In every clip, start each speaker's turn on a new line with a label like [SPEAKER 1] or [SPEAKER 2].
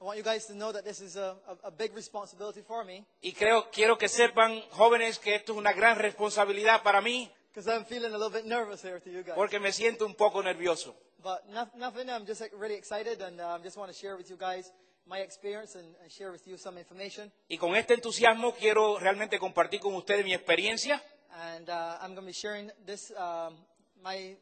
[SPEAKER 1] I want you guys to know that this is a, a, a big responsibility for me
[SPEAKER 2] Y creo, quiero que sepan, jóvenes, que esto es una gran responsabilidad para mí,
[SPEAKER 1] because I'm feeling a little bit nervous here to you guys.
[SPEAKER 2] porque me siento un poco nervioso.
[SPEAKER 1] But no, nothing, I'm just like, really excited and I um, just want to share with you guys my experience and, and share with you some information.
[SPEAKER 2] Y con este entusiasmo quiero realmente compartir con ustedes mi experiencia
[SPEAKER 1] And uh, I'm going to be sharing this, um, my,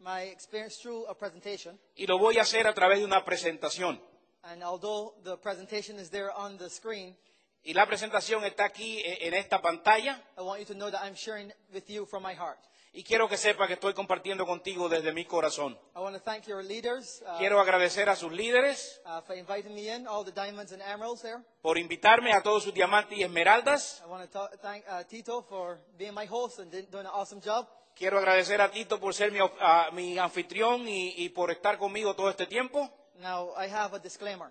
[SPEAKER 1] my experience through a presentation.
[SPEAKER 2] y lo voy a hacer a través de una presentación.
[SPEAKER 1] And although the presentation is there on the screen,
[SPEAKER 2] Y la presentación está aquí eh, en esta pantalla
[SPEAKER 1] I want you to know that I'm sharing with you from my heart.
[SPEAKER 2] y quiero que sepa que estoy compartiendo contigo desde mi corazón.
[SPEAKER 1] I want to thank your leaders uh,
[SPEAKER 2] Quiero agradecer a sus líderes
[SPEAKER 1] uh, for inviting me in, all the diamonds and emeralds there.
[SPEAKER 2] por invitarme a todos sus diamantes y esmeraldas.
[SPEAKER 1] I want to ta- thank uh, Tito for being my host and did- doing an awesome job.
[SPEAKER 2] Quiero agradecer a Tito por ser mi, of- a- mi anfitrión y, y por estar conmigo todo este tiempo.
[SPEAKER 1] Now, I have a disclaimer.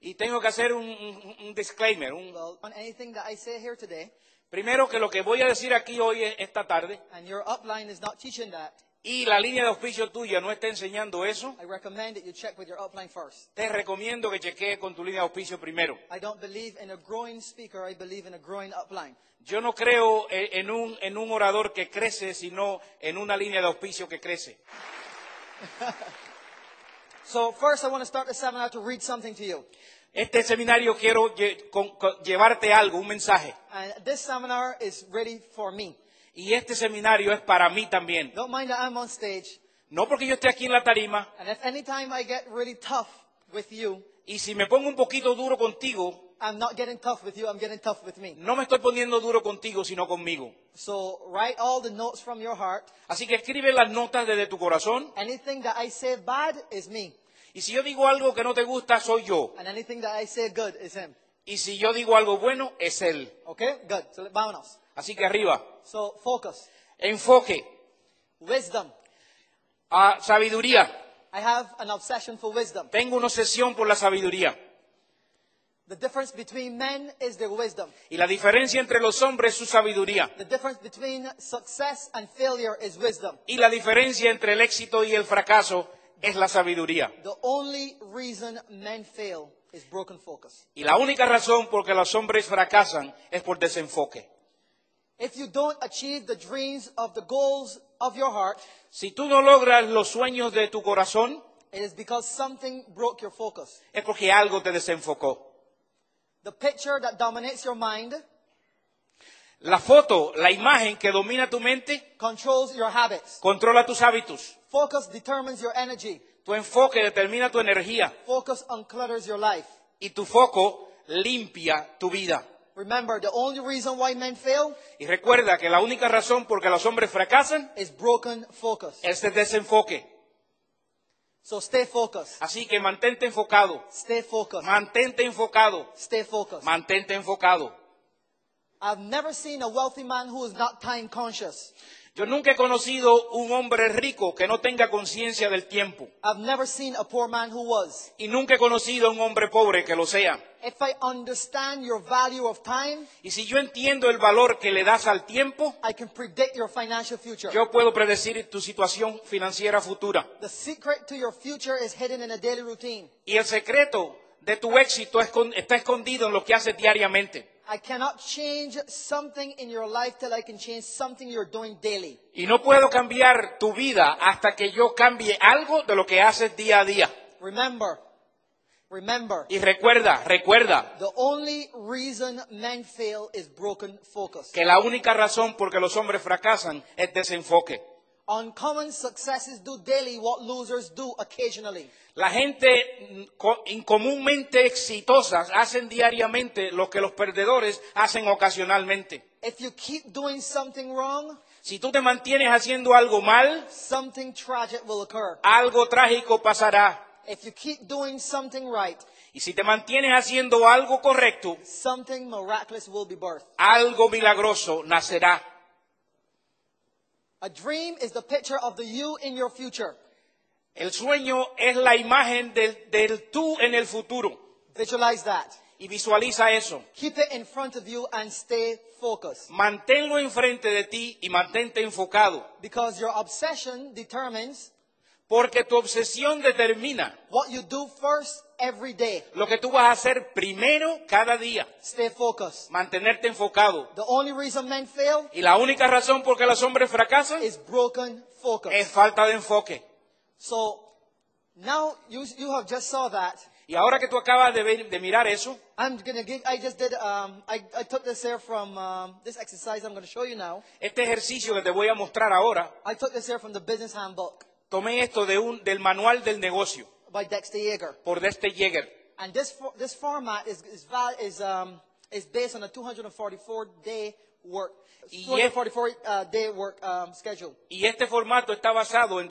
[SPEAKER 2] Y tengo que hacer un, un- un disclaimer. un-
[SPEAKER 1] Well, on anything that I say here today,
[SPEAKER 2] primero que lo que voy a decir aquí hoy e- esta tarde
[SPEAKER 1] and your upline is not teaching that,
[SPEAKER 2] y la línea de auspicio tuya no está enseñando eso,
[SPEAKER 1] I recommend that you check with your upline first.
[SPEAKER 2] te recomiendo que chequee con tu línea de auspicio primero.
[SPEAKER 1] I don't believe in a growing speaker, I believe in a growing upline.
[SPEAKER 2] Yo no creo eh, en un, en un orador que crece, sino en una línea de auspicio que crece.
[SPEAKER 1] So, first, I want to start the seminar to read something to you.
[SPEAKER 2] Este seminario quiero lle- con- con- llevarte algo, un mensaje.
[SPEAKER 1] And this seminar is really for me.
[SPEAKER 2] Y este seminario es para mí también.
[SPEAKER 1] Don't mind that I'm on stage.
[SPEAKER 2] No porque yo esté aquí en la tarima
[SPEAKER 1] And if any time I get really tough with you,
[SPEAKER 2] y si me pongo un poquito duro contigo,
[SPEAKER 1] I'm not getting tough with you, I'm getting tough with me.
[SPEAKER 2] no me estoy poniendo duro contigo, sino conmigo.
[SPEAKER 1] So write all the notes from your heart.
[SPEAKER 2] Así que escribe las notas desde tu corazón.
[SPEAKER 1] Anything that I say bad is me,
[SPEAKER 2] Y si yo digo algo que no te gusta, soy yo.
[SPEAKER 1] and anything that I say good is him.
[SPEAKER 2] Y si yo digo algo bueno, es él.
[SPEAKER 1] Okay? Good. So let- vámonos.
[SPEAKER 2] Así que arriba.
[SPEAKER 1] So focus.
[SPEAKER 2] Enfoque.
[SPEAKER 1] Wisdom.
[SPEAKER 2] a sabiduría.
[SPEAKER 1] I have an obsession for wisdom.
[SPEAKER 2] Tengo una obsesión por la sabiduría.
[SPEAKER 1] The difference between men is their wisdom.
[SPEAKER 2] Y la diferencia entre los hombres es su sabiduría.
[SPEAKER 1] The difference between success and failure is wisdom.
[SPEAKER 2] Y la diferencia entre el éxito y el fracaso es la sabiduría.
[SPEAKER 1] The only reason men fail is broken focus.
[SPEAKER 2] Y la única razón por que los hombres fracasan es por desenfoque.
[SPEAKER 1] If you don't achieve the dreams of the goals of your heart,
[SPEAKER 2] Si tú no logras los sueños de tu corazón,
[SPEAKER 1] it is because something broke your focus.
[SPEAKER 2] es porque algo te desenfocó.
[SPEAKER 1] The picture that dominates your mind
[SPEAKER 2] La foto, la imagen que domina tu mente,
[SPEAKER 1] controls your habits.
[SPEAKER 2] controla tus hábitos.
[SPEAKER 1] Focus determines your energy.
[SPEAKER 2] Tu enfoque determina tu energía
[SPEAKER 1] Focus unclutters your life.
[SPEAKER 2] y tu foco limpia tu vida.
[SPEAKER 1] Remember, the only reason why men fail
[SPEAKER 2] Y recuerda que la única razón por que los hombres fracasan
[SPEAKER 1] is broken focus.
[SPEAKER 2] es el desenfoque.
[SPEAKER 1] So stay focused.
[SPEAKER 2] Así que mantente enfocado,
[SPEAKER 1] Stay focused.
[SPEAKER 2] mantente enfocado,
[SPEAKER 1] Stay focused.
[SPEAKER 2] mantente enfocado.
[SPEAKER 1] I've never seen a wealthy man who is not time conscious.
[SPEAKER 2] Yo nunca he conocido un hombre rico que no tenga conciencia del tiempo.
[SPEAKER 1] I've never seen a poor man who was.
[SPEAKER 2] Y nunca he conocido un hombre pobre que lo sea.
[SPEAKER 1] If I understand your value of time,
[SPEAKER 2] Y si yo entiendo el valor que le das al tiempo,
[SPEAKER 1] I can predict your financial future.
[SPEAKER 2] yo puedo predecir tu situación financiera futura.
[SPEAKER 1] The secret to your future is hidden in a daily routine.
[SPEAKER 2] Y el secreto de tu éxito escon- está escondido en lo que haces diariamente.
[SPEAKER 1] I cannot change something in your life till I can change something you're doing daily.
[SPEAKER 2] Y no puedo cambiar tu vida hasta que yo cambie algo de lo que haces día a día.
[SPEAKER 1] Remember, remember,
[SPEAKER 2] Y recuerda, recuerda
[SPEAKER 1] the only reason men fail is broken focus.
[SPEAKER 2] que la única razón por que los hombres fracasan es desenfoque.
[SPEAKER 1] Uncommon successes do daily what losers do occasionally.
[SPEAKER 2] La gente mm, co- incomunmente exitosas hacen diariamente lo que los perdedores hacen ocasionalmente.
[SPEAKER 1] If you keep doing something wrong,
[SPEAKER 2] Si tú te mantienes haciendo algo mal,
[SPEAKER 1] something tragic will occur.
[SPEAKER 2] algo trágico pasará.
[SPEAKER 1] If you keep doing something right,
[SPEAKER 2] Y si te mantienes haciendo algo correcto,
[SPEAKER 1] something miraculous will be birthed.
[SPEAKER 2] algo milagroso nacerá.
[SPEAKER 1] A dream is the picture of the you in your future.
[SPEAKER 2] El sueño es la imagen del, del tú en el futuro.
[SPEAKER 1] Visualize that.
[SPEAKER 2] Y visualiza eso.
[SPEAKER 1] Keep it in front of you and stay focused.
[SPEAKER 2] Manténlo enfrente de ti y mantente enfocado.
[SPEAKER 1] Because your obsession determines
[SPEAKER 2] Porque tu obsesión determina
[SPEAKER 1] what you do first every day.
[SPEAKER 2] Lo que tú vas a hacer primero cada día,
[SPEAKER 1] Stay focused.
[SPEAKER 2] mantenerte enfocado.
[SPEAKER 1] The only reason men fail
[SPEAKER 2] Y la única razón por que los hombres fracasan
[SPEAKER 1] is broken focus.
[SPEAKER 2] es falta de enfoque.
[SPEAKER 1] So now you, you have just saw that.
[SPEAKER 2] Y ahora que tú acabas de, ver- de mirar eso,
[SPEAKER 1] I'm gonna give. I just did. Um, I, I took this here from um, this exercise. I'm gonna show you now.
[SPEAKER 2] este ejercicio que te voy a mostrar ahora,
[SPEAKER 1] I took this here from the business handbook
[SPEAKER 2] tomé esto de un- del manual del negocio
[SPEAKER 1] by Dexter Yeager,
[SPEAKER 2] por Dexter Yeager.
[SPEAKER 1] and this fo- this format is is val- is um is based on a 244 day work
[SPEAKER 2] Y es-
[SPEAKER 1] 244 uh, day work um, schedule.
[SPEAKER 2] Y este formato está basado en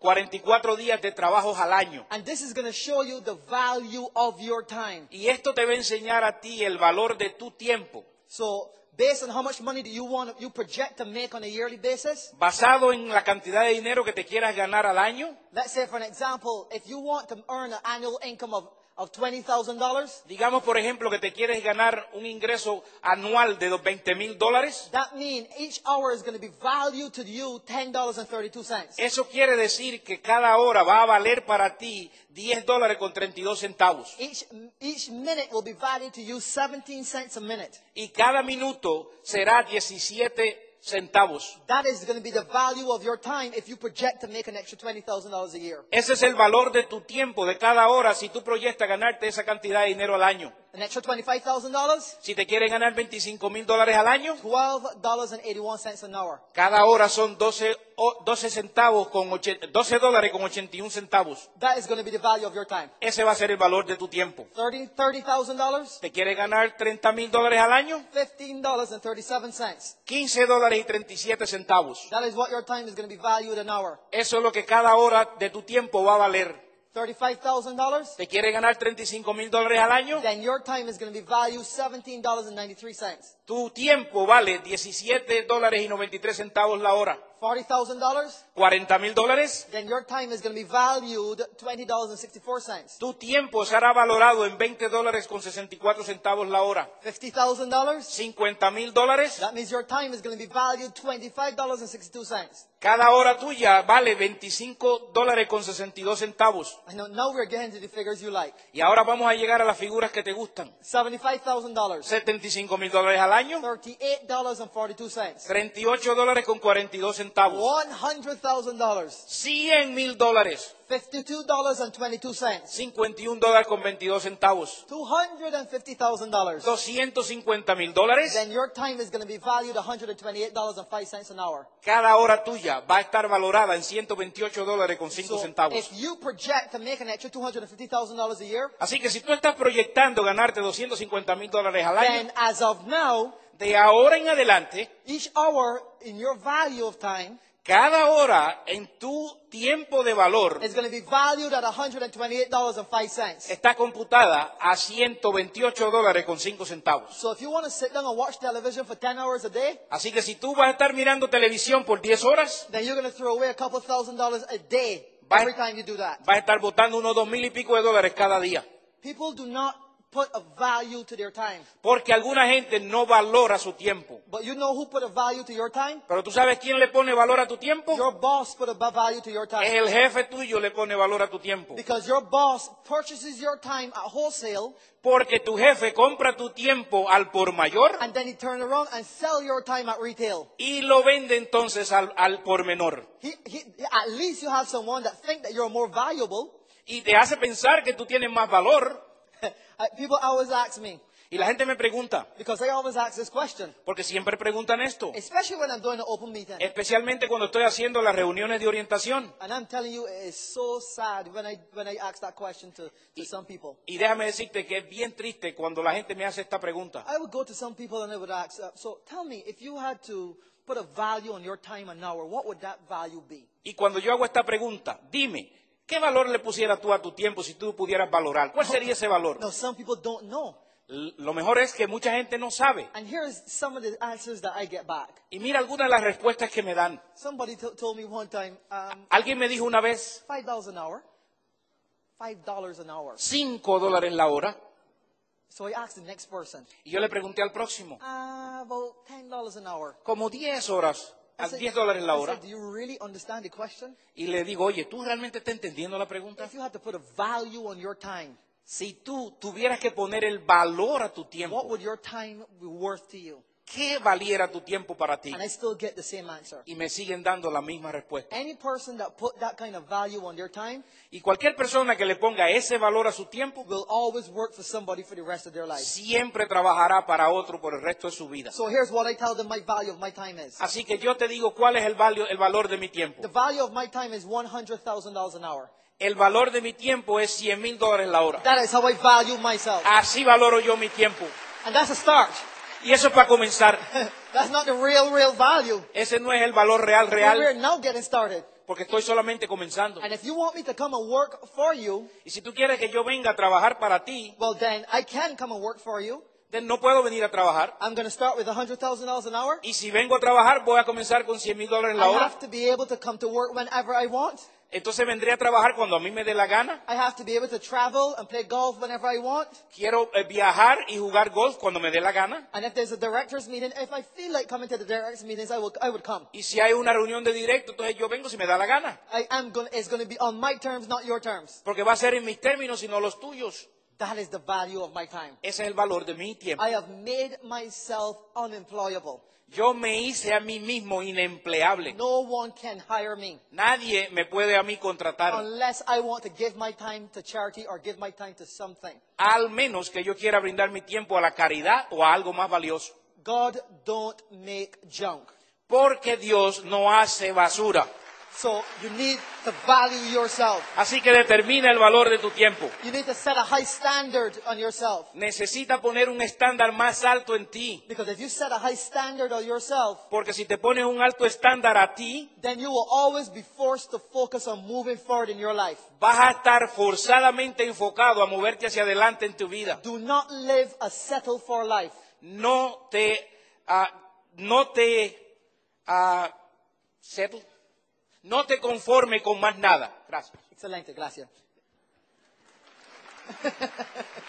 [SPEAKER 2] 244 días de trabajos al año.
[SPEAKER 1] And this is going to show you the value of your time.
[SPEAKER 2] Y esto te va a enseñar a ti el valor de tu tiempo.
[SPEAKER 1] So based on how much money do you want you project to make on a yearly basis?
[SPEAKER 2] Basado en la cantidad de dinero que te quieras ganar al año,
[SPEAKER 1] Let's say for an example, if you want to earn an annual income of of twenty thousand dollars,
[SPEAKER 2] digamos por ejemplo que te quieres ganar un ingreso anual de los 20 mil dólares,
[SPEAKER 1] that means each hour is going to be valued to you ten dollars and thirty two cents.
[SPEAKER 2] eso quiere decir que cada hora va a valer para ti 10 dólares con 32 centavos.
[SPEAKER 1] Each each minute will be valued to you seventeen cents a minute.
[SPEAKER 2] Y cada minuto será 17 centavos.
[SPEAKER 1] That is going to be the value of your time if you project to make an extra twenty thousand dollars a year,
[SPEAKER 2] Ese es el valor de tu tiempo, de cada hora, si tú proyectas ganarte esa cantidad de dinero al año.
[SPEAKER 1] an extra twenty five thousand dollars,
[SPEAKER 2] Si te quieres ganar 25 mil dólares al año,
[SPEAKER 1] twelve dollars and eighty one cents an hour.
[SPEAKER 2] Cada hora son 12, o- 12 centavos con oche- 12 dólares con 81 centavos.
[SPEAKER 1] That is going to be the value of your time.
[SPEAKER 2] Ese va a ser el valor de tu tiempo.
[SPEAKER 1] Thirty thirty thousand dollars,
[SPEAKER 2] ¿Te quieres ganar 30 mil dólares al año?
[SPEAKER 1] fifteen dollars and thirty seven cents.
[SPEAKER 2] 15 dólares y 37 centavos.
[SPEAKER 1] That is what your time is going to be valued an hour.
[SPEAKER 2] Eso es lo que cada hora de tu tiempo va a valer.
[SPEAKER 1] Thirty-five thousand dollars.
[SPEAKER 2] ¿Te quieres ganar 35 mil dólares al año?
[SPEAKER 1] Then your time is going to be valued seventeen dollars and ninety-three cents.
[SPEAKER 2] Tu tiempo vale 17 dólares y 93 centavos la hora.
[SPEAKER 1] Forty thousand dollars.
[SPEAKER 2] 40 mil dólares.
[SPEAKER 1] Then your time is going to be valued twenty dollars and sixty-four cents.
[SPEAKER 2] Tu tiempo será valorado en 20 dólares con 64 centavos la hora.
[SPEAKER 1] Fifty thousand dollars.
[SPEAKER 2] 50 mil dólares.
[SPEAKER 1] That means your time is going to be valued twenty-five dollars and sixty-two cents.
[SPEAKER 2] Cada hora tuya vale 25 dólares con 62 centavos.
[SPEAKER 1] I know now we're getting to the figures you like.
[SPEAKER 2] Y ahora vamos a llegar a las figuras que te gustan.
[SPEAKER 1] Seventy-five thousand dollars.
[SPEAKER 2] 75 mil dólares al año,
[SPEAKER 1] Thirty-eight dollars and forty-two cents.
[SPEAKER 2] 38 dólares con 42 centavos,
[SPEAKER 1] One hundred thousand dollars.
[SPEAKER 2] 100 mil dólares,
[SPEAKER 1] Fifty-two dollars and twenty-two cents.
[SPEAKER 2] 51 dólares con 22 centavos,
[SPEAKER 1] Two hundred and fifty thousand dollars.
[SPEAKER 2] 250 mil dólares.
[SPEAKER 1] then your time is going to be valued $128.05 an hour.
[SPEAKER 2] Cada hora tuya va a estar valorada en 128 dólares con 5
[SPEAKER 1] So if
[SPEAKER 2] centavos.
[SPEAKER 1] you project to make an extra $250,000 a year,
[SPEAKER 2] Así que si tú estás proyectando ganarte 250 mil dólares al año,
[SPEAKER 1] then as of now,
[SPEAKER 2] de ahora en adelante,
[SPEAKER 1] each hour in your value of time
[SPEAKER 2] Cada hora en tu tiempo de valor
[SPEAKER 1] is going to be valued at $128.05.
[SPEAKER 2] está computada a 128 dólares con 5 centavos.
[SPEAKER 1] So if you want to sit down and watch television for 10 hours a day,
[SPEAKER 2] Así que si tú vas a estar mirando televisión por 10 horas,
[SPEAKER 1] then you're going to throw away a couple thousand dollars a day
[SPEAKER 2] Bye.
[SPEAKER 1] every time you do that.
[SPEAKER 2] vas a estar botando unos dos mil y pico de dólares cada día.
[SPEAKER 1] People do not put a value to their time.
[SPEAKER 2] Porque alguna gente no valora su tiempo.
[SPEAKER 1] But you know who put a value to your time?
[SPEAKER 2] Pero tú sabes quién le pone valor a tu tiempo?
[SPEAKER 1] Your boss put a ba- value to your time.
[SPEAKER 2] El jefe tuyo le pone valor a tu tiempo.
[SPEAKER 1] Because your boss purchases your time at wholesale
[SPEAKER 2] Porque tu jefe compra tu tiempo al por mayor
[SPEAKER 1] and then he turns around and sell your time at retail.
[SPEAKER 2] y lo vende entonces al, al por menor.
[SPEAKER 1] He, he, at least you have someone that think that you're more valuable.
[SPEAKER 2] Y te hace pensar que tú tienes más valor
[SPEAKER 1] Uh, People always ask me,
[SPEAKER 2] Y la gente me pregunta,
[SPEAKER 1] because I always ask this question,
[SPEAKER 2] porque siempre preguntan esto,
[SPEAKER 1] especially when I'm doing an open meeting.
[SPEAKER 2] especialmente cuando estoy haciendo las reuniones de orientación.
[SPEAKER 1] And I'm telling you, it is so sad when I, when I ask that question to, to some people.
[SPEAKER 2] Y déjame decirte que es bien triste cuando la gente me hace esta pregunta.
[SPEAKER 1] I would go to some people and I would ask, uh, so tell me, if you had to put a value on your time an hour, what would that value be?
[SPEAKER 2] Y cuando yo hago esta pregunta, dime, ¿qué valor le pusieras tú a tu tiempo si tú pudieras valorar? ¿Cuál sería ese valor?
[SPEAKER 1] No, some people don't know.
[SPEAKER 2] L- Lo mejor es que mucha gente no sabe.
[SPEAKER 1] And here's some of the answers that I get back.
[SPEAKER 2] Y mira algunas de las respuestas que me dan.
[SPEAKER 1] Somebody t- told me one time, um,
[SPEAKER 2] Alguien me dijo una vez,
[SPEAKER 1] five dollars an hour. Five dollars an hour.
[SPEAKER 2] 5 dólares la hora.
[SPEAKER 1] So I asked the next person,
[SPEAKER 2] Y yo le pregunté al próximo,
[SPEAKER 1] ah, about ten dollars an hour.
[SPEAKER 2] como 10 horas,
[SPEAKER 1] I
[SPEAKER 2] a
[SPEAKER 1] said-
[SPEAKER 2] 10 dólares la
[SPEAKER 1] I
[SPEAKER 2] hora.
[SPEAKER 1] said, Do you really understand the question?
[SPEAKER 2] Y le digo, oye, ¿tú realmente estás entendiendo la pregunta?
[SPEAKER 1] If you had to put a value on your time,
[SPEAKER 2] Si tú tuvieras que poner el valor a tu
[SPEAKER 1] What
[SPEAKER 2] tiempo,
[SPEAKER 1] would your time be worth to you?
[SPEAKER 2] ¿qué valiera tu tiempo para ti?
[SPEAKER 1] And I still get the same answer.
[SPEAKER 2] Y me siguen dando la misma respuesta.
[SPEAKER 1] Any person that put that kind of value on their time
[SPEAKER 2] Y cualquier persona que le ponga ese valor a su tiempo,
[SPEAKER 1] will always work for somebody for the rest of their life.
[SPEAKER 2] siempre trabajará para otro por el resto de su vida.
[SPEAKER 1] So here's what I tell them my value of my time is.
[SPEAKER 2] Así que yo te digo cuál es el, valio- el valor de mi tiempo.
[SPEAKER 1] The value of my time is $100,000 an hour.
[SPEAKER 2] El valor de mi tiempo es 100 mil dólares la hora.
[SPEAKER 1] That is how I value myself.
[SPEAKER 2] Así valoro yo mi tiempo.
[SPEAKER 1] And that's a start.
[SPEAKER 2] Y eso es para comenzar.
[SPEAKER 1] That's not the real, real value.
[SPEAKER 2] Ese no es el valor real,
[SPEAKER 1] We're
[SPEAKER 2] real,
[SPEAKER 1] now getting started.
[SPEAKER 2] porque estoy solamente comenzando.
[SPEAKER 1] And if you want me to come and work for you,
[SPEAKER 2] Y si tú quieres que yo venga a trabajar para ti,
[SPEAKER 1] well then I can come and work for you.
[SPEAKER 2] then no puedo venir a trabajar.
[SPEAKER 1] I'm going to start with $100,000 an hour.
[SPEAKER 2] Y si vengo a trabajar, voy a comenzar con 100 mil dólares la
[SPEAKER 1] I
[SPEAKER 2] hora.
[SPEAKER 1] have to be able to come to work whenever I want.
[SPEAKER 2] Entonces vendré a trabajar cuando a mí me dé la gana.
[SPEAKER 1] I have to be able to travel and play golf whenever I want.
[SPEAKER 2] Quiero eh, viajar y jugar golf cuando me dé la gana.
[SPEAKER 1] And if there's a director's meeting, if I feel like coming to the director's meetings, I will. I would come.
[SPEAKER 2] Y si hay una reunión de directo, entonces yo vengo si me da la gana.
[SPEAKER 1] I am going. to It's going to be on my terms, not your terms.
[SPEAKER 2] Porque va a ser en mis términos y no los tuyos.
[SPEAKER 1] That is the value of my time.
[SPEAKER 2] Ese es el valor de mi tiempo.
[SPEAKER 1] I have made myself unemployable.
[SPEAKER 2] Yo me hice a mí mismo inempleable.
[SPEAKER 1] No one can hire me
[SPEAKER 2] Nadie me puede a mí contratar,
[SPEAKER 1] unless I want to give my time to charity or give my time to something.
[SPEAKER 2] al menos que yo quiera brindar mi tiempo a la caridad o a algo más valioso.
[SPEAKER 1] God don't make junk.
[SPEAKER 2] Porque Dios no hace basura.
[SPEAKER 1] So you need to value yourself.
[SPEAKER 2] Así que determina el valor de tu tiempo.
[SPEAKER 1] You need to set a high standard on yourself.
[SPEAKER 2] Necesita poner un estándar más alto en ti.
[SPEAKER 1] Because if you set a high standard on yourself,
[SPEAKER 2] Porque si te pones un alto estándar a ti,
[SPEAKER 1] then you will always be forced to focus on moving forward in your life.
[SPEAKER 2] vas a estar forzadamente enfocado a moverte hacia adelante en tu vida.
[SPEAKER 1] Do not live a settle for life.
[SPEAKER 2] No te, ah, no te, ah, settle. no te conforme con más nada. Gracias.
[SPEAKER 1] Excelente, gracias.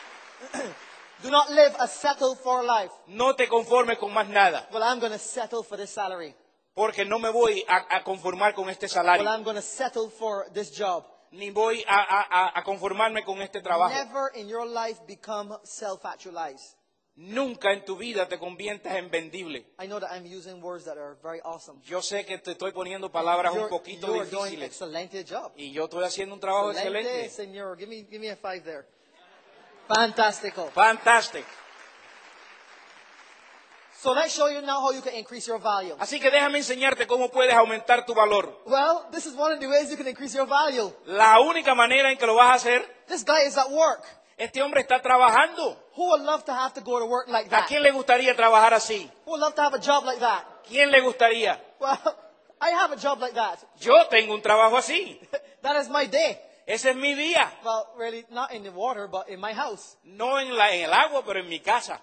[SPEAKER 1] Do not live a settle for life.
[SPEAKER 2] No te conformes con más nada,
[SPEAKER 1] Well, I'm going to settle for this salary.
[SPEAKER 2] porque no me voy a, a conformar con este
[SPEAKER 1] Well,
[SPEAKER 2] salario,
[SPEAKER 1] I'm going to settle for this job.
[SPEAKER 2] ni voy a, a- a- a conformarme con este trabajo.
[SPEAKER 1] Never in your life become self-actualized.
[SPEAKER 2] Nunca en tu vida te conviertas en vendible.
[SPEAKER 1] I know that I'm using words that are very awesome.
[SPEAKER 2] Yo sé que te estoy poniendo palabras un
[SPEAKER 1] You're,
[SPEAKER 2] poquito
[SPEAKER 1] you're doing an
[SPEAKER 2] difíciles
[SPEAKER 1] excelente job.
[SPEAKER 2] y yo estoy haciendo un trabajo
[SPEAKER 1] Excelente,
[SPEAKER 2] excelente.
[SPEAKER 1] señor. Give me, give me a five there. Fantastical.
[SPEAKER 2] Fantástico.
[SPEAKER 1] So let's show you now how you can increase your value.
[SPEAKER 2] Así que déjame enseñarte cómo puedes aumentar tu valor.
[SPEAKER 1] Well, this is one of the ways you can increase your value.
[SPEAKER 2] La única manera en que lo vas a hacer,
[SPEAKER 1] This guy is at work.
[SPEAKER 2] este hombre está trabajando.
[SPEAKER 1] Who would love to have to go to work like
[SPEAKER 2] ¿A
[SPEAKER 1] that?
[SPEAKER 2] quién le gustaría trabajar así?
[SPEAKER 1] Who would love to have a job like that?
[SPEAKER 2] ¿Quién le gustaría?
[SPEAKER 1] Well, I have a job like that.
[SPEAKER 2] Yo tengo un trabajo así.
[SPEAKER 1] That is my day.
[SPEAKER 2] Ese es mi día.
[SPEAKER 1] Well, really, not in the water, but in my house.
[SPEAKER 2] No en, la- en el agua, pero en mi casa.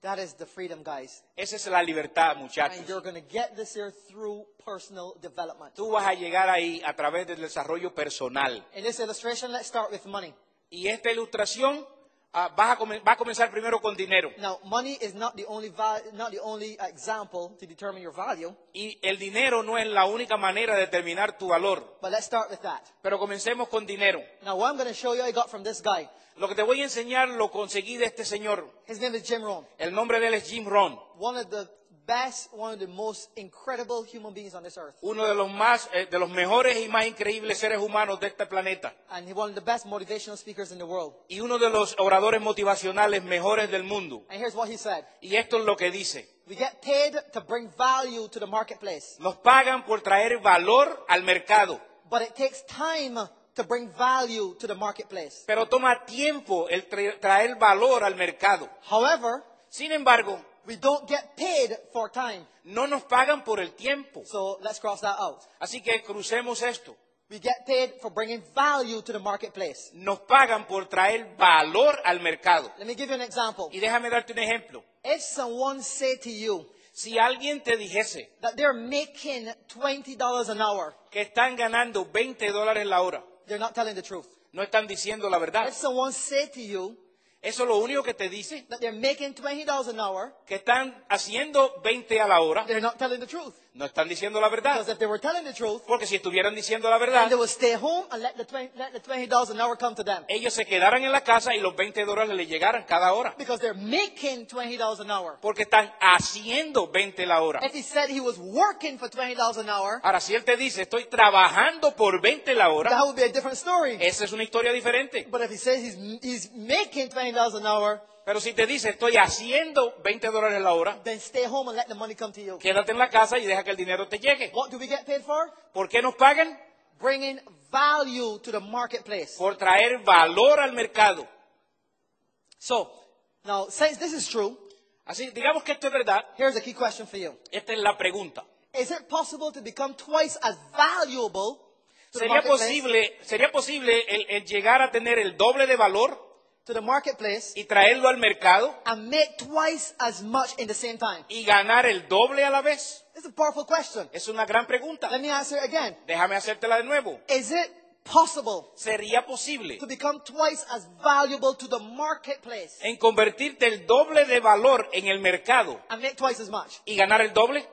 [SPEAKER 1] That is the freedom, guys.
[SPEAKER 2] Esa es la libertad,
[SPEAKER 1] And you're
[SPEAKER 2] muchachos.
[SPEAKER 1] going to get this here through personal development.
[SPEAKER 2] Tú vas a llegar ahí a través del desarrollo personal.
[SPEAKER 1] In this illustration, let's start with money.
[SPEAKER 2] Y esta ilustración ah, vas a come- va a comenzar primero con dinero.
[SPEAKER 1] Now, money is not the only val- not the only example to determine your value,
[SPEAKER 2] Y el dinero no es la única manera de determinar tu valor.
[SPEAKER 1] but let's start with that.
[SPEAKER 2] Pero comencemos con dinero.
[SPEAKER 1] Now, what I'm going to show you, I got from this guy.
[SPEAKER 2] Lo que te voy a enseñar lo conseguí de este señor.
[SPEAKER 1] His name is Jim Rohn,
[SPEAKER 2] El nombre de él es Jim Rohn.
[SPEAKER 1] one of the best, one of the most incredible human beings on this earth,
[SPEAKER 2] Uno de los, más, eh, de los mejores y más increíbles seres humanos de este planeta.
[SPEAKER 1] and he one of the best motivational speakers in the world.
[SPEAKER 2] Y uno de los oradores motivacionales mejores del mundo.
[SPEAKER 1] And here's what he said:
[SPEAKER 2] Y esto es lo que dice.
[SPEAKER 1] We get paid to bring value to the marketplace,
[SPEAKER 2] Nos pagan por traer valor al mercado,
[SPEAKER 1] but it takes time to bring value to the marketplace.
[SPEAKER 2] pero toma tiempo el tra- traer valor al mercado.
[SPEAKER 1] However,
[SPEAKER 2] Sin embargo,
[SPEAKER 1] we don't get paid for time,
[SPEAKER 2] no nos pagan por el tiempo.
[SPEAKER 1] so let's cross that out.
[SPEAKER 2] Así que crucemos esto.
[SPEAKER 1] We get paid for bringing value to the marketplace.
[SPEAKER 2] Nos pagan por traer valor al mercado.
[SPEAKER 1] Let me give you an example.
[SPEAKER 2] Y déjame darte un ejemplo.
[SPEAKER 1] If someone say to you
[SPEAKER 2] Si alguien te dijese
[SPEAKER 1] that they're making $20 an hour,
[SPEAKER 2] que están ganando 20 dólares la hora,
[SPEAKER 1] they're not telling the truth.
[SPEAKER 2] no están diciendo la verdad.
[SPEAKER 1] If someone say to you
[SPEAKER 2] Eso lo único que te dice,
[SPEAKER 1] that they're making $20 an hour,
[SPEAKER 2] que están haciendo 20 a la hora,
[SPEAKER 1] they're not telling the truth.
[SPEAKER 2] no están diciendo la verdad.
[SPEAKER 1] Because if they were telling the truth,
[SPEAKER 2] Porque si estuvieran diciendo la
[SPEAKER 1] then
[SPEAKER 2] verdad,
[SPEAKER 1] they would stay home and let the, 20, let the $20 an hour come to them.
[SPEAKER 2] ellos se quedaran en la casa y los 20 dólares les llegaran cada hora.
[SPEAKER 1] Because they're making $20 an hour.
[SPEAKER 2] Porque están haciendo 20 la hora.
[SPEAKER 1] If he said he was working for $20 an hour,
[SPEAKER 2] Ahora, si él te dice, estoy trabajando por 20 la hora,
[SPEAKER 1] that would be a different story.
[SPEAKER 2] esa es una historia diferente.
[SPEAKER 1] But if he says he's, he's making $20 an hour,
[SPEAKER 2] Pero si te dice, estoy haciendo 20 dólares la hora,
[SPEAKER 1] then stay home and let the money come to you.
[SPEAKER 2] quédate en la casa y deja que el dinero te llegue.
[SPEAKER 1] What do we get paid for?
[SPEAKER 2] ¿Por qué nos pagan?
[SPEAKER 1] Bringing value to the marketplace.
[SPEAKER 2] Por traer valor al mercado. So,
[SPEAKER 1] Now, since this is true,
[SPEAKER 2] así, digamos que esto es verdad,
[SPEAKER 1] here's a key question for you.
[SPEAKER 2] esta es la pregunta.
[SPEAKER 1] Is it possible to become twice as valuable to the
[SPEAKER 2] ¿Sería
[SPEAKER 1] marketplace,
[SPEAKER 2] posible, sería posible el, el llegar a tener el doble de valor
[SPEAKER 1] to the marketplace
[SPEAKER 2] y traerlo al mercado
[SPEAKER 1] and make twice as much in the same time?
[SPEAKER 2] y ganar el doble a la vez?
[SPEAKER 1] It's a powerful question.
[SPEAKER 2] Es una gran pregunta.
[SPEAKER 1] Let me answer it again.
[SPEAKER 2] Déjame hacértela de nuevo.
[SPEAKER 1] Is it possible
[SPEAKER 2] ¿Sería posible
[SPEAKER 1] to become twice as valuable to the marketplace
[SPEAKER 2] en convertirte el doble de valor en el mercado
[SPEAKER 1] and make twice as much?
[SPEAKER 2] y ganar el doble?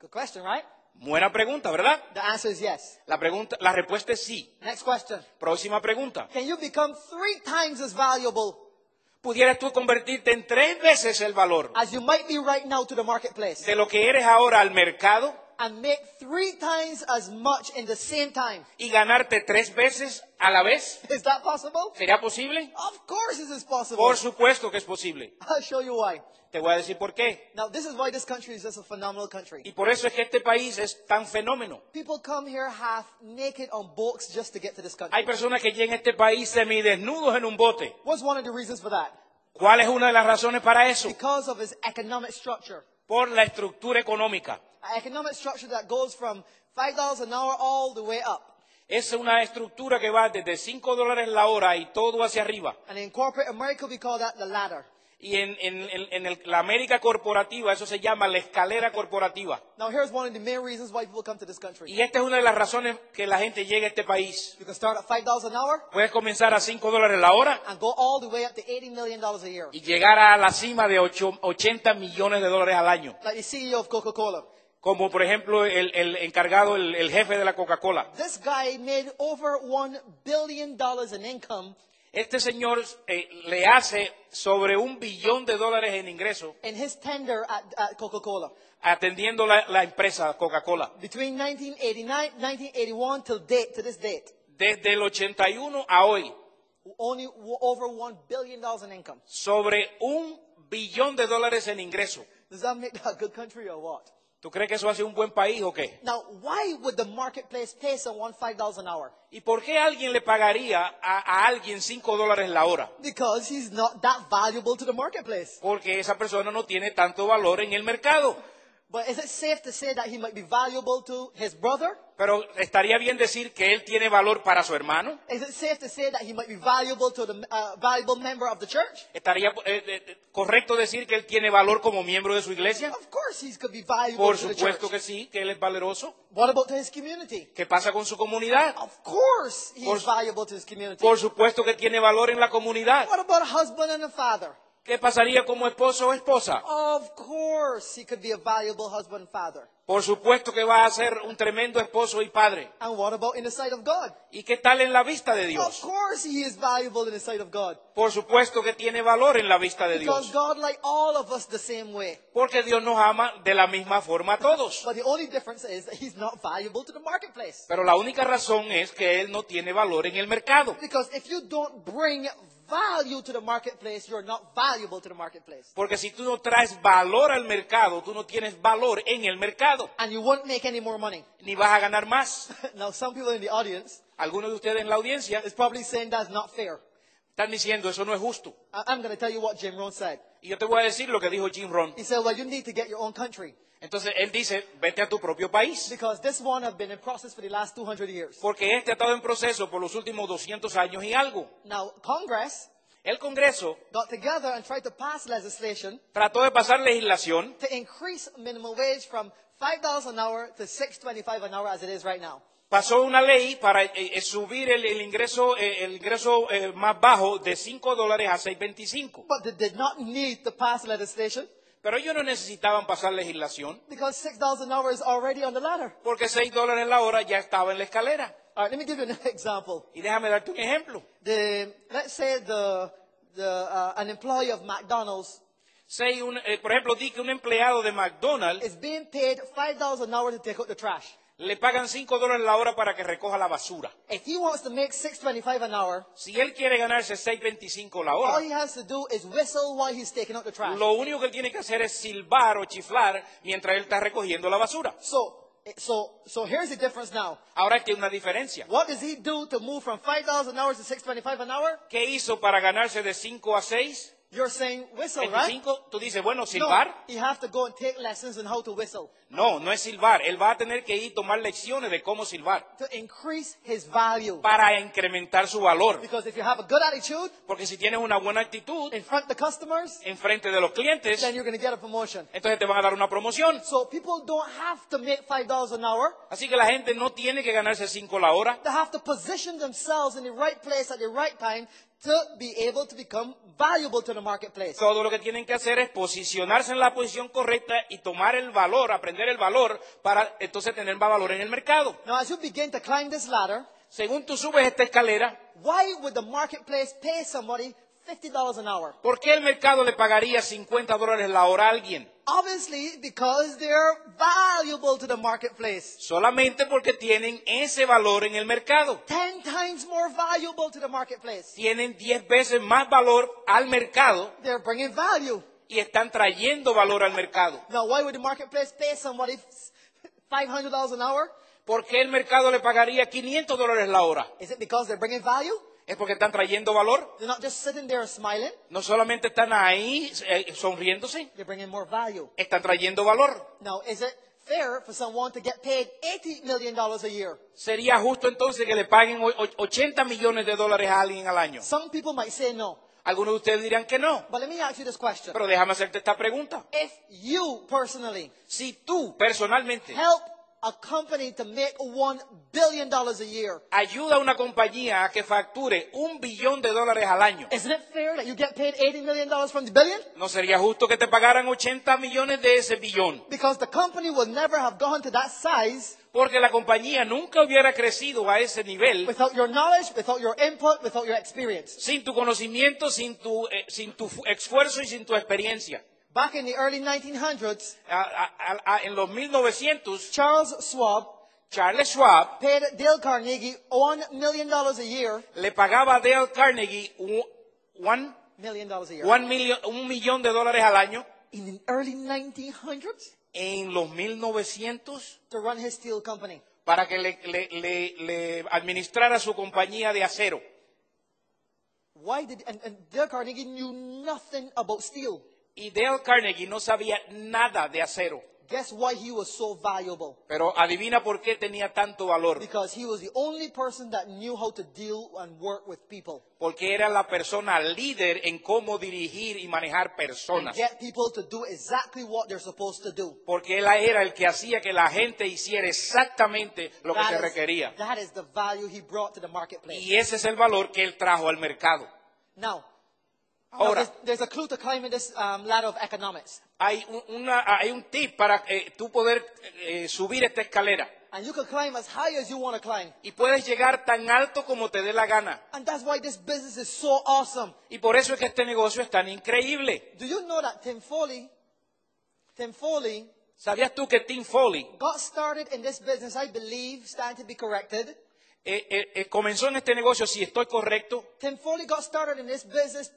[SPEAKER 1] Good question, right?
[SPEAKER 2] Buena pregunta, ¿verdad?
[SPEAKER 1] The answer is yes.
[SPEAKER 2] La, pregunta, la respuesta es sí.
[SPEAKER 1] Next question.
[SPEAKER 2] Próxima pregunta.
[SPEAKER 1] Can you become three times as valuable
[SPEAKER 2] ¿Pudieras tú convertirte en tres veces el valor
[SPEAKER 1] as you might be right now to the marketplace
[SPEAKER 2] de lo que eres ahora al mercado
[SPEAKER 1] and make three times as much in the same time?
[SPEAKER 2] y ganarte tres veces a la vez?
[SPEAKER 1] Is that possible?
[SPEAKER 2] ¿Sería posible?
[SPEAKER 1] Of course it is possible.
[SPEAKER 2] Por supuesto que es posible.
[SPEAKER 1] I'll show you why.
[SPEAKER 2] Te voy a decir por qué.
[SPEAKER 1] Now, this is why this country is just a phenomenal country.
[SPEAKER 2] Y por eso es que este país es tan fenómeno.
[SPEAKER 1] People come here half naked on boats just to get to this country.
[SPEAKER 2] Hay personas que llegan a este país semidesnudos en un bote.
[SPEAKER 1] What's one of the reasons for that?
[SPEAKER 2] ¿Cuál es una de las razones para eso?
[SPEAKER 1] Because of its economic structure.
[SPEAKER 2] Por la estructura económica.
[SPEAKER 1] An economic structure that goes from $5 an hour all the way up.
[SPEAKER 2] Es una estructura que va desde 5 dólares la hora y todo hacia arriba.
[SPEAKER 1] And in corporate America, we call that the ladder.
[SPEAKER 2] Y en, en- en- en el- la América corporativa, eso se llama la escalera corporativa.
[SPEAKER 1] Now, here's one of the main reasons why people come to this country.
[SPEAKER 2] Y esta es una de las razones que la gente llega a este país.
[SPEAKER 1] You can start at $5 an hour
[SPEAKER 2] Puedes comenzar a 5 dólares la hora
[SPEAKER 1] and go all the way up to $80 million a year.
[SPEAKER 2] y llegar a la cima de ocho- 80 millones de dólares al año.
[SPEAKER 1] Like the CEO of Coca Cola.
[SPEAKER 2] Como por ejemplo el, el encargado, el, el jefe de la Coca-Cola.
[SPEAKER 1] This guy made over $1 billion in income
[SPEAKER 2] Este señor eh, le hace sobre un billón de dólares en ingresos
[SPEAKER 1] in his tender at, at Coca Cola.
[SPEAKER 2] atendiendo la, la empresa Coca-Cola.
[SPEAKER 1] Between 1989, 1981 till date, to this date,
[SPEAKER 2] Desde el 81 a hoy,
[SPEAKER 1] only w- over $1 billion in income.
[SPEAKER 2] sobre un billón de dólares en ingresos.
[SPEAKER 1] Does that make that a good country or what?
[SPEAKER 2] ¿Tú crees que eso hace un buen país o qué?
[SPEAKER 1] Now, why would the marketplace pay someone $5 an hour?
[SPEAKER 2] ¿Y por qué alguien le pagaría a, a alguien 5 dólares la hora?
[SPEAKER 1] Because he's not that valuable to the marketplace.
[SPEAKER 2] Porque esa persona no tiene tanto valor en el mercado.
[SPEAKER 1] But is it safe to say that he might be valuable to his brother?
[SPEAKER 2] Pero estaría bien decir que él tiene valor para su hermano.
[SPEAKER 1] Is it safe to say that he might be valuable to the uh, valuable member of the church?
[SPEAKER 2] ¿Estaría eh, eh, correcto decir que él tiene valor como miembro de su iglesia?
[SPEAKER 1] Of course, he could be valuable
[SPEAKER 2] Por
[SPEAKER 1] to the church.
[SPEAKER 2] supuesto que sí, que él es valeroso.
[SPEAKER 1] What about to his community?
[SPEAKER 2] ¿Qué pasa con su comunidad?
[SPEAKER 1] Of course, he
[SPEAKER 2] Por
[SPEAKER 1] is
[SPEAKER 2] su-
[SPEAKER 1] valuable to his community.
[SPEAKER 2] Por supuesto que tiene valor en la comunidad.
[SPEAKER 1] What about a husband and a father?
[SPEAKER 2] ¿Qué pasaría como esposo o esposa?
[SPEAKER 1] Of course, he could be a valuable husband and father.
[SPEAKER 2] Por supuesto que va a ser un tremendo esposo y padre.
[SPEAKER 1] And what about in the sight of God?
[SPEAKER 2] ¿Y qué tal en la vista de
[SPEAKER 1] Of
[SPEAKER 2] Dios?
[SPEAKER 1] course, he is valuable in the sight of God.
[SPEAKER 2] Por supuesto que tiene valor en la vista de
[SPEAKER 1] Because
[SPEAKER 2] Dios.
[SPEAKER 1] God like all of us the same way.
[SPEAKER 2] Porque Dios nos ama de la misma forma a todos.
[SPEAKER 1] But the only difference is that he's not valuable to the marketplace.
[SPEAKER 2] Pero la única razón es que Él no tiene valor en el mercado.
[SPEAKER 1] Because if you don't bring value to the marketplace, you're not valuable to the marketplace.
[SPEAKER 2] Porque si tú no traes valor al mercado, tú no tienes valor en el mercado.
[SPEAKER 1] And you won't make any more money.
[SPEAKER 2] Ni vas a ganar más.
[SPEAKER 1] now, some people in the audience
[SPEAKER 2] Algunos de ustedes en la audiencia
[SPEAKER 1] is probably saying that's not fair.
[SPEAKER 2] están diciendo, eso no es justo.
[SPEAKER 1] I- I'm going to tell you what Jim Rohn said.
[SPEAKER 2] Y yo te voy a decir lo que dijo Jim Rohn.
[SPEAKER 1] He said, well, you need to get your own country.
[SPEAKER 2] Entonces él dice, vete a tu propio país,
[SPEAKER 1] Because this one have been in process for the last 200 years.
[SPEAKER 2] porque este ha estado en proceso por los últimos 200 años y algo.
[SPEAKER 1] Now, Congress
[SPEAKER 2] El Congreso
[SPEAKER 1] got together and tried to pass legislation
[SPEAKER 2] trató de pasar legislación
[SPEAKER 1] to increase minimum wage from $5 an hour to $6.25 an hour as it is right now.
[SPEAKER 2] Pasó una ley para eh, eh, subir el, el ingreso, eh, el ingreso eh, más bajo de 5 dólares a 6.25.
[SPEAKER 1] But they did not need to pass legislation
[SPEAKER 2] Pero ellos no necesitaban pasar legislación
[SPEAKER 1] because $6 an hour is already on the ladder.
[SPEAKER 2] porque 6 dólares la hora ya estaba en la escalera.
[SPEAKER 1] All right, let me give you an example.
[SPEAKER 2] Y déjame darte un ejemplo.
[SPEAKER 1] The, let's say the, the, uh, an employee of McDonald's
[SPEAKER 2] Say un- eh, por ejemplo, di que un empleado de McDonald's
[SPEAKER 1] is being paid $5 an hour to take out the trash.
[SPEAKER 2] le pagan 5 dólares la hora para que recoja la basura.
[SPEAKER 1] If he wants to make $6.25 an hour,
[SPEAKER 2] Si él quiere ganarse 6.25 la
[SPEAKER 1] all
[SPEAKER 2] hora,
[SPEAKER 1] he has to do is whistle while he's taking out the trash.
[SPEAKER 2] lo único que él tiene que hacer es silbar o chiflar mientras él está recogiendo la basura.
[SPEAKER 1] So, eh, so, so here's the difference now.
[SPEAKER 2] Ahora es que hay una diferencia.
[SPEAKER 1] What does he do to move from $5 an hour to $6.25 an hour?
[SPEAKER 2] ¿Qué hizo para ganarse de 5 a 6?
[SPEAKER 1] You're saying whistle, right?
[SPEAKER 2] 25, tú dices, bueno,
[SPEAKER 1] No,
[SPEAKER 2] silbar.
[SPEAKER 1] you have to go and take lessons on how to whistle
[SPEAKER 2] No, no es silbar. Él va a tener que ir a tomar lecciones de cómo silbar
[SPEAKER 1] to increase his value.
[SPEAKER 2] para incrementar su valor.
[SPEAKER 1] Because if you have a good attitude
[SPEAKER 2] Porque si tienes una buena actitud
[SPEAKER 1] in front of the customers,
[SPEAKER 2] en frente de los clientes,
[SPEAKER 1] then you're going to get a promotion.
[SPEAKER 2] entonces te van a dar una promoción.
[SPEAKER 1] So people don't have to make $5 an hour.
[SPEAKER 2] Así que la gente no tiene que ganarse 5 la hora.
[SPEAKER 1] They have to position themselves in the right place at the right time to be able to become valuable to the marketplace.
[SPEAKER 2] Todo lo que tienen que hacer es posicionarse en la posición correcta y tomar el valor, aprender el valor, para entonces tener más valor en el mercado.
[SPEAKER 1] Now, as you begin to climb this ladder,
[SPEAKER 2] Según tú subes esta escalera,
[SPEAKER 1] why would the marketplace pay somebody $50 an hour?
[SPEAKER 2] ¿por qué el mercado le pagaría 50 dólares la hora a alguien?
[SPEAKER 1] Obviously, because they're valuable to the marketplace.
[SPEAKER 2] Solamente porque tienen ese valor en el mercado.
[SPEAKER 1] 10 times more valuable to the marketplace.
[SPEAKER 2] Tienen 10 veces más valor al mercado
[SPEAKER 1] They're bringing value.
[SPEAKER 2] y están trayendo valor al mercado.
[SPEAKER 1] Now, why would the marketplace pay somebody $500 an hour?
[SPEAKER 2] ¿Por qué el mercado le pagaría 500 dólares la hora?
[SPEAKER 1] Is it because they're bringing value?
[SPEAKER 2] Es porque están trayendo valor.
[SPEAKER 1] They're not just sitting there smiling,
[SPEAKER 2] No solamente están ahí eh, sonriéndose,
[SPEAKER 1] they're bringing more value.
[SPEAKER 2] están trayendo valor.
[SPEAKER 1] Now, is it fair for someone to get paid $80 million a year?
[SPEAKER 2] Sería justo entonces que le paguen o- o- 80 millones de dólares a alguien al año.
[SPEAKER 1] Some people might say no.
[SPEAKER 2] Algunos de ustedes dirán que no.
[SPEAKER 1] But let me ask you this question.
[SPEAKER 2] Pero déjame hacerte esta pregunta.
[SPEAKER 1] If you personally
[SPEAKER 2] Si tú personalmente
[SPEAKER 1] help a company to make $1 billion a year,
[SPEAKER 2] ayuda a una compañía a que facture un billón de dólares al año,
[SPEAKER 1] isn't it fair that you get paid $80 million from the billion?
[SPEAKER 2] ¿no sería justo que te pagaran 80 millones de ese billón?
[SPEAKER 1] Because the company will never have gone to that size
[SPEAKER 2] Porque la compañía nunca hubiera crecido a ese nivel
[SPEAKER 1] without your knowledge, without your input, without your experience.
[SPEAKER 2] sin tu conocimiento, sin tu, eh, sin tu fu- esfuerzo y sin tu experiencia.
[SPEAKER 1] Back in the early 1900s,
[SPEAKER 2] A- a- a- a- en los 1900,
[SPEAKER 1] Charles Schwab
[SPEAKER 2] Charles Schwab
[SPEAKER 1] paid Dale Carnegie $1 million a year,
[SPEAKER 2] le pagaba a Dale Carnegie un, one-
[SPEAKER 1] million dollars a year.
[SPEAKER 2] one million- un millón de dólares al año
[SPEAKER 1] in the early 1900s
[SPEAKER 2] en los 1900
[SPEAKER 1] to run his steel company.
[SPEAKER 2] para que le, le- le- le administrara su compañía de acero.
[SPEAKER 1] Why did and, and Dale Carnegie knew nothing about steel.
[SPEAKER 2] Y Dale Carnegie no sabía nada de acero.
[SPEAKER 1] Guess why he was so valuable?
[SPEAKER 2] Pero adivina por qué tenía tanto valor.
[SPEAKER 1] Because he was the only person that knew how to deal and work with people
[SPEAKER 2] Porque era la persona líder en cómo dirigir y manejar
[SPEAKER 1] and
[SPEAKER 2] personas.
[SPEAKER 1] get people to do exactly what they're supposed to do.
[SPEAKER 2] Porque él era el que hacía que la gente hiciera exactamente lo que
[SPEAKER 1] That
[SPEAKER 2] se
[SPEAKER 1] is-
[SPEAKER 2] requería.
[SPEAKER 1] that is the value he brought to the marketplace.
[SPEAKER 2] Y ese es el valor que él trajo al mercado.
[SPEAKER 1] Now, now
[SPEAKER 2] Ahora.
[SPEAKER 1] there's, there's a clue to climbing this um, ladder of economics.
[SPEAKER 2] Hay un, una- hay un tip para eh, tú poder eh, subir esta escalera.
[SPEAKER 1] And you can climb as high as you want to climb.
[SPEAKER 2] Y puedes llegar tan alto como te dé la gana.
[SPEAKER 1] And that's why this business is so awesome.
[SPEAKER 2] Y por eso es que este negocio es tan increíble.
[SPEAKER 1] Do you know that Tim Foley, Tim Foley
[SPEAKER 2] ¿Sabías tú que Tim Foley
[SPEAKER 1] got started in this business, I believe, stand to be corrected.
[SPEAKER 2] eh, eh, eh, comenzó en este negocio, si estoy correcto,
[SPEAKER 1] Tim Foley got started in this business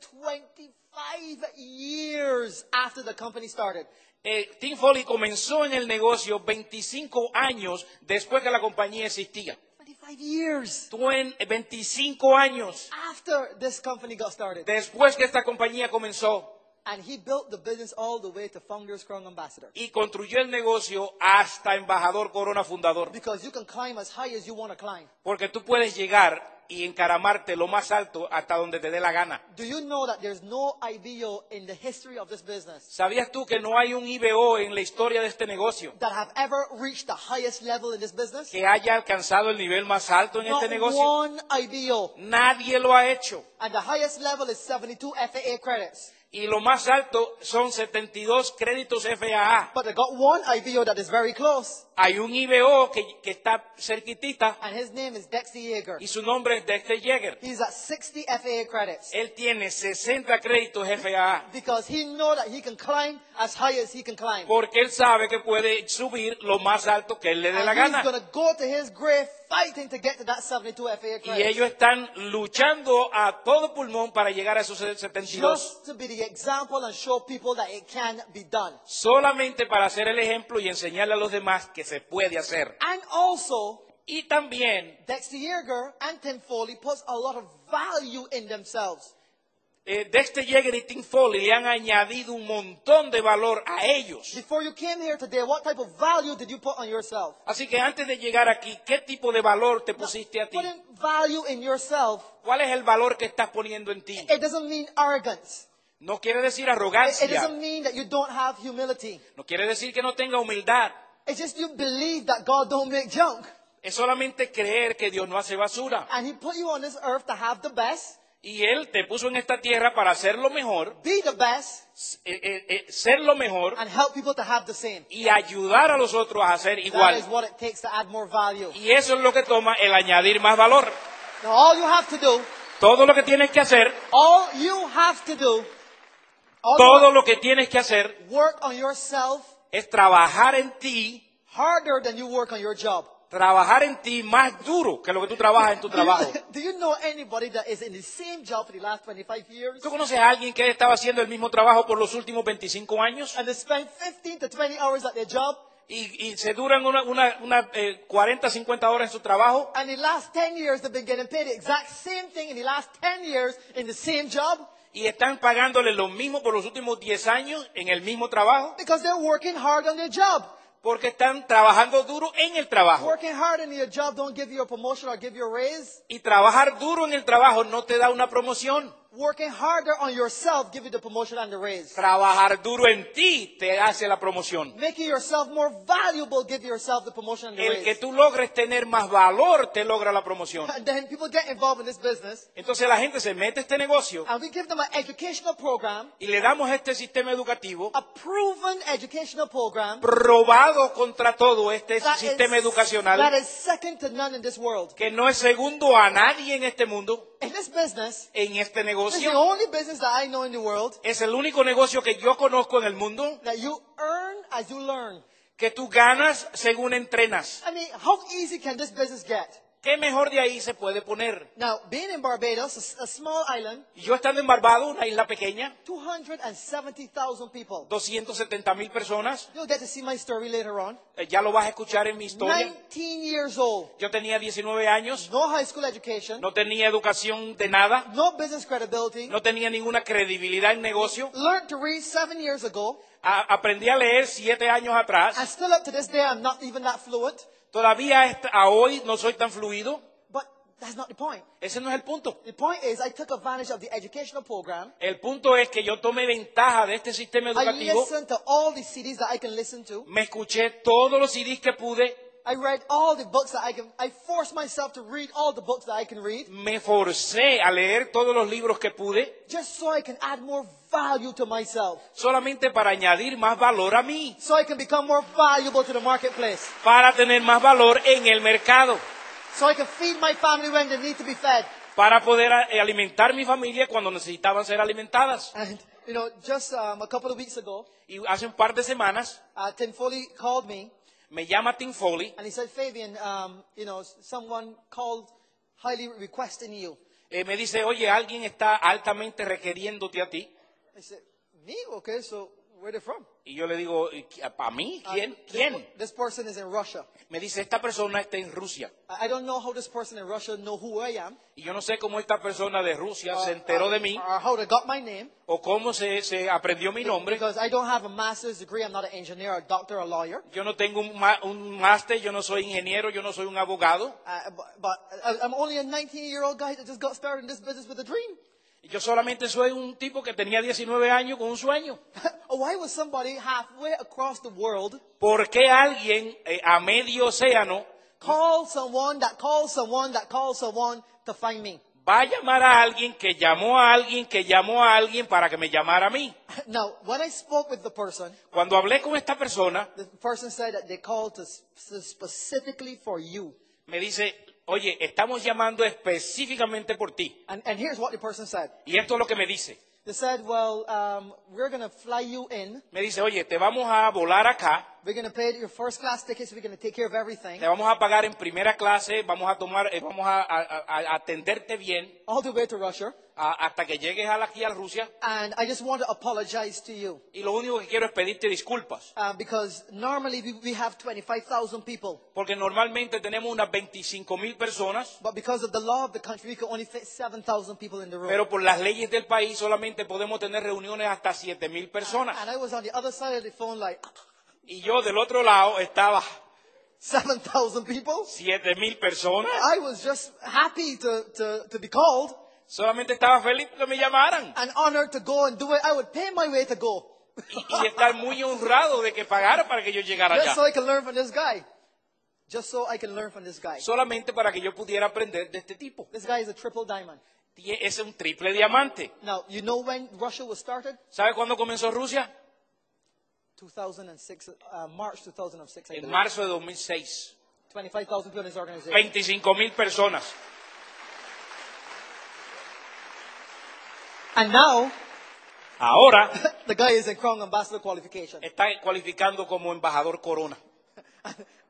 [SPEAKER 1] 25 years after the company started.
[SPEAKER 2] eh, Tim Foley comenzó en el negocio 25 años después que la compañía existía.
[SPEAKER 1] 25 years
[SPEAKER 2] Tú en 25 años
[SPEAKER 1] after this company got started.
[SPEAKER 2] después que esta compañía comenzó
[SPEAKER 1] And he built the business all the way to Founder's Crown Ambassador.
[SPEAKER 2] y construyó el negocio hasta embajador, corona, fundador.
[SPEAKER 1] Because you can climb as high as you want to climb.
[SPEAKER 2] Porque tú puedes llegar y encaramarte lo más alto hasta donde te dé la gana.
[SPEAKER 1] Do you know that there's no IBO in the history of this business
[SPEAKER 2] ¿Sabías tú que no hay un IBO en la historia de este negocio?
[SPEAKER 1] that have ever reached the highest level in this business?
[SPEAKER 2] que haya alcanzado el nivel más alto en
[SPEAKER 1] Not
[SPEAKER 2] este negocio.
[SPEAKER 1] one IBO.
[SPEAKER 2] Nadie lo ha hecho.
[SPEAKER 1] And the highest level is 72 FAA credits.
[SPEAKER 2] y lo más alto son 72 créditos FAA.
[SPEAKER 1] But I got one IBO that is very close,
[SPEAKER 2] Hay un IBO que, que está cerquitita
[SPEAKER 1] and his name is Dexter Yeager.
[SPEAKER 2] y su nombre es Dexter Yeager.
[SPEAKER 1] He's at 60 FAA credits
[SPEAKER 2] Él tiene 60 créditos FAA
[SPEAKER 1] because he know that he can climb as high as he can climb.
[SPEAKER 2] porque él sabe que puede subir lo más alto que él le dé la
[SPEAKER 1] And he's
[SPEAKER 2] gana.
[SPEAKER 1] going to go to his grave fighting to get to that 72 FAA
[SPEAKER 2] Y
[SPEAKER 1] credits.
[SPEAKER 2] ellos están luchando a todo pulmón para llegar a esos 72,
[SPEAKER 1] just to be the example and show people that it can be done.
[SPEAKER 2] solamente para hacer el ejemplo y enseñarle a los demás que se puede hacer.
[SPEAKER 1] And also,
[SPEAKER 2] Y también
[SPEAKER 1] Dexter Yeager and Tim Foley puts a lot of value in themselves.
[SPEAKER 2] eh, Dexter Yeager y Tim Foley le han añadido un montón de valor a ellos.
[SPEAKER 1] Before you came here today, what type of value did you put on yourself?
[SPEAKER 2] Así que antes de llegar aquí, ¿qué tipo de valor te pusiste a ti?
[SPEAKER 1] Putting value in yourself,
[SPEAKER 2] ¿Cuál es el valor que estás poniendo en ti?
[SPEAKER 1] it doesn't mean arrogance.
[SPEAKER 2] No quiere decir
[SPEAKER 1] It, it
[SPEAKER 2] arrogancia.
[SPEAKER 1] doesn't mean that you don't have humility.
[SPEAKER 2] No quiere decir que no tenga humildad.
[SPEAKER 1] It's just you believe that God don't make junk.
[SPEAKER 2] Es solamente creer que Dios no hace basura.
[SPEAKER 1] And He put you on this earth to have the best,
[SPEAKER 2] Y Él te puso en esta tierra para hacer lo mejor,
[SPEAKER 1] be the best,
[SPEAKER 2] s- eh, eh, eh, ser lo mejor
[SPEAKER 1] and help people to have the same.
[SPEAKER 2] y ayudar a los otros a hacer
[SPEAKER 1] That is
[SPEAKER 2] igual.
[SPEAKER 1] what it takes to add more value.
[SPEAKER 2] Y eso es lo que toma el añadir más valor.
[SPEAKER 1] Now all you have to do,
[SPEAKER 2] Todo lo que tienes que hacer,
[SPEAKER 1] all you have to do, all you
[SPEAKER 2] todo lo que tienes que hacer
[SPEAKER 1] have- work on yourself
[SPEAKER 2] es trabajar en ti,
[SPEAKER 1] harder than you work on your job.
[SPEAKER 2] trabajar en ti más duro que lo que tú trabajas en tu
[SPEAKER 1] Do you,
[SPEAKER 2] trabajo.
[SPEAKER 1] do you know anybody that is in the same job for the last 25 years
[SPEAKER 2] ¿Tú conoces a alguien que estaba haciendo el mismo trabajo por los últimos 25 años?
[SPEAKER 1] and they spend 15 to 20 hours at their job
[SPEAKER 2] y, y se duran una, una- una, eh, 40, 50 horas en su trabajo
[SPEAKER 1] and the last 10 years they've been getting paid the exact same thing in the last 10 years in the same job
[SPEAKER 2] y están pagándole lo mismo por los últimos 10 años en el mismo trabajo
[SPEAKER 1] because they're working hard on their job.
[SPEAKER 2] porque están trabajando duro en el trabajo.
[SPEAKER 1] Working hard on your job don't give you a promotion or give you a raise.
[SPEAKER 2] Y trabajar duro en el trabajo no te da una promoción.
[SPEAKER 1] Working harder on yourself give you the promotion and the raise.
[SPEAKER 2] Trabajar duro en ti te hace la promoción.
[SPEAKER 1] Making yourself more valuable, give yourself the promotion and the
[SPEAKER 2] El que
[SPEAKER 1] raise.
[SPEAKER 2] tú logres tener más valor te logra la promoción.
[SPEAKER 1] And then people get involved in this business,
[SPEAKER 2] Entonces la gente se mete a este negocio
[SPEAKER 1] and we give them an educational program,
[SPEAKER 2] y le damos este sistema educativo
[SPEAKER 1] a proven educational program
[SPEAKER 2] probado contra todo este
[SPEAKER 1] that is-
[SPEAKER 2] sistema
[SPEAKER 1] that
[SPEAKER 2] educacional
[SPEAKER 1] is second to none in this world.
[SPEAKER 2] que no es segundo a nadie en este mundo.
[SPEAKER 1] In this business,
[SPEAKER 2] en este
[SPEAKER 1] this is the
[SPEAKER 2] negocio.
[SPEAKER 1] only business that I know in the world
[SPEAKER 2] Es el único negocio que yo conozco en el mundo
[SPEAKER 1] that you earn as you learn.
[SPEAKER 2] que tú ganas según entrenas.
[SPEAKER 1] I mean, how easy can this business get?
[SPEAKER 2] ¿Qué mejor de ahí se puede poner?
[SPEAKER 1] Now, being in Barbados, a s- a small island,
[SPEAKER 2] Yo estando en Barbados, una isla pequeña,
[SPEAKER 1] 270,000 people.
[SPEAKER 2] 270 mil personas,
[SPEAKER 1] You'll get to see my story later on.
[SPEAKER 2] eh, ya lo vas a escuchar en mi historia.
[SPEAKER 1] 19 years old.
[SPEAKER 2] Yo tenía 19 años,
[SPEAKER 1] no high school education,
[SPEAKER 2] no tenía educación de nada,
[SPEAKER 1] no business credibility.
[SPEAKER 2] no tenía ninguna credibilidad en negocio.
[SPEAKER 1] Learned to read seven years ago,
[SPEAKER 2] A- aprendí a leer siete años
[SPEAKER 1] and
[SPEAKER 2] atrás.
[SPEAKER 1] still up to this day, I'm not even that fluent.
[SPEAKER 2] Todavía hasta- a hoy no soy tan fluido.
[SPEAKER 1] But that's not the point.
[SPEAKER 2] Ese no es el punto.
[SPEAKER 1] The point is, I took advantage of the educational program.
[SPEAKER 2] El punto es que yo tomé ventaja de este sistema
[SPEAKER 1] I
[SPEAKER 2] educativo
[SPEAKER 1] listened to all the CDs that I can listen to.
[SPEAKER 2] Me escuché todos los CDs que pude,
[SPEAKER 1] I read all the books that I can. I forced myself to read all the books that I can read,
[SPEAKER 2] me forcé a leer todos los libros que pude,
[SPEAKER 1] just so I can add more value to myself,
[SPEAKER 2] solamente para añadir más valor a mí,
[SPEAKER 1] so I can become more valuable to the marketplace,
[SPEAKER 2] para tener más valor en el mercado,
[SPEAKER 1] so I can feed my family when they need to be fed.
[SPEAKER 2] para poder a- alimentar mi familia cuando necesitaban ser alimentadas.
[SPEAKER 1] And you know, just um, a couple of weeks ago,
[SPEAKER 2] Y hace un par de semanas
[SPEAKER 1] Uh, Tim Foley called me
[SPEAKER 2] me llama Tim Foley,
[SPEAKER 1] and he said, Fabian, um, you know, someone called highly requesting you.
[SPEAKER 2] eh, me dice, oye, alguien está altamente requiriéndote a ti.
[SPEAKER 1] I said, me? Okay, so where they from?
[SPEAKER 2] Y yo le digo, ¿a mí?
[SPEAKER 1] Uh,
[SPEAKER 2] ¿Quién?
[SPEAKER 1] this-
[SPEAKER 2] ¿Quién?
[SPEAKER 1] This, person is in Russia.
[SPEAKER 2] Me dice, esta persona está en Rusia.
[SPEAKER 1] I I don't know how this person in Russia know who I am.
[SPEAKER 2] Y yo no sé cómo esta persona de Rusia
[SPEAKER 1] uh,
[SPEAKER 2] se enteró de mí.
[SPEAKER 1] Or how they got my name.
[SPEAKER 2] o cómo se, se aprendió mi nombre.
[SPEAKER 1] Because I don't have a master's degree. I'm not an engineer, a doctor, a lawyer.
[SPEAKER 2] Yo no tengo un ma- un máster, yo no soy ingeniero, yo no soy un abogado.
[SPEAKER 1] Uh, but but I- I'm only a 19-year-old guy that just got started in this business with a dream.
[SPEAKER 2] Yo solamente soy un tipo que tenía 19 años con un sueño.
[SPEAKER 1] Oh, Why was somebody halfway across the world
[SPEAKER 2] ¿Por qué alguien eh, a medio océano
[SPEAKER 1] Call someone that calls someone that calls someone to find me.
[SPEAKER 2] va a llamar a alguien que llamó a alguien que llamó a alguien para que me llamara a mí.
[SPEAKER 1] Now, when I spoke with the person,
[SPEAKER 2] Cuando hablé con esta persona,
[SPEAKER 1] the person said that they called to s- specifically for you.
[SPEAKER 2] me dice, oye, estamos llamando específicamente por ti.
[SPEAKER 1] And, and here's what the person said.
[SPEAKER 2] Y esto es lo que me dice.
[SPEAKER 1] They said, well, um, we're going to fly you in.
[SPEAKER 2] Me dice, oye, te vamos a volar acá,
[SPEAKER 1] We're going to pay your first class tickets. We're going to take care of everything.
[SPEAKER 2] te vamos a pagar en primera clase, vamos a tomar, eh, vamos a, a- a- a atenderte bien
[SPEAKER 1] All the way to Russia.
[SPEAKER 2] a- hasta que llegues a la- aquí a Rusia.
[SPEAKER 1] And I just want to apologize to you.
[SPEAKER 2] Y lo único que quiero es pedirte disculpas,
[SPEAKER 1] Uh, because normally we, we have 25,000 people.
[SPEAKER 2] porque normalmente tenemos unas 25 mil personas,
[SPEAKER 1] But because of the law of the country, we could only fit 7,000 people in the room.
[SPEAKER 2] pero por las leyes del país solamente podemos tener reuniones hasta 7 mil personas.
[SPEAKER 1] And I was on the other side of the phone like,
[SPEAKER 2] Y yo del otro lado estaba
[SPEAKER 1] 7,000 people?
[SPEAKER 2] 7 mil personas.
[SPEAKER 1] I was just happy to, to, to be called
[SPEAKER 2] Solamente estaba feliz que me llamaran
[SPEAKER 1] and honored to go and do it. I would pay my way to go.
[SPEAKER 2] y, y estar muy honrado de que pagara para que yo llegara
[SPEAKER 1] Just
[SPEAKER 2] allá.
[SPEAKER 1] so I can learn from this guy. Just so I can learn from this guy.
[SPEAKER 2] Solamente para que yo pudiera aprender de este tipo.
[SPEAKER 1] This guy is a triple diamond.
[SPEAKER 2] Tie- Es un triple diamante.
[SPEAKER 1] Now, you know when Russia was started?
[SPEAKER 2] ¿Sabe cuándo comenzó Rusia?
[SPEAKER 1] 2006, uh, March 2006, I
[SPEAKER 2] En
[SPEAKER 1] believe.
[SPEAKER 2] marzo de 2006.
[SPEAKER 1] 25,000 people in his organization.
[SPEAKER 2] 25 mil personas.
[SPEAKER 1] And now,
[SPEAKER 2] Ahora
[SPEAKER 1] the guy is in Crown Ambassador qualification.
[SPEAKER 2] está cualificando como embajador corona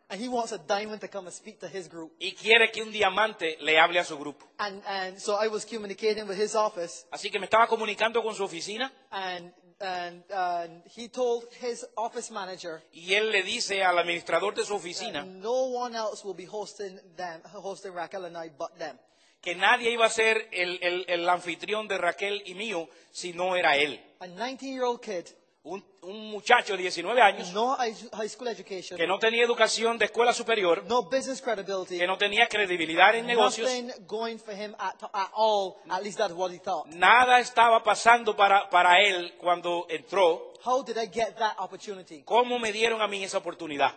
[SPEAKER 1] And he wants a diamond to come and speak to his group.
[SPEAKER 2] y quiere que un diamante le hable a su grupo.
[SPEAKER 1] And, and so I was communicating with his office,
[SPEAKER 2] Así que me estaba comunicando con su oficina
[SPEAKER 1] and, and, and he told his office manager
[SPEAKER 2] y él le dice al administrador de su
[SPEAKER 1] that
[SPEAKER 2] oficina
[SPEAKER 1] no one else will be hosting them, hosting Raquel and I but them.
[SPEAKER 2] que nadie iba a ser el, el- el anfitrión de Raquel y mío si no era él.
[SPEAKER 1] A 19-year-old kid,
[SPEAKER 2] Un, un muchacho de 19 años
[SPEAKER 1] no high high school education,
[SPEAKER 2] que no tenía educación de escuela superior,
[SPEAKER 1] no business credibility,
[SPEAKER 2] que no tenía credibilidad en negocios,
[SPEAKER 1] nothing going for him at, at all. At least that's what he thought.
[SPEAKER 2] nada estaba pasando para, para él cuando entró.
[SPEAKER 1] How did I get that opportunity?
[SPEAKER 2] ¿Cómo me dieron a mí esa oportunidad?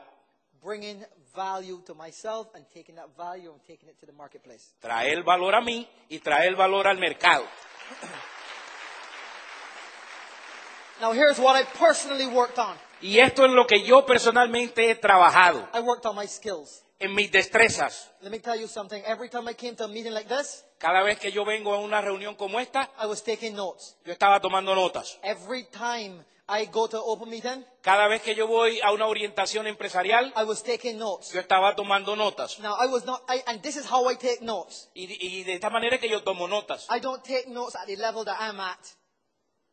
[SPEAKER 1] Bringing value to myself and taking that value and taking it to the marketplace.
[SPEAKER 2] Traer valor a mí y traer valor al mercado.
[SPEAKER 1] Now, here's what I personally worked on.
[SPEAKER 2] Y esto es lo que yo personalmente he trabajado
[SPEAKER 1] I worked on my skills.
[SPEAKER 2] en mis destrezas.
[SPEAKER 1] Let me tell you something. Every time I came to a meeting like this,
[SPEAKER 2] Cada vez que yo vengo a una reunión como esta,
[SPEAKER 1] I was taking notes.
[SPEAKER 2] yo estaba tomando notas.
[SPEAKER 1] Every time I go to an open meeting,
[SPEAKER 2] Cada vez que yo voy a una orientación empresarial,
[SPEAKER 1] I was taking notes.
[SPEAKER 2] yo estaba tomando notas.
[SPEAKER 1] Now, I was not, I, and this is how I take notes.
[SPEAKER 2] Y, y de esta manera es que yo tomo notas.
[SPEAKER 1] I don't take notes at the level that I'm at.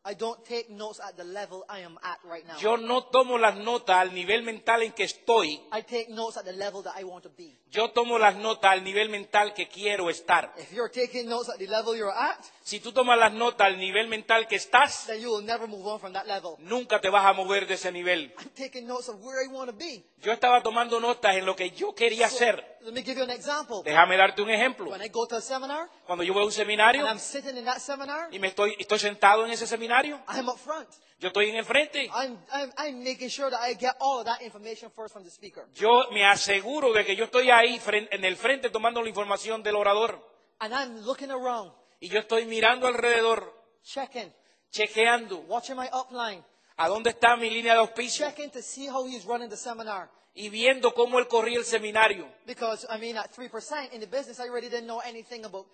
[SPEAKER 1] I don't take notes at the level I am at right now.
[SPEAKER 2] Yo no tomo las notas al nivel mental en que estoy.
[SPEAKER 1] I take notes at the level that I want to be.
[SPEAKER 2] Yo tomo las notas al nivel mental que quiero estar.
[SPEAKER 1] If you're taking notes at the level you're at,
[SPEAKER 2] Si tú tomas las notas al nivel mental que estás,
[SPEAKER 1] then you will never move on from that level.
[SPEAKER 2] nunca te vas a mover de ese nivel.
[SPEAKER 1] I'm taking notes of where I want to be.
[SPEAKER 2] Yo estaba tomando notas en lo que yo quería
[SPEAKER 1] So,
[SPEAKER 2] hacer.
[SPEAKER 1] let me give you an example.
[SPEAKER 2] Déjame darte un ejemplo.
[SPEAKER 1] When I go to a seminar
[SPEAKER 2] Cuando yo voy a un
[SPEAKER 1] and
[SPEAKER 2] seminario
[SPEAKER 1] I'm sitting in that seminar,
[SPEAKER 2] y me estoy, estoy sentado en ese seminario,
[SPEAKER 1] I'm up front.
[SPEAKER 2] yo estoy en el frente.
[SPEAKER 1] I'm, I'm, I'm making sure that I get all of that information first from the speaker.
[SPEAKER 2] Yo me aseguro de que yo estoy ahí fren- en el frente tomando la información del orador.
[SPEAKER 1] And I'm looking around,
[SPEAKER 2] Y yo estoy mirando alrededor,
[SPEAKER 1] checking,
[SPEAKER 2] chequeando
[SPEAKER 1] watching my upline,
[SPEAKER 2] a dónde está mi línea de auspicio
[SPEAKER 1] checking to see how he's running the seminar.
[SPEAKER 2] y viendo cómo él corría el seminario.
[SPEAKER 1] Because, I mean, at 3% in the business, I really didn't know anything about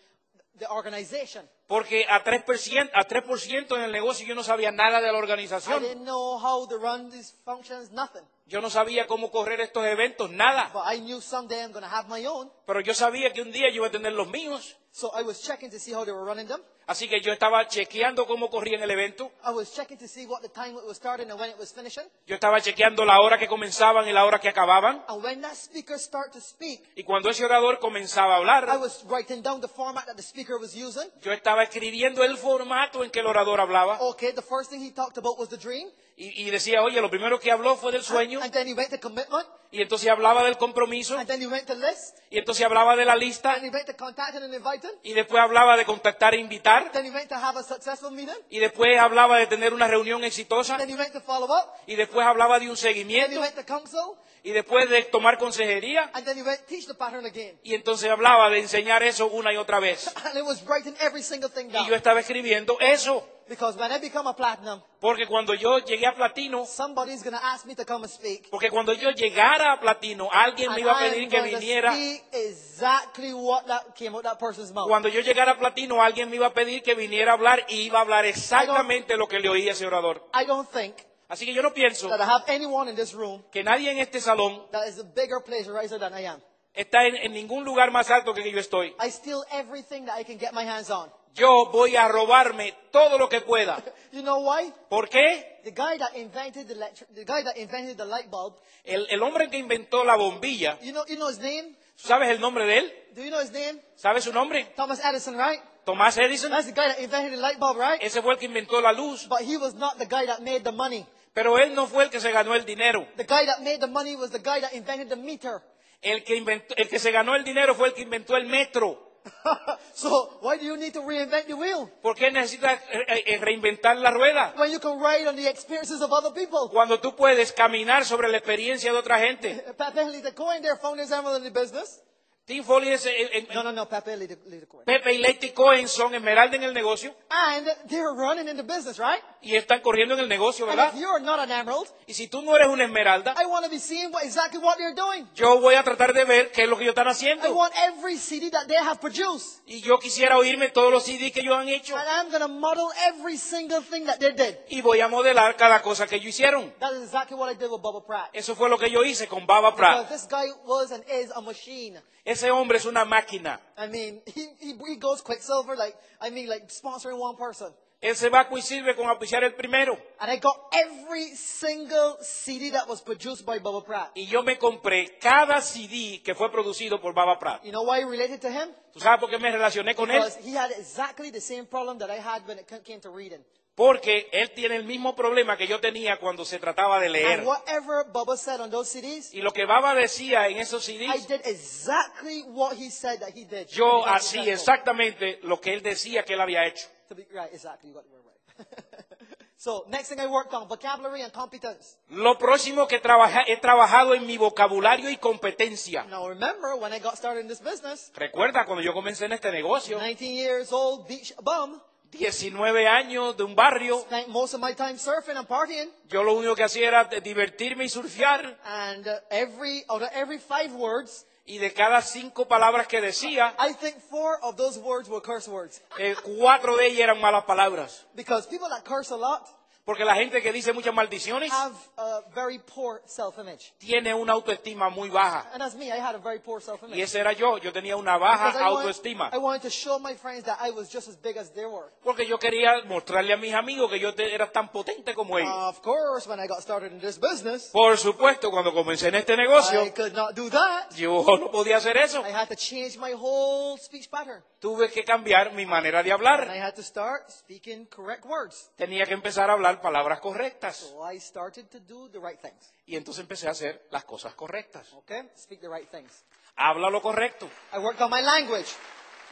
[SPEAKER 1] the organization.
[SPEAKER 2] Porque a 3%, a 3 en el negocio yo no sabía nada de la
[SPEAKER 1] I
[SPEAKER 2] organización.
[SPEAKER 1] didn't know how to run these functions, nothing.
[SPEAKER 2] Yo no sabía cómo correr estos eventos, nada.
[SPEAKER 1] But I knew someday I'm going to have my own.
[SPEAKER 2] Pero yo sabía que un día yo iba a tener los míos.
[SPEAKER 1] So I was checking to see how they were running them.
[SPEAKER 2] Así que yo estaba chequeando cómo corría en el evento.
[SPEAKER 1] I was checking to see what the time it was starting and when it was finishing.
[SPEAKER 2] Yo estaba chequeando la hora que comenzaban y la hora que acababan.
[SPEAKER 1] And when that speaker started to speak,
[SPEAKER 2] Y cuando ese orador comenzaba a
[SPEAKER 1] I
[SPEAKER 2] hablar,
[SPEAKER 1] was writing down the format that the speaker was using.
[SPEAKER 2] yo estaba estaba escribiendo el formato en que el orador hablaba
[SPEAKER 1] Okay, the first thing he talked about was the dream,
[SPEAKER 2] y, y decía, oye, lo primero que habló fue del sueño
[SPEAKER 1] and then he went to commitment,
[SPEAKER 2] y entonces hablaba del compromiso
[SPEAKER 1] and then he went to list,
[SPEAKER 2] y entonces hablaba de la lista
[SPEAKER 1] and he went to contacting and inviting,
[SPEAKER 2] y después hablaba de contactar e invitar
[SPEAKER 1] then he went to have a successful meeting,
[SPEAKER 2] y después hablaba de tener una reunión exitosa
[SPEAKER 1] then he went to follow up,
[SPEAKER 2] y después hablaba de un
[SPEAKER 1] then he
[SPEAKER 2] seguimiento
[SPEAKER 1] went to counsel,
[SPEAKER 2] y después de tomar consejería
[SPEAKER 1] and then he went teach the pattern again.
[SPEAKER 2] y entonces hablaba de enseñar eso una y otra vez.
[SPEAKER 1] And it was writing every single thing
[SPEAKER 2] Y
[SPEAKER 1] down.
[SPEAKER 2] yo estaba escribiendo eso
[SPEAKER 1] Because when I become a platinum,
[SPEAKER 2] porque cuando yo llegué a platino
[SPEAKER 1] somebody's going to ask me to come and speak.
[SPEAKER 2] Porque cuando yo llegara a platino, alguien me
[SPEAKER 1] And
[SPEAKER 2] iba a
[SPEAKER 1] I
[SPEAKER 2] pedir
[SPEAKER 1] am
[SPEAKER 2] que
[SPEAKER 1] going to
[SPEAKER 2] viniera.
[SPEAKER 1] speak exactly what that came out that person's mouth.
[SPEAKER 2] Cuando yo llegara a platino, alguien me iba a pedir que viniera a hablar y iba a hablar exactamente lo que le oía ese orador.
[SPEAKER 1] I don't think
[SPEAKER 2] Así que yo no pienso
[SPEAKER 1] that I have anyone in this room
[SPEAKER 2] que nadie en este salón
[SPEAKER 1] that is a bigger plagiarizer than I am.
[SPEAKER 2] está en, en ningún lugar más alto que yo estoy.
[SPEAKER 1] I steal everything that I can get my hands on.
[SPEAKER 2] Yo voy a robarme todo lo que pueda.
[SPEAKER 1] You know why?
[SPEAKER 2] ¿Por qué?
[SPEAKER 1] The guy that invented the, electric, the guy that invented the light bulb,
[SPEAKER 2] El, el hombre que inventó la bombilla,
[SPEAKER 1] you know, you know his name?
[SPEAKER 2] ¿sabes el nombre de él?
[SPEAKER 1] Do you know his name?
[SPEAKER 2] ¿Sabes su nombre?
[SPEAKER 1] Thomas Edison, right?
[SPEAKER 2] Tomás Edison.
[SPEAKER 1] That's the guy that invented the light bulb, right?
[SPEAKER 2] Ese fue el que inventó la luz.
[SPEAKER 1] But he was not the guy that made the money.
[SPEAKER 2] Pero él no fue el que se ganó el dinero.
[SPEAKER 1] The guy that made the money was the guy that invented the meter.
[SPEAKER 2] El que, inventó- el que se ganó el dinero fue el que inventó el metro.
[SPEAKER 1] so why do you need to reinvent the wheel
[SPEAKER 2] ¿Por qué necesitas eh, eh, reinventar la rueda?
[SPEAKER 1] when you can ride on the experiences of other people?
[SPEAKER 2] Cuando tú puedes caminar sobre la experiencia de otra gente.
[SPEAKER 1] Pepe Lidecoin, their founders, Emerald in the business.
[SPEAKER 2] Tim Foley es, eh, eh,
[SPEAKER 1] No, no, no, Pepe Lidecoin.
[SPEAKER 2] Pepe y Letty Cohen son Esmeralda en el negocio
[SPEAKER 1] And they're running in the business, right?
[SPEAKER 2] y están corriendo en el negocio,
[SPEAKER 1] And
[SPEAKER 2] ¿verdad?
[SPEAKER 1] if you're not an Emerald,
[SPEAKER 2] Y si tú no eres una Esmeralda,
[SPEAKER 1] I want to be seeing what, exactly what they're doing.
[SPEAKER 2] yo voy a tratar de ver qué es lo que ellos están
[SPEAKER 1] I
[SPEAKER 2] haciendo.
[SPEAKER 1] want every CD that they have produced.
[SPEAKER 2] Y yo quisiera oírme todos los CDs que ellos han hecho
[SPEAKER 1] And I'm going to model every single thing that they did.
[SPEAKER 2] y voy a modelar cada cosa que ellos hicieron.
[SPEAKER 1] That is exactly what I did with Bubba Pratt.
[SPEAKER 2] Eso fue lo que yo hice con Baba
[SPEAKER 1] Because
[SPEAKER 2] Pratt.
[SPEAKER 1] this guy was and is a machine.
[SPEAKER 2] Ese hombre es una máquina.
[SPEAKER 1] I mean, he, he, he goes Quicksilver, like, I mean, like sponsoring one person.
[SPEAKER 2] Él se va a coincidir con auspiciar el primero.
[SPEAKER 1] And I got every single CD that was produced by Bubba Pratt.
[SPEAKER 2] Y yo me compré cada CD que fue producido por Baba Pratt.
[SPEAKER 1] You know why I related to him?
[SPEAKER 2] ¿Tú sabes por qué me relacioné con él?
[SPEAKER 1] Because he had exactly the same problem that I had when it came to reading.
[SPEAKER 2] Porque él tiene el mismo problema que yo tenía cuando se trataba de leer.
[SPEAKER 1] And whatever Bubba said on those CDs,
[SPEAKER 2] Y lo que Baba decía en esos
[SPEAKER 1] I
[SPEAKER 2] CDs,
[SPEAKER 1] did exactly what he said that he did.
[SPEAKER 2] yo
[SPEAKER 1] He got
[SPEAKER 2] hacía
[SPEAKER 1] successful.
[SPEAKER 2] exactamente lo que él decía que él había hecho.
[SPEAKER 1] To be right, exactly. You got the word right. so next thing I worked on vocabulary and competence.
[SPEAKER 2] Lo próximo que trabaja- he trabajado en mi vocabulario y competencia.
[SPEAKER 1] Now remember when I got started in this business,
[SPEAKER 2] Recuerda cuando yo comencé en este negocio,
[SPEAKER 1] 19 years old, beach bum,
[SPEAKER 2] 19 años de un barrio,
[SPEAKER 1] spent most of my time surfing and partying.
[SPEAKER 2] yo lo único que hacía era divertirme y surfear.
[SPEAKER 1] And uh, every out of every five words,
[SPEAKER 2] y de cada cinco palabras que decía,
[SPEAKER 1] I think four of those words were curse words.
[SPEAKER 2] eh, cuatro de ellas eran malas palabras.
[SPEAKER 1] Because people that curse a lot
[SPEAKER 2] Porque la gente que dice muchas maldiciones
[SPEAKER 1] have a very poor self-image.
[SPEAKER 2] tiene una autoestima muy baja.
[SPEAKER 1] And as me, I had a very poor
[SPEAKER 2] Y
[SPEAKER 1] self-image.
[SPEAKER 2] esa era yo, yo tenía una baja
[SPEAKER 1] Because I, want-
[SPEAKER 2] autoestima.
[SPEAKER 1] I wanted to show my friends that I was just as big as they were.
[SPEAKER 2] Porque yo quería mostrarle a mis amigos que yo te- era tan potente como ellos.
[SPEAKER 1] Of course, when I got started in this business,
[SPEAKER 2] Por supuesto, cuando comencé en este negocio,
[SPEAKER 1] I could not do that.
[SPEAKER 2] yo no podía hacer eso.
[SPEAKER 1] I had to change my whole speech pattern.
[SPEAKER 2] Tuve que cambiar mi manera de
[SPEAKER 1] And I
[SPEAKER 2] hablar.
[SPEAKER 1] had to start speaking correct words.
[SPEAKER 2] Tenía que empezar a hablar palabras correctas.
[SPEAKER 1] So I started to do the right things.
[SPEAKER 2] Y entonces empecé a hacer las cosas correctas.
[SPEAKER 1] Okay? Speak the right things.
[SPEAKER 2] Habla lo correcto.
[SPEAKER 1] I worked on my language.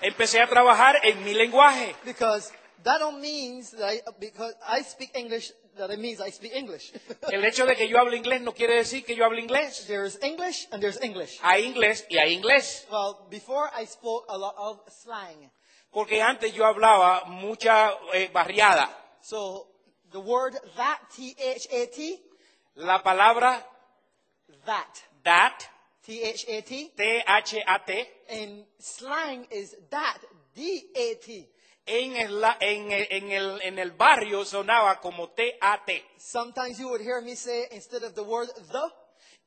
[SPEAKER 2] Empecé a trabajar en mi lenguaje.
[SPEAKER 1] Because that don't means that I, because I speak English, that it means I speak English.
[SPEAKER 2] El hecho de que yo hable inglés no quiere decir que yo hable inglés.
[SPEAKER 1] there's English and there's English.
[SPEAKER 2] Hay inglés y hay inglés.
[SPEAKER 1] Well, before I spoke a lot of slang.
[SPEAKER 2] Porque antes yo hablaba mucha eh, barriada.
[SPEAKER 1] So the word that, T-H-A-T,
[SPEAKER 2] La palabra
[SPEAKER 1] that,
[SPEAKER 2] that,
[SPEAKER 1] T-H-A-T,
[SPEAKER 2] T-H-A-T,
[SPEAKER 1] and slang is that, D-A-T.
[SPEAKER 2] en el, la- en el- en el- en el barrio sonaba como T-A-T.
[SPEAKER 1] Sometimes you would hear me say, instead of the word the,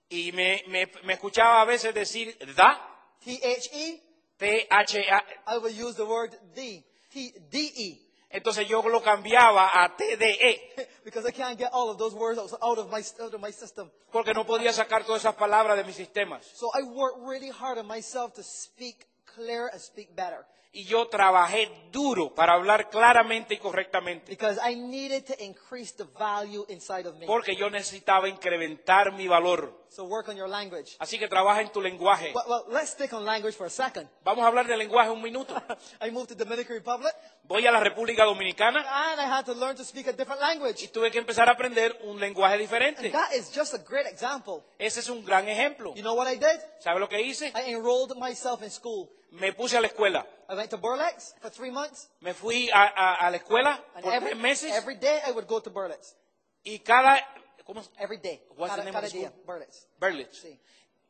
[SPEAKER 2] Y me, me- me escuchaba a veces decir da,
[SPEAKER 1] T-H-E,
[SPEAKER 2] T-H-A.
[SPEAKER 1] E, I would use the word the, E. T-D-E.
[SPEAKER 2] Entonces yo lo cambiaba a E, T-D-E.
[SPEAKER 1] because I can't get all of those words out out of my out of my system.
[SPEAKER 2] Porque no podía sacar todas esas palabras de mis sistemas.
[SPEAKER 1] So I work really hard on myself to speak clear and speak better.
[SPEAKER 2] y yo trabajé duro para hablar claramente y correctamente,
[SPEAKER 1] because I needed to increase the value inside of me.
[SPEAKER 2] porque yo necesitaba incrementar mi valor.
[SPEAKER 1] So work on your language.
[SPEAKER 2] Así que trabaja en tu lenguaje.
[SPEAKER 1] Well, well, let's stick on language for a second.
[SPEAKER 2] Vamos a hablar de lenguaje un minuto.
[SPEAKER 1] I moved to Dominican Republic,
[SPEAKER 2] Voy a la República Dominicana
[SPEAKER 1] and I had to learn to speak a different
[SPEAKER 2] y
[SPEAKER 1] language.
[SPEAKER 2] tuve que empezar a aprender un lenguaje diferente.
[SPEAKER 1] And that is just a great example.
[SPEAKER 2] Ese es un gran ejemplo.
[SPEAKER 1] You know what I did?
[SPEAKER 2] ¿Sabe lo que hice?
[SPEAKER 1] I enrolled myself in school.
[SPEAKER 2] Me puse a la escuela.
[SPEAKER 1] I went to Burlex for three months,
[SPEAKER 2] Me fui a, a- a la escuela
[SPEAKER 1] and
[SPEAKER 2] por
[SPEAKER 1] every,
[SPEAKER 2] tres meses
[SPEAKER 1] every day I would go to Burlex.
[SPEAKER 2] y cada... ¿Cómo es?
[SPEAKER 1] Every day.
[SPEAKER 2] What's
[SPEAKER 1] cada,
[SPEAKER 2] the name of
[SPEAKER 1] cada
[SPEAKER 2] the school?
[SPEAKER 1] día, Burlex.
[SPEAKER 2] Berlitz.
[SPEAKER 1] See.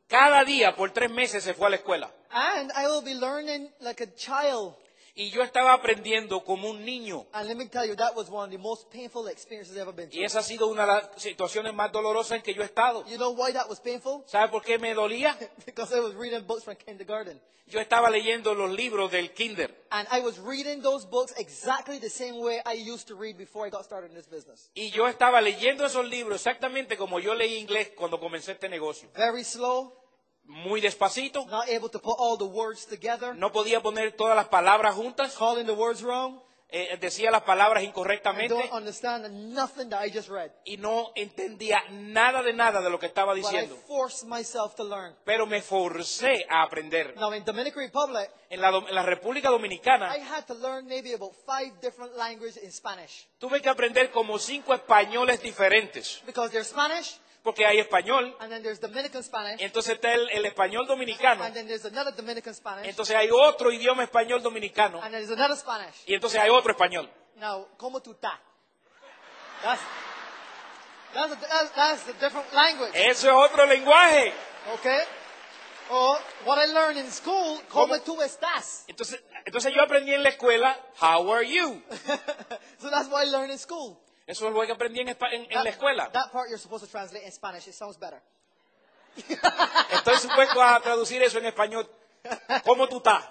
[SPEAKER 2] Cada día por tres meses se fue a la escuela.
[SPEAKER 1] And I will be learning like a child.
[SPEAKER 2] Y yo estaba aprendiendo como un niño.
[SPEAKER 1] And let me tell you, that was one of the most painful experiences I've ever been
[SPEAKER 2] Y
[SPEAKER 1] through.
[SPEAKER 2] esa ha sido una de las situaciones más dolorosas en que yo he estado.
[SPEAKER 1] You know why that was painful?
[SPEAKER 2] ¿Sabe por qué me dolía?
[SPEAKER 1] because I was reading books from kindergarten.
[SPEAKER 2] Yo estaba leyendo los libros del kinder.
[SPEAKER 1] And I was reading those books exactly the same way I used to read before I got started in this business.
[SPEAKER 2] Y yo estaba leyendo esos libros exactamente como yo leí inglés cuando comencé este negocio.
[SPEAKER 1] Very slow,
[SPEAKER 2] Muy despacito.
[SPEAKER 1] not able to put all the words together,
[SPEAKER 2] No podía poner todas las palabras juntas.
[SPEAKER 1] calling the words wrong.
[SPEAKER 2] eh, decía las palabras
[SPEAKER 1] I
[SPEAKER 2] incorrectamente.
[SPEAKER 1] don't understand nothing that I just read.
[SPEAKER 2] Y no entendía nada de nada de lo que estaba
[SPEAKER 1] But I
[SPEAKER 2] diciendo.
[SPEAKER 1] forced myself to learn.
[SPEAKER 2] Pero me forcé a aprender.
[SPEAKER 1] Now, in Dominican Republic,
[SPEAKER 2] En la, dom- en la República
[SPEAKER 1] I
[SPEAKER 2] Dominicana
[SPEAKER 1] had to learn maybe about five different languages in Spanish.
[SPEAKER 2] tuve que aprender como cinco españoles diferentes.
[SPEAKER 1] Because there's Spanish,
[SPEAKER 2] Porque hay español,
[SPEAKER 1] and then there's Dominican Spanish,
[SPEAKER 2] entonces está el, el español dominicano,
[SPEAKER 1] and then there's another Dominican Spanish,
[SPEAKER 2] entonces hay otro idioma español dominicano,
[SPEAKER 1] and then there's another Spanish.
[SPEAKER 2] y entonces hay otro español.
[SPEAKER 1] Now, como tu ta? That's, that's, a, that's, that's a different language,
[SPEAKER 2] Eso es otro lenguaje.
[SPEAKER 1] okay? Or what I learned in school, como
[SPEAKER 2] ¿Cómo?
[SPEAKER 1] tu estás?
[SPEAKER 2] Entonces, entonces yo aprendí en la escuela, how are you?
[SPEAKER 1] so that's what I learned in school.
[SPEAKER 2] Eso es lo que aprendí en, espa- en- en la escuela.
[SPEAKER 1] that part you're supposed to translate in Spanish. It sounds better.
[SPEAKER 2] Estoy supuesto a traducir eso en español. ¿Cómo tú estás?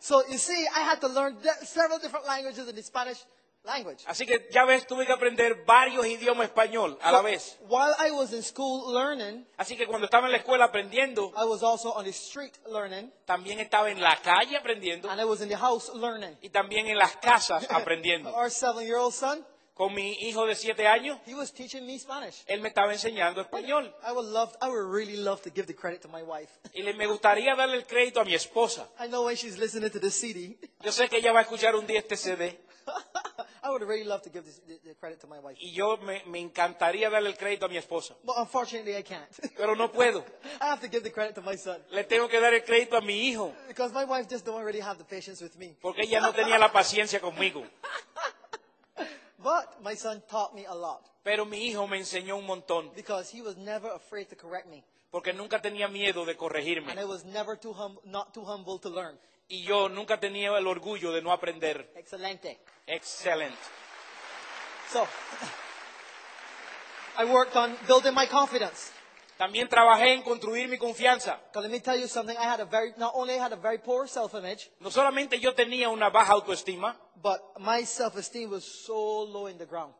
[SPEAKER 1] So you see, I had to learn de- several different languages in the Spanish language.
[SPEAKER 2] Así que ya ves, tuve que aprender varios idiomas español a la
[SPEAKER 1] So
[SPEAKER 2] vez.
[SPEAKER 1] While I was in school learning,
[SPEAKER 2] Así que cuando estaba en la escuela aprendiendo,
[SPEAKER 1] I was also on the street learning,
[SPEAKER 2] también estaba en la calle aprendiendo
[SPEAKER 1] and I was in the house learning.
[SPEAKER 2] y también en las casas aprendiendo.
[SPEAKER 1] Our seven-year-old son,
[SPEAKER 2] Con mi hijo de siete años,
[SPEAKER 1] he was teaching me Spanish.
[SPEAKER 2] él me estaba enseñando español.
[SPEAKER 1] I would love, I would really love to give the credit to my wife.
[SPEAKER 2] Y le, me gustaría darle el crédito a mi esposa.
[SPEAKER 1] I know when she's listening to this CD,
[SPEAKER 2] Yo sé que ella va a escuchar un día este CD
[SPEAKER 1] I would really love to give this, the, the credit to my wife.
[SPEAKER 2] y yo me, me encantaría darle el crédito a mi esposa.
[SPEAKER 1] But unfortunately, I can't.
[SPEAKER 2] Pero no puedo.
[SPEAKER 1] I have to give the credit to my son
[SPEAKER 2] Le tengo que dar el crédito a mi hijo
[SPEAKER 1] because my wife just don't really have the patience with me.
[SPEAKER 2] porque ella no tenía la paciencia conmigo.
[SPEAKER 1] But my son taught me a lot
[SPEAKER 2] Pero mi hijo me enseñó un montón
[SPEAKER 1] because he was never afraid to correct me,
[SPEAKER 2] porque nunca tenía miedo de
[SPEAKER 1] and I
[SPEAKER 2] corregirme
[SPEAKER 1] was never too hum- not too humble to learn.
[SPEAKER 2] y yo nunca tenía el orgullo de no aprender.
[SPEAKER 1] Excelente.
[SPEAKER 2] Excelente.
[SPEAKER 1] So, I worked on building my confidence.
[SPEAKER 2] También trabajé en construir mi confianza.
[SPEAKER 1] 'Cause let me tell you something. I had a very not only I had a very poor self-image,
[SPEAKER 2] No solamente yo tenía una baja autoestima,
[SPEAKER 1] but my self-esteem was so low in the ground,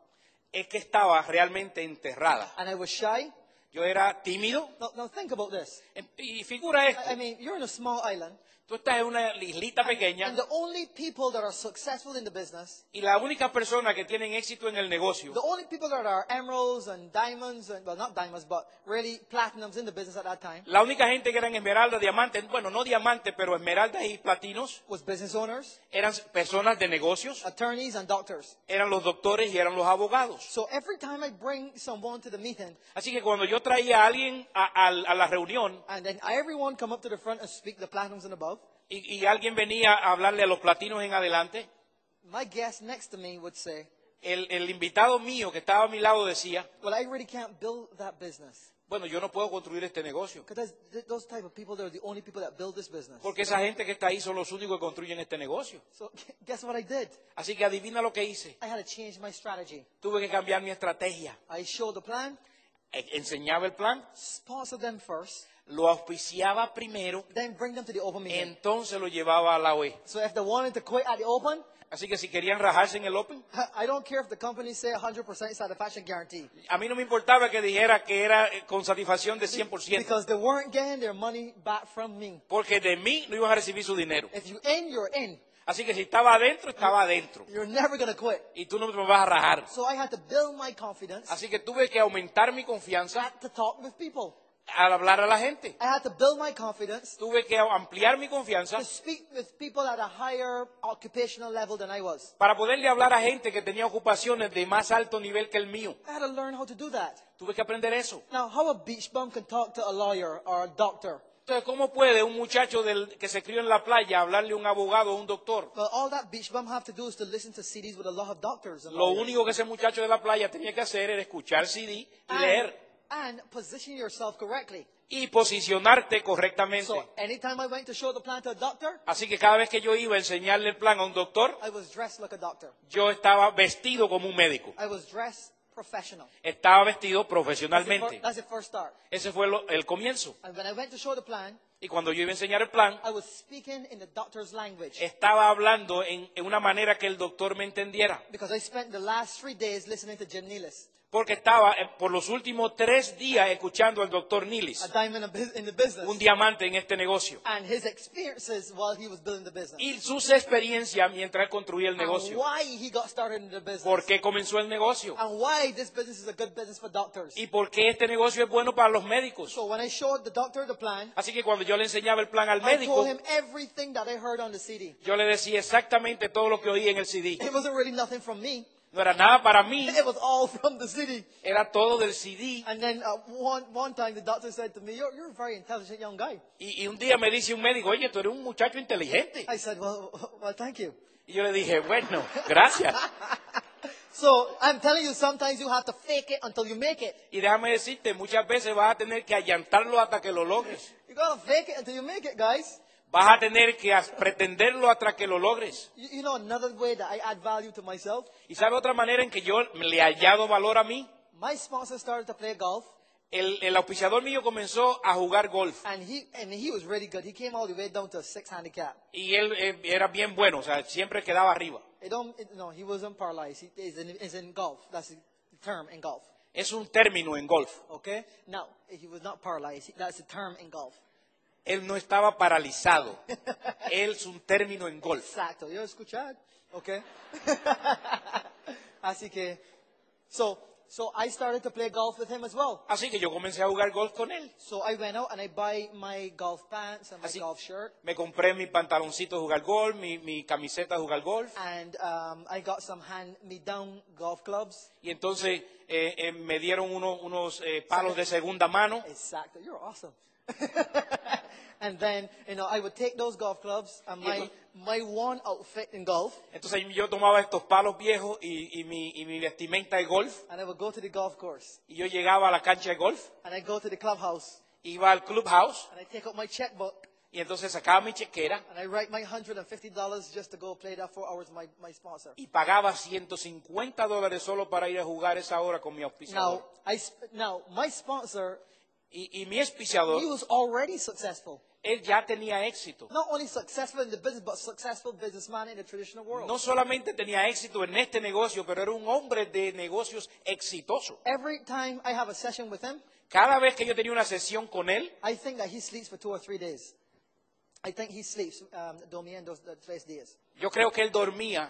[SPEAKER 2] es que estaba realmente enterrada.
[SPEAKER 1] and I was shy.
[SPEAKER 2] Yo era tímido.
[SPEAKER 1] Now, now think about this.
[SPEAKER 2] Y figura
[SPEAKER 1] I, I
[SPEAKER 2] esto,
[SPEAKER 1] mean, you're in a small island,
[SPEAKER 2] tú estás en una islita pequeña
[SPEAKER 1] and the only people that are successful in the business,
[SPEAKER 2] y las únicas personas que tienen éxito en el negocio,
[SPEAKER 1] the only people that are emeralds and diamonds, and well, not diamonds, but really platinums in the business at that time,
[SPEAKER 2] la única gente que eran esmeraldas, diamantes, bueno, no diamantes, pero esmeraldas y platinos,
[SPEAKER 1] was business owners,
[SPEAKER 2] eran personas de negocios,
[SPEAKER 1] attorneys, and doctors.
[SPEAKER 2] eran los doctores y eran los abogados.
[SPEAKER 1] So every time I bring someone to the meeting,
[SPEAKER 2] Así que cuando yo traía a alguien a, a- a la reunión
[SPEAKER 1] and then everyone come up to the front and speak the platinums and above,
[SPEAKER 2] y, y alguien venía a hablarle a los platinos en adelante,
[SPEAKER 1] my guest next to me would say,
[SPEAKER 2] el, el invitado mío que estaba a mi lado decía,
[SPEAKER 1] Well, I really can't build that business
[SPEAKER 2] bueno, yo no puedo construir este negocio,
[SPEAKER 1] because those type of people they're the only people that build this business.
[SPEAKER 2] porque esa gente que está ahí son los únicos que construyen este negocio.
[SPEAKER 1] So guess what I did?
[SPEAKER 2] Así que adivina lo que hice.
[SPEAKER 1] I had to change my strategy.
[SPEAKER 2] Tuve que cambiar mi estrategia.
[SPEAKER 1] I showed the plan,
[SPEAKER 2] eh, enseñaba el plan,
[SPEAKER 1] sponsor them first,
[SPEAKER 2] lo auspiciaba primero,
[SPEAKER 1] then bring them to the open meeting.
[SPEAKER 2] entonces lo llevaba a la OE.
[SPEAKER 1] so if they wanted to quit at the open,
[SPEAKER 2] Así que si querían rajarse en el Open,
[SPEAKER 1] I don't care if the company say 100% satisfaction guarantee.
[SPEAKER 2] a mí no me importaba que dijera que era eh, con satisfacción de 100%,
[SPEAKER 1] Because they weren't getting their money back from me.
[SPEAKER 2] porque de mí no iban a recibir su dinero.
[SPEAKER 1] If you in, you're in.
[SPEAKER 2] Así que si estaba adentro, estaba adentro.
[SPEAKER 1] You're never going to quit.
[SPEAKER 2] Y tú no me vas a rajar.
[SPEAKER 1] So I had to build my confidence.
[SPEAKER 2] Así que tuve que aumentar mi
[SPEAKER 1] I
[SPEAKER 2] confianza
[SPEAKER 1] had to talk with people.
[SPEAKER 2] al hablar a la gente.
[SPEAKER 1] I had to build my confidence
[SPEAKER 2] Tuve que ampliar mi confianza
[SPEAKER 1] to speak with people at a higher occupational level than I was.
[SPEAKER 2] para poderle hablar a gente que tenía ocupaciones de más alto nivel que el mío.
[SPEAKER 1] I had to learn how to do that.
[SPEAKER 2] Tuve que aprender eso.
[SPEAKER 1] Now, how a beach bum can talk to a lawyer or a doctor?
[SPEAKER 2] Entonces, ¿cómo puede un muchacho del- que se crió en la playa hablarle a un abogado o un doctor?
[SPEAKER 1] Well, all that beach bum have to do is to listen to CDs with a lot of doctors. And
[SPEAKER 2] Lo
[SPEAKER 1] lawyers.
[SPEAKER 2] único que ese muchacho de la playa tenía que hacer era escuchar CD y
[SPEAKER 1] and,
[SPEAKER 2] leer
[SPEAKER 1] and position yourself correctly.
[SPEAKER 2] y posicionarte correctamente.
[SPEAKER 1] So anytime I went to show the plan to a doctor,
[SPEAKER 2] Así que cada vez que yo iba a enseñarle el plan a un doctor,
[SPEAKER 1] I was dressed like a doctor.
[SPEAKER 2] yo estaba vestido como un médico.
[SPEAKER 1] I was dressed professional.
[SPEAKER 2] Estaba vestido
[SPEAKER 1] That's the, fir-
[SPEAKER 2] profesionalmente.
[SPEAKER 1] that's the first start.
[SPEAKER 2] Ese fue lo- el comienzo.
[SPEAKER 1] And when I went to show the plan,
[SPEAKER 2] Y cuando yo iba a enseñar el plan,
[SPEAKER 1] I was speaking in the doctor's language
[SPEAKER 2] estaba hablando en, en una manera que el doctor me entendiera.
[SPEAKER 1] because I spent the last three days listening to Jim Nealis,
[SPEAKER 2] Porque estaba eh, por los últimos tres días escuchando al doctor
[SPEAKER 1] a
[SPEAKER 2] Nilis,
[SPEAKER 1] diamond in bus- in the business,
[SPEAKER 2] un diamante en este negocio.
[SPEAKER 1] and his experiences while he was building the business,
[SPEAKER 2] Y sus experiencias mientras él construía el
[SPEAKER 1] and
[SPEAKER 2] negocio.
[SPEAKER 1] why he got started in the business,
[SPEAKER 2] ¿Por qué comenzó el negocio?
[SPEAKER 1] and why this business is a good business for doctors.
[SPEAKER 2] ¿Y por qué este negocio es bueno para los médicos?
[SPEAKER 1] So when I showed the doctor the plan,
[SPEAKER 2] Así que cuando yo le enseñaba el plan al
[SPEAKER 1] I told
[SPEAKER 2] médico,
[SPEAKER 1] him everything that I heard on the CD.
[SPEAKER 2] yo le decía exactamente todo lo que oí en el CD.
[SPEAKER 1] It wasn't really nothing from me.
[SPEAKER 2] No era nada para mí,
[SPEAKER 1] It was all from the CD.
[SPEAKER 2] era todo del CD.
[SPEAKER 1] And then uh, one, one time the doctor said to me, you're, you're a very intelligent young guy.
[SPEAKER 2] Y, y un día me dice un médico, oye, tú eres un muchacho inteligente.
[SPEAKER 1] I said, well, well thank you.
[SPEAKER 2] Y yo le dije, bueno, gracias.
[SPEAKER 1] So I'm telling you, sometimes you have to fake it until you make it.
[SPEAKER 2] Y déjame decirte, muchas veces vas a tener que allantarlo hasta que lo logres.
[SPEAKER 1] You gotta fake it until you make it, guys.
[SPEAKER 2] Vas a tener que as- pretenderlo hasta que lo logres.
[SPEAKER 1] You, you know another way that I add value to myself?
[SPEAKER 2] Y sabe otra manera en que yo me le he hallado valor a mí.
[SPEAKER 1] My sponsor started to play golf,
[SPEAKER 2] El, el auspiciador mío comenzó a jugar golf
[SPEAKER 1] and he, and he was really good. He came all the way down to a six handicap.
[SPEAKER 2] y él eh, era bien bueno, o sea, siempre quedaba arriba.
[SPEAKER 1] It don't, it- no, he wasn't paralyzed. He is in, is in golf. That's the term in golf.
[SPEAKER 2] Es un término en golf.
[SPEAKER 1] Okay? Now, he was not paralyzed. That's the term in golf.
[SPEAKER 2] Él no estaba paralizado. Él es un término en golf.
[SPEAKER 1] Exacto, yo escuchar, ¿ok? Así que, so, so I started to play golf with him as well.
[SPEAKER 2] Así que yo comencé a jugar golf con él.
[SPEAKER 1] So I went out and I buy my golf pants and my
[SPEAKER 2] Así-
[SPEAKER 1] golf shirt,
[SPEAKER 2] Me compré mi pantaloncito de jugar golf, mi, mi camiseta de jugar golf.
[SPEAKER 1] and um, I got some hand-me-down golf clubs.
[SPEAKER 2] Y entonces eh, eh, me dieron uno- unos eh, palos de segunda mano.
[SPEAKER 1] Exacto, you're awesome. and then, you know, I would take those golf clubs and my, my one outfit in golf,
[SPEAKER 2] Entonces yo tomaba estos palos viejos y, y mi, y mi vestimenta de golf.
[SPEAKER 1] and I would go to the golf course,
[SPEAKER 2] Y yo llegaba a la cancha de golf,
[SPEAKER 1] and I go to the clubhouse,
[SPEAKER 2] iba al clubhouse
[SPEAKER 1] and I take out my checkbook,
[SPEAKER 2] y entonces sacaba mi chequera
[SPEAKER 1] And I write my hundred and fifty dollars just to go play that four hours with my, my sponsor.
[SPEAKER 2] y pagaba 150 dólares solo para ir a jugar esa hora con mi
[SPEAKER 1] Now
[SPEAKER 2] auspiciador.
[SPEAKER 1] I sp- now my sponsor
[SPEAKER 2] Y, y mi
[SPEAKER 1] he
[SPEAKER 2] auspiciador,
[SPEAKER 1] was already successful.
[SPEAKER 2] él ya tenía éxito.
[SPEAKER 1] Not only successful in the business, but successful businessman in the traditional world.
[SPEAKER 2] No solamente tenía éxito en este negocio, pero era un hombre de negocios exitoso.
[SPEAKER 1] Every time I have a session with him,
[SPEAKER 2] Cada vez que yo tenía una sesión con él,
[SPEAKER 1] I think that he sleeps for two or three days. I think he sleeps um, durmiendo the tres días.
[SPEAKER 2] Yo creo que él dormía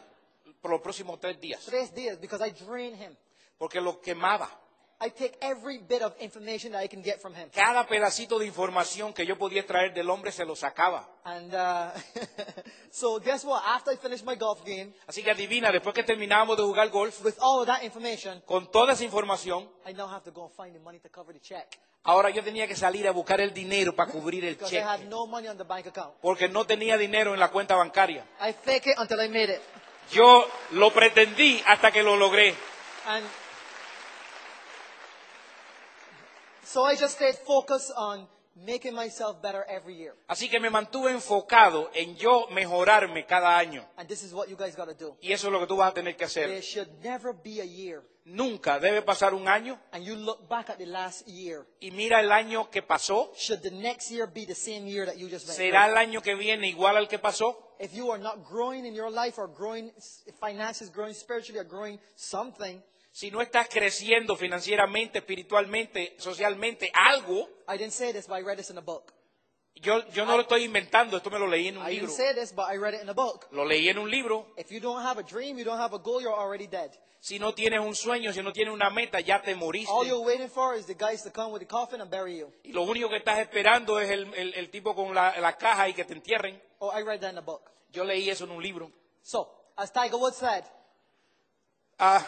[SPEAKER 2] por los próximos tres días,
[SPEAKER 1] Tres días because I drain him.
[SPEAKER 2] porque lo quemaba.
[SPEAKER 1] I take every bit of information that I can get from him.
[SPEAKER 2] Cada pedacito de información que yo podía traer del hombre se lo sacaba.
[SPEAKER 1] And uh, so guess what? After I finish my golf game,
[SPEAKER 2] Así que adivina, después que terminábamos de jugar golf,
[SPEAKER 1] with all of that information,
[SPEAKER 2] con toda esa información,
[SPEAKER 1] I now have to go and find the money to cover the check
[SPEAKER 2] ahora yo tenía que salir a buscar el dinero para cubrir el
[SPEAKER 1] because I had
[SPEAKER 2] cheque,
[SPEAKER 1] no money on the bank account.
[SPEAKER 2] porque no tenía dinero en la cuenta bancaria.
[SPEAKER 1] I fake it until I made it.
[SPEAKER 2] Yo lo pretendí hasta que lo logré.
[SPEAKER 1] And so I just stayed focused on making myself better every year.
[SPEAKER 2] Así que me mantuve enfocado en yo mejorarme cada año.
[SPEAKER 1] And this is what you guys got to do.
[SPEAKER 2] Y eso es lo que tú vas a tener que
[SPEAKER 1] There
[SPEAKER 2] hacer.
[SPEAKER 1] should never be a year
[SPEAKER 2] Nunca debe pasar un año
[SPEAKER 1] and you look back at the last year.
[SPEAKER 2] y mira el año que pasó.
[SPEAKER 1] Should the next year be the same year that you just went
[SPEAKER 2] ¿Será
[SPEAKER 1] through?
[SPEAKER 2] el año que viene igual al que pasó?
[SPEAKER 1] If you are not growing in your life or growing s- finances, growing spiritually, or growing something,
[SPEAKER 2] Si no estás creciendo financieramente, espiritualmente, socialmente, algo,
[SPEAKER 1] I didn't say this, but I read this in a book.
[SPEAKER 2] yo, yo no lo estoy inventando, esto me lo leí en un
[SPEAKER 1] I didn't
[SPEAKER 2] libro.
[SPEAKER 1] say this, but I read it in a book.
[SPEAKER 2] Lo leí en un libro.
[SPEAKER 1] If you don't have a dream, you don't have a goal, you're already dead.
[SPEAKER 2] Si no tienes un sueño, si no tienes una meta, ya te moriste.
[SPEAKER 1] All you're waiting for is the guys to come with the coffin and bury you.
[SPEAKER 2] Y lo único que estás esperando es el, el- el tipo con la, la caja y que te entierren.
[SPEAKER 1] Oh, I read that in a book.
[SPEAKER 2] Yo leí eso en un libro.
[SPEAKER 1] So, as Tiger Woods said,
[SPEAKER 2] Ah,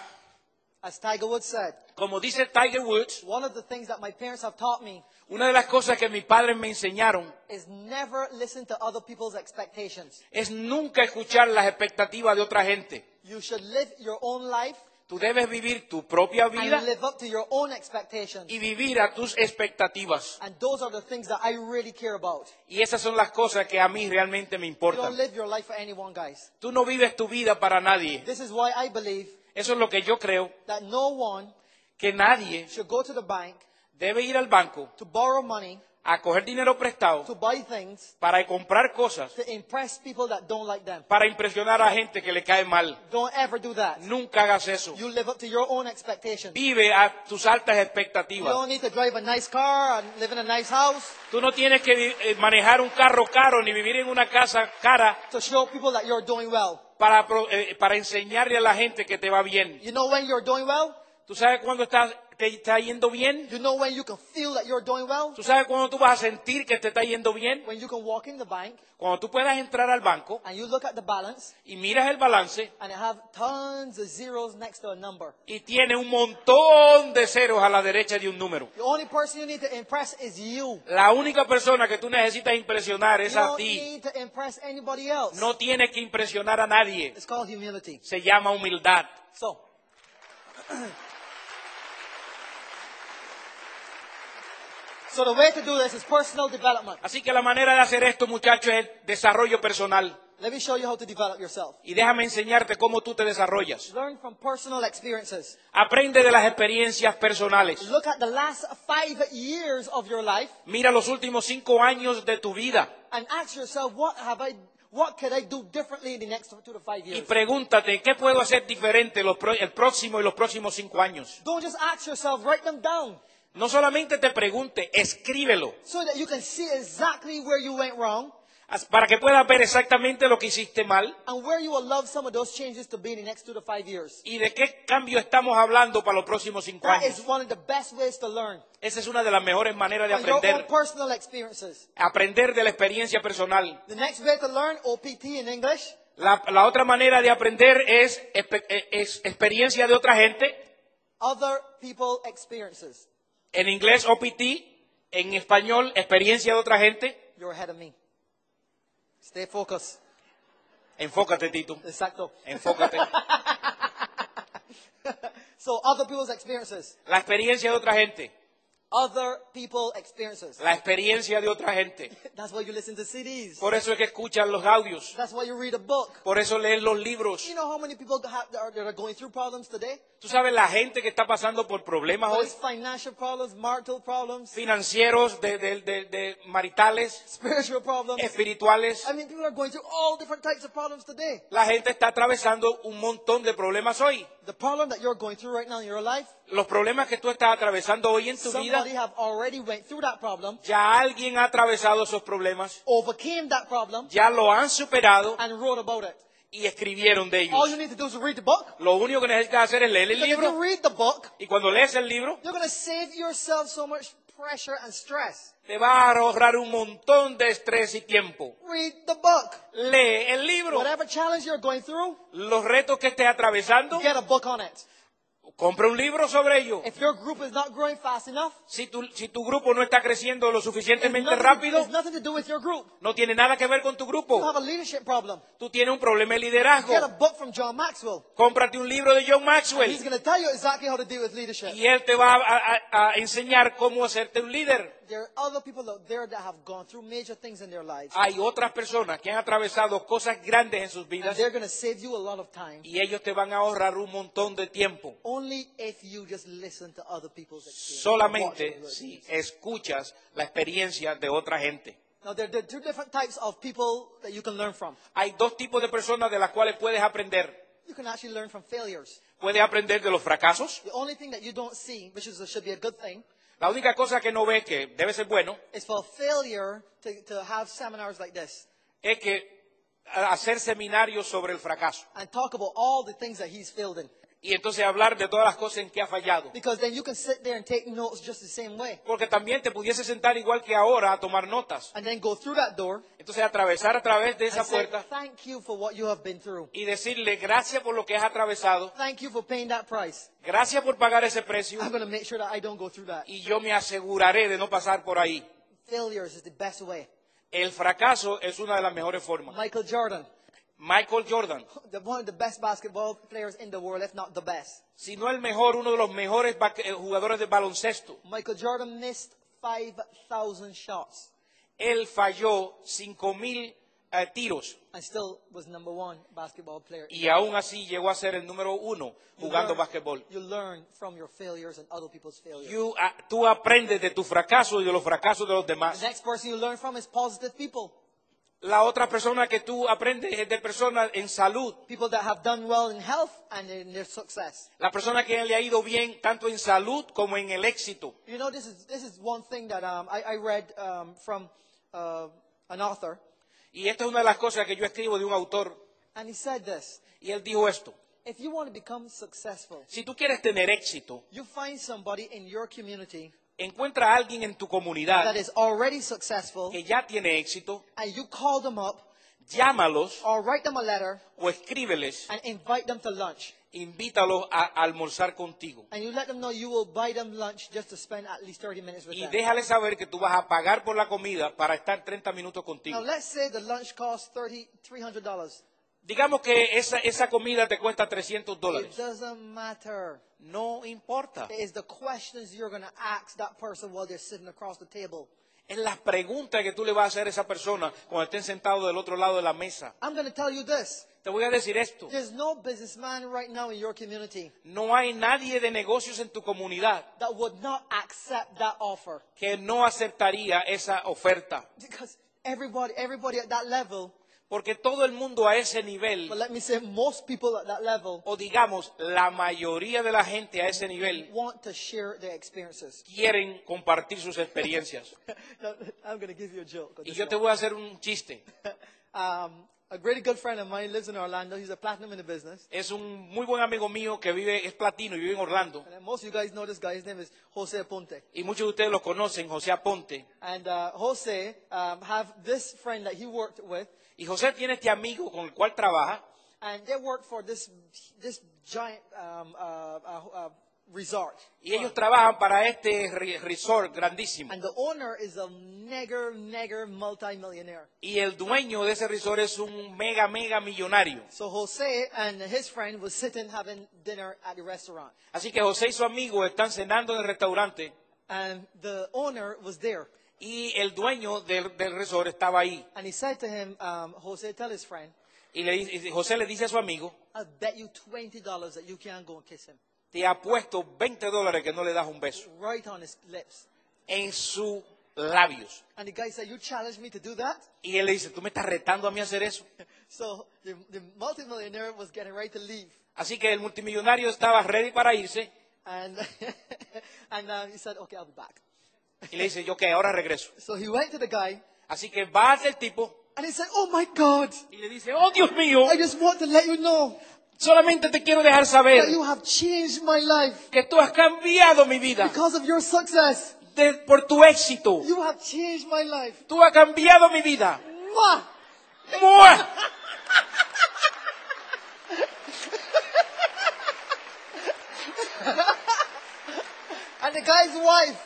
[SPEAKER 1] as Tiger Woods said,
[SPEAKER 2] como dice Tiger Woods,
[SPEAKER 1] one of the things that my parents have taught me
[SPEAKER 2] una de las cosas que mis padres me enseñaron
[SPEAKER 1] is never listen to other people's expectations.
[SPEAKER 2] es nunca escuchar las expectativas de otra gente.
[SPEAKER 1] You should live your own life
[SPEAKER 2] Tú debes vivir tu propia vida
[SPEAKER 1] and live up to your own expectations.
[SPEAKER 2] y vivir a tus expectativas.
[SPEAKER 1] And those are the things that I really care about.
[SPEAKER 2] Y esas son las cosas que a mí realmente me
[SPEAKER 1] You don't
[SPEAKER 2] importan.
[SPEAKER 1] live your life for anyone, guys.
[SPEAKER 2] Tú no vives tu vida para nadie.
[SPEAKER 1] This is why I believe
[SPEAKER 2] Eso es lo que yo creo,
[SPEAKER 1] that no one
[SPEAKER 2] que nadie
[SPEAKER 1] should go to the bank
[SPEAKER 2] debe ir al banco
[SPEAKER 1] to borrow money,
[SPEAKER 2] a coger dinero
[SPEAKER 1] to
[SPEAKER 2] prestado
[SPEAKER 1] buy things,
[SPEAKER 2] para comprar cosas,
[SPEAKER 1] to impress people that don't like them.
[SPEAKER 2] para impresionar a gente que le cae mal.
[SPEAKER 1] Don't ever do that.
[SPEAKER 2] Nunca hagas eso.
[SPEAKER 1] You live up to your own expectations.
[SPEAKER 2] Vive a tus altas
[SPEAKER 1] You
[SPEAKER 2] expectativas.
[SPEAKER 1] don't need to drive a nice car and live in a nice house
[SPEAKER 2] Tú no tienes que vi- eh, manejar un carro caro ni vivir en una casa cara
[SPEAKER 1] to show people that you're doing well.
[SPEAKER 2] para, pro- eh, para enseñarle a la gente que te va bien.
[SPEAKER 1] You know when you're doing well?
[SPEAKER 2] ¿Tú sabes cuándo estás- te está yendo bien?
[SPEAKER 1] You know when you can feel that you're doing well?
[SPEAKER 2] ¿Tú sabes cuándo tú vas a sentir que te está yendo bien?
[SPEAKER 1] When you can walk in the bank
[SPEAKER 2] Cuando tú puedas entrar al banco
[SPEAKER 1] and you look at the balance
[SPEAKER 2] y miras el balance
[SPEAKER 1] and it have tons of zeros next to a number.
[SPEAKER 2] y tiene un montón de ceros a la derecha de un número.
[SPEAKER 1] The only person you need to impress is you.
[SPEAKER 2] La única persona que tú necesitas impresionar
[SPEAKER 1] You
[SPEAKER 2] es a
[SPEAKER 1] don't
[SPEAKER 2] ti.
[SPEAKER 1] need to impress anybody else.
[SPEAKER 2] No tienes que impresionar a nadie.
[SPEAKER 1] It's called humility.
[SPEAKER 2] Se llama humildad.
[SPEAKER 1] So, so the way to do this is personal development.
[SPEAKER 2] Así que la manera de hacer esto, muchachos, es el desarrollo personal.
[SPEAKER 1] Let me show you how to develop yourself.
[SPEAKER 2] Y déjame enseñarte cómo tú te desarrollas.
[SPEAKER 1] Learn from personal experiences.
[SPEAKER 2] Aprende de las experiencias personales.
[SPEAKER 1] Look at the last five years of your life
[SPEAKER 2] Mira los últimos cinco años de tu vida
[SPEAKER 1] and ask yourself, what have I, what could I do differently in the next two to five
[SPEAKER 2] y
[SPEAKER 1] years?
[SPEAKER 2] pregúntate qué puedo hacer diferente los pro- el próximo y los próximos cinco años.
[SPEAKER 1] Don't just ask yourself, write them down
[SPEAKER 2] No solamente te pregunte, escríbelo
[SPEAKER 1] so that you can see exactly where you went wrong
[SPEAKER 2] as- para que puedas ver exactamente lo que hiciste mal
[SPEAKER 1] and where you will love some of those changes to be in the next two to five years.
[SPEAKER 2] y de qué cambio estamos hablando para los próximos cinco
[SPEAKER 1] That is
[SPEAKER 2] años.
[SPEAKER 1] one of the best ways to learn.
[SPEAKER 2] Esa es una de las mejores maneras de
[SPEAKER 1] From your own
[SPEAKER 2] aprender.
[SPEAKER 1] personal experiences.
[SPEAKER 2] Aprender de la experiencia personal.
[SPEAKER 1] The next way to learn OPT in English
[SPEAKER 2] La, la otra manera de aprender es, espe- eh, es experiencia de otra gente,
[SPEAKER 1] other people experiences.
[SPEAKER 2] en inglés OPT, en español experiencia de otra gente.
[SPEAKER 1] You're ahead of me. Stay focused.
[SPEAKER 2] Enfócate, Tito.
[SPEAKER 1] Exacto.
[SPEAKER 2] Enfócate.
[SPEAKER 1] So other people's experiences.
[SPEAKER 2] La experiencia de otra gente.
[SPEAKER 1] Other people experiences.
[SPEAKER 2] La experiencia de otra gente.
[SPEAKER 1] That's why you listen to CDs.
[SPEAKER 2] Por eso es que escuchan los audios.
[SPEAKER 1] That's why you read a book.
[SPEAKER 2] Por eso leen los libros.
[SPEAKER 1] You know how many people have, that, are, that are going through problems today?
[SPEAKER 2] Tú sabes la gente que está pasando por problemas hoy.
[SPEAKER 1] Those financial problems, marital problems,
[SPEAKER 2] Financieros, de, de- de- de maritales,
[SPEAKER 1] spiritual problems.
[SPEAKER 2] espirituales.
[SPEAKER 1] I mean, people are going through all different types of problems today.
[SPEAKER 2] La gente está atravesando un montón de problemas hoy.
[SPEAKER 1] The problem that you're going through right now in your life,
[SPEAKER 2] Los problemas que tú estás atravesando hoy en tu vida,
[SPEAKER 1] somebody have already went through that problem,
[SPEAKER 2] ya alguien ha atravesado esos problemas,
[SPEAKER 1] overcame that problem,
[SPEAKER 2] ya lo han superado
[SPEAKER 1] and wrote about it.
[SPEAKER 2] y escribieron de
[SPEAKER 1] All you
[SPEAKER 2] ellos.
[SPEAKER 1] need to do is read the book.
[SPEAKER 2] Lo único que necesitas hacer es leer el
[SPEAKER 1] Because if you
[SPEAKER 2] libro
[SPEAKER 1] read the book,
[SPEAKER 2] y cuando lees el libro
[SPEAKER 1] you're going to save yourself so much pressure and stress.
[SPEAKER 2] te vas a ahorrar un montón de estrés y tiempo.
[SPEAKER 1] Read the book.
[SPEAKER 2] Lee el libro.
[SPEAKER 1] Whatever challenge you're going through,
[SPEAKER 2] Los retos que estés atravesando,
[SPEAKER 1] get a book on it.
[SPEAKER 2] Compra un libro sobre ello.
[SPEAKER 1] If your group is not growing fast enough,
[SPEAKER 2] Si tu, si tu grupo no está creciendo lo
[SPEAKER 1] it's nothing,
[SPEAKER 2] suficientemente rápido,
[SPEAKER 1] it's nothing to do with your group.
[SPEAKER 2] no tiene nada que ver con tu
[SPEAKER 1] You
[SPEAKER 2] grupo.
[SPEAKER 1] have a leadership problem.
[SPEAKER 2] Tú tienes un problema de liderazgo.
[SPEAKER 1] Get a book from John Maxwell.
[SPEAKER 2] Cómprate un libro de John
[SPEAKER 1] He's
[SPEAKER 2] Maxwell
[SPEAKER 1] going to tell you exactly how to deal with leadership.
[SPEAKER 2] y él te va a, a- a enseñar cómo hacerte un líder.
[SPEAKER 1] There are other people out there that have gone through major things in their lives.
[SPEAKER 2] Hay otras personas que han atravesado cosas grandes en sus
[SPEAKER 1] And
[SPEAKER 2] vidas
[SPEAKER 1] they're going to save you a lot of time.
[SPEAKER 2] y ellos te van a ahorrar un montón de tiempo.
[SPEAKER 1] Only if you just listen to other people's experience. Watch
[SPEAKER 2] Solamente
[SPEAKER 1] other
[SPEAKER 2] si
[SPEAKER 1] experiences.
[SPEAKER 2] escuchas la experiencia de otra gente.
[SPEAKER 1] Now, there, there are two different types of people that you can learn from.
[SPEAKER 2] Hay dos tipos de personas de las cuales puedes aprender.
[SPEAKER 1] You can actually learn from failures.
[SPEAKER 2] Puedes aprender de los fracasos.
[SPEAKER 1] The only thing that you don't see, which is, should be a good thing,
[SPEAKER 2] La única cosa que no ves que debe ser bueno
[SPEAKER 1] is for failure to, to have seminars like this
[SPEAKER 2] es que hacer seminarios sobre el fracaso
[SPEAKER 1] and talk about all the things that he's failed in.
[SPEAKER 2] y entonces hablar de todas las cosas en que ha fallado.
[SPEAKER 1] Because then you can sit there and take notes just the same way.
[SPEAKER 2] Porque también te pudiese sentar igual que ahora a tomar notas.
[SPEAKER 1] And then go through that door
[SPEAKER 2] Entonces atravesar a través de esa
[SPEAKER 1] and say,
[SPEAKER 2] puerta
[SPEAKER 1] thank you for what you have been through.
[SPEAKER 2] y decirle gracias por lo que has atravesado,
[SPEAKER 1] Thank you for paying that price.
[SPEAKER 2] gracias por pagar ese precio
[SPEAKER 1] I'm going to make sure that I don't go through that.
[SPEAKER 2] y yo me aseguraré de no pasar por ahí.
[SPEAKER 1] Failures is the best way.
[SPEAKER 2] El fracaso es una de las mejores formas.
[SPEAKER 1] Michael Jordan,
[SPEAKER 2] Michael Jordan,
[SPEAKER 1] the, one of the best basketball players in the world, if not the best.
[SPEAKER 2] si no el mejor, uno de los mejores ba- eh, jugadores de baloncesto,
[SPEAKER 1] Michael Jordan missed 5,000 shots
[SPEAKER 2] él falló 5.000 eh, tiros
[SPEAKER 1] and still was number one basketball player.
[SPEAKER 2] y aún así llegó a ser el número uno jugando
[SPEAKER 1] learn-
[SPEAKER 2] basquetbol.
[SPEAKER 1] You learn from your failures and other people's failures.
[SPEAKER 2] You, ah, tú aprendes de tu fracaso y de los fracasos de los
[SPEAKER 1] the
[SPEAKER 2] demás.
[SPEAKER 1] next person you learn from is positive people.
[SPEAKER 2] La otra persona que tú aprendes es de personas en salud.
[SPEAKER 1] People that have done well in health and in their success.
[SPEAKER 2] La persona que le ha ido bien tanto en salud como en el éxito.
[SPEAKER 1] You know, this is, this is one thing that um, I, I read um, from uh, an author,
[SPEAKER 2] Y esta es una de las cosas que yo escribo de un autor.
[SPEAKER 1] and he said this.
[SPEAKER 2] Y él dijo esto.
[SPEAKER 1] If you want to become successful,
[SPEAKER 2] Si tú quieres tener éxito,
[SPEAKER 1] you find somebody in your community
[SPEAKER 2] encuentra a alguien en tu comunidad
[SPEAKER 1] that is already successful,
[SPEAKER 2] que ya tiene éxito,
[SPEAKER 1] and you call them up
[SPEAKER 2] llámalos
[SPEAKER 1] or write them a letter
[SPEAKER 2] o escríbeles,
[SPEAKER 1] and invite them to lunch.
[SPEAKER 2] invítalos a almorzar contigo.
[SPEAKER 1] And you let them know you will buy them lunch just to spend at least 30 minutes with
[SPEAKER 2] Y
[SPEAKER 1] them.
[SPEAKER 2] déjale saber que tú vas a pagar por la comida para estar 30 minutos
[SPEAKER 1] Now,
[SPEAKER 2] contigo.
[SPEAKER 1] let's say the lunch costs 30, $300.
[SPEAKER 2] Digamos que esa, esa comida te cuesta 300
[SPEAKER 1] It
[SPEAKER 2] dólares.
[SPEAKER 1] doesn't matter.
[SPEAKER 2] No importa.
[SPEAKER 1] It is the questions you're going to ask that person while they're sitting across the table.
[SPEAKER 2] Es las preguntas que tú le vas a hacer a esa persona cuando estén sentados del otro lado de la mesa.
[SPEAKER 1] I'm going to tell you this.
[SPEAKER 2] Te voy a decir esto.
[SPEAKER 1] There's no businessman right now in your community
[SPEAKER 2] No hay nadie de negocios en tu comunidad
[SPEAKER 1] that would not accept that offer.
[SPEAKER 2] que no aceptaría esa oferta.
[SPEAKER 1] Because everybody, everybody at that level,
[SPEAKER 2] Porque todo el mundo a ese nivel,
[SPEAKER 1] but let me say most people at that level
[SPEAKER 2] o digamos la mayoría de la gente a ese nivel,
[SPEAKER 1] want to share their experiences.
[SPEAKER 2] quieren compartir sus experiencias.
[SPEAKER 1] No, I'm going to give you a joke. on
[SPEAKER 2] Y
[SPEAKER 1] this
[SPEAKER 2] yo te
[SPEAKER 1] one.
[SPEAKER 2] voy a hacer un chiste.
[SPEAKER 1] Um, a really good friend of mine lives in Orlando. He's a platinum in the business.
[SPEAKER 2] Es un muy buen amigo mío que vive, es platino y vive en Orlando.
[SPEAKER 1] And most of you guys know this guy. His name is Jose Aponte.
[SPEAKER 2] Y muchos de ustedes lo conocen, José Aponte.
[SPEAKER 1] And uh, Jose um, have this friend that he worked with,
[SPEAKER 2] Y José tiene este amigo con el cual trabaja.
[SPEAKER 1] and they worked for this this giant um, uh, uh, uh, resort.
[SPEAKER 2] Y ellos trabajan para este re- resort grandísimo.
[SPEAKER 1] And the owner is a nigger, nigger multimillionaire.
[SPEAKER 2] Y el dueño de ese resort es un mega, mega millonario.
[SPEAKER 1] So Jose and his friend was sitting having dinner at the restaurant,
[SPEAKER 2] Así que José y su amigo están cenando en el restaurante
[SPEAKER 1] and the owner was there.
[SPEAKER 2] y el dueño del, del resort estaba ahí.
[SPEAKER 1] And he said to him, um, Jose, tell his friend,
[SPEAKER 2] Y, le, dice- y José le dice a su amigo,
[SPEAKER 1] I'll bet you twenty dollars that you can't go and kiss him
[SPEAKER 2] te apuesto 20 dólares que no le das un beso
[SPEAKER 1] right on his lips.
[SPEAKER 2] en sus labios.
[SPEAKER 1] And the guy said, you challenge me to do that?
[SPEAKER 2] Y él le dice, tú me estás retando a mí a hacer eso.
[SPEAKER 1] So the, the multimillionaire was getting ready to leave.
[SPEAKER 2] Así que el multimillonario estaba ready para irse
[SPEAKER 1] And, and uh, he said, okay, I'll be back.
[SPEAKER 2] y le dice, yo que ahora regreso.
[SPEAKER 1] So he went to the guy
[SPEAKER 2] Así que va hacia el tipo
[SPEAKER 1] and he said, oh my God,
[SPEAKER 2] y le dice, oh Dios mío,
[SPEAKER 1] I just want to let you know
[SPEAKER 2] solamente te quiero dejar saber
[SPEAKER 1] that you have changed my life
[SPEAKER 2] que tú has cambiado mi vida
[SPEAKER 1] because of your success.
[SPEAKER 2] de- por tu éxito.
[SPEAKER 1] You have changed my life.
[SPEAKER 2] Tú has cambiado mi vida.
[SPEAKER 1] Mwah!
[SPEAKER 2] ¡Mua!
[SPEAKER 1] And the guy's wife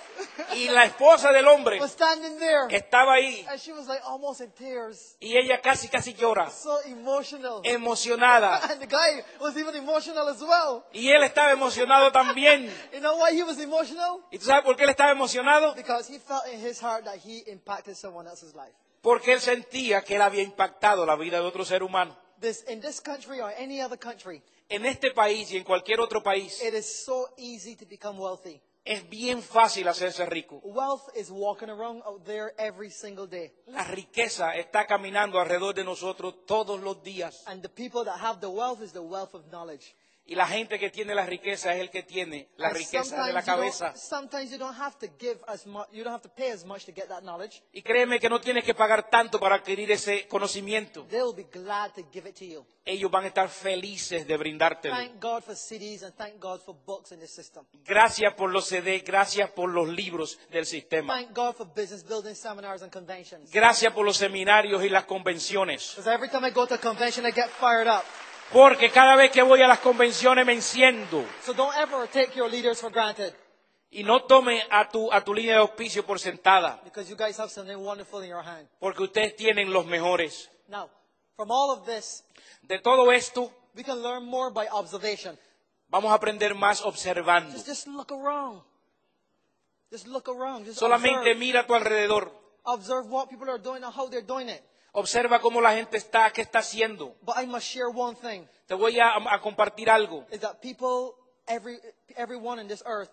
[SPEAKER 2] Y la esposa del hombre
[SPEAKER 1] was standing there.
[SPEAKER 2] estaba ahí
[SPEAKER 1] And she was like almost in tears.
[SPEAKER 2] y ella casi, casi llora,
[SPEAKER 1] So emotional.
[SPEAKER 2] emocionada.
[SPEAKER 1] And the guy was even emotional as well.
[SPEAKER 2] Y él estaba emocionado también.
[SPEAKER 1] You know why he was emotional?
[SPEAKER 2] ¿Y tú sabes por qué él estaba emocionado?
[SPEAKER 1] Because he felt in his heart that he impacted someone else's life.
[SPEAKER 2] Porque él sentía que él había impactado la vida de otro ser humano.
[SPEAKER 1] This, in this country or any other country,
[SPEAKER 2] En este país y en cualquier otro país
[SPEAKER 1] it is so easy to become wealthy.
[SPEAKER 2] es bien fácil hacerse rico.
[SPEAKER 1] Wealth is walking around out there every single day.
[SPEAKER 2] La riqueza está caminando alrededor de nosotros todos los días.
[SPEAKER 1] And the people that have the wealth is the wealth of knowledge.
[SPEAKER 2] Y la gente que tiene la riqueza es el que tiene la
[SPEAKER 1] And
[SPEAKER 2] riqueza de
[SPEAKER 1] sometimes you
[SPEAKER 2] la
[SPEAKER 1] don't-
[SPEAKER 2] cabeza.
[SPEAKER 1] Sometimes you don't have to give as much, you don't have to pay as much to get that knowledge.
[SPEAKER 2] Y créeme que no tienes que pagar tanto para adquirir ese conocimiento.
[SPEAKER 1] They'll be glad to give it to you.
[SPEAKER 2] Ellos van a estar felices de brindártelo.
[SPEAKER 1] Thank God for CDs and thank God for books in this system.
[SPEAKER 2] Gracias por los CD, gracias por los libros del sistema.
[SPEAKER 1] Thank God for business building seminars and conventions.
[SPEAKER 2] Gracias por los seminarios y las convenciones.
[SPEAKER 1] Because every time I go to a convention, I get fired up.
[SPEAKER 2] Porque cada vez que voy a las convenciones me enciendo.
[SPEAKER 1] So don't ever take your leaders for granted.
[SPEAKER 2] Y no tome a tu, a tu línea de auspicio por sentada.
[SPEAKER 1] Because you guys have something wonderful in your hand.
[SPEAKER 2] Porque ustedes tienen los mejores.
[SPEAKER 1] Now, from all of this,
[SPEAKER 2] De todo esto
[SPEAKER 1] we can learn more by observation.
[SPEAKER 2] vamos a aprender más observando.
[SPEAKER 1] Just, just look around. Just look around. Just
[SPEAKER 2] Solamente
[SPEAKER 1] observe.
[SPEAKER 2] mira a tu alrededor.
[SPEAKER 1] observe what people are doing and how they're doing it.
[SPEAKER 2] Observa cómo la gente está, qué está haciendo.
[SPEAKER 1] But I must share one thing:
[SPEAKER 2] Te voy a, a compartir algo.
[SPEAKER 1] is that people, every everyone in this earth,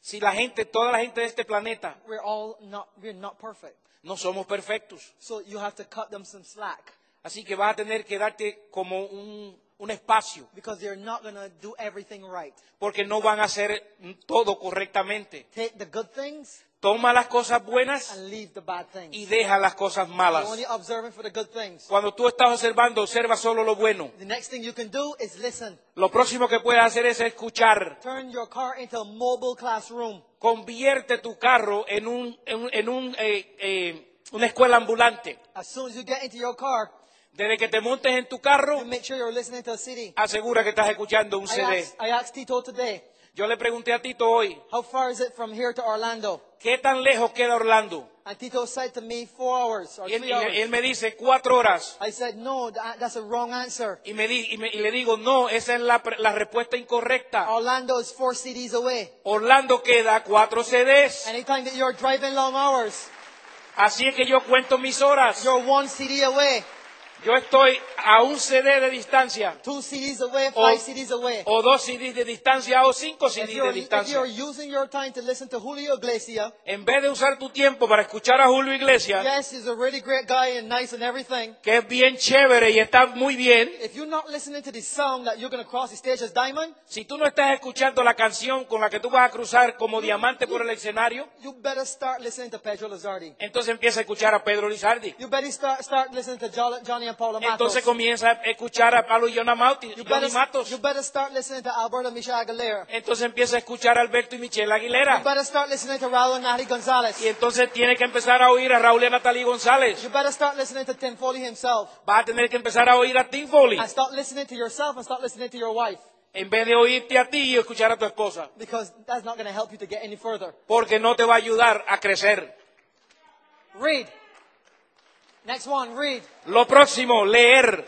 [SPEAKER 2] Si la gente, toda la gente de este planeta,
[SPEAKER 1] we're all not we're not perfect.
[SPEAKER 2] no somos perfectos.
[SPEAKER 1] So you have to cut them some slack
[SPEAKER 2] Así que vas a tener que darte como un, un espacio.
[SPEAKER 1] because they're not gonna do everything right.
[SPEAKER 2] Porque no van a hacer todo correctamente.
[SPEAKER 1] Take the good things
[SPEAKER 2] Toma las cosas buenas
[SPEAKER 1] and leave the bad things.
[SPEAKER 2] y deja las cosas
[SPEAKER 1] You're
[SPEAKER 2] malas.
[SPEAKER 1] only observing for the good things.
[SPEAKER 2] Cuando tú estás observando, observa solo lo bueno.
[SPEAKER 1] The next thing you can do is listen.
[SPEAKER 2] Lo próximo que puedes hacer es escuchar.
[SPEAKER 1] Turn your car into a mobile classroom.
[SPEAKER 2] Convierte tu carro en, un, en, un- en un, eh, eh, una escuela ambulante.
[SPEAKER 1] As soon as you get into your car,
[SPEAKER 2] Desde que te montes en tu
[SPEAKER 1] you
[SPEAKER 2] carro,
[SPEAKER 1] make sure you're listening to a CD.
[SPEAKER 2] asegura que estás escuchando un
[SPEAKER 1] I
[SPEAKER 2] CD.
[SPEAKER 1] asked, I asked Tito today,
[SPEAKER 2] Yo le pregunté a Tito hoy,
[SPEAKER 1] how far is it from here to Orlando?
[SPEAKER 2] ¿qué tan lejos queda Orlando?
[SPEAKER 1] And Tito said to me, four hours or
[SPEAKER 2] Y él,
[SPEAKER 1] three
[SPEAKER 2] y
[SPEAKER 1] hours.
[SPEAKER 2] él me dice cuatro horas.
[SPEAKER 1] I said, no, that, that's a wrong answer.
[SPEAKER 2] Y, me di- y me- y le digo, no, esa es la, pre- la respuesta incorrecta.
[SPEAKER 1] Orlando is four CDs away.
[SPEAKER 2] Orlando queda cuatro CDs.
[SPEAKER 1] Anytime that you're driving long hours,
[SPEAKER 2] Así es que yo cuento mis horas.
[SPEAKER 1] you're one CD away,
[SPEAKER 2] Yo estoy a un CD de distancia,
[SPEAKER 1] two CDs away,
[SPEAKER 2] Oh,
[SPEAKER 1] five CDs away.
[SPEAKER 2] o dos CDs de distancia, o cinco
[SPEAKER 1] If
[SPEAKER 2] CDs
[SPEAKER 1] you're,
[SPEAKER 2] de
[SPEAKER 1] if
[SPEAKER 2] distancia.
[SPEAKER 1] you're using your time to listen to Julio Iglesias,
[SPEAKER 2] En vez de usar tu tiempo para escuchar a Julio Iglesias,
[SPEAKER 1] yes, he's a really great guy and nice and everything.
[SPEAKER 2] que es bien chévere y está muy bien,
[SPEAKER 1] If you're not listening to the song that you're going to cross the stage as Diamond,
[SPEAKER 2] si tú no estás escuchando la canción con la que tú vas a cruzar como diamante por el escenario,
[SPEAKER 1] you better start listening to Pedro Lizardi.
[SPEAKER 2] entonces empieza a escuchar a Pedro Lizardi.
[SPEAKER 1] You better start, start listening to Jol- Johnny and Paula Matos.
[SPEAKER 2] Entonces comienza a escuchar a Pablo y Jonah Mauti-
[SPEAKER 1] You
[SPEAKER 2] Johnny
[SPEAKER 1] better, you
[SPEAKER 2] Matos.
[SPEAKER 1] better start listening to Alberto Michel Aguilera.
[SPEAKER 2] Entonces empieza a escuchar a Alberto y Michelle
[SPEAKER 1] You
[SPEAKER 2] Aguilera.
[SPEAKER 1] better start listening to Raul and Natalie Gonzalez.
[SPEAKER 2] Y entonces tiene que empezar a oír a Raúl y a Natalie González.
[SPEAKER 1] You better start listening to Tim Foley himself.
[SPEAKER 2] Vas a tener que empezar a oír a Tim Foley.
[SPEAKER 1] And start listening to yourself and start listening to your wife.
[SPEAKER 2] En vez de oírte a ti y escuchar a tu esposa.
[SPEAKER 1] Because that's not going to help you to get any further.
[SPEAKER 2] Porque no te va a ayudar a crecer.
[SPEAKER 1] Read. Next one, read.
[SPEAKER 2] Lo próximo, leer.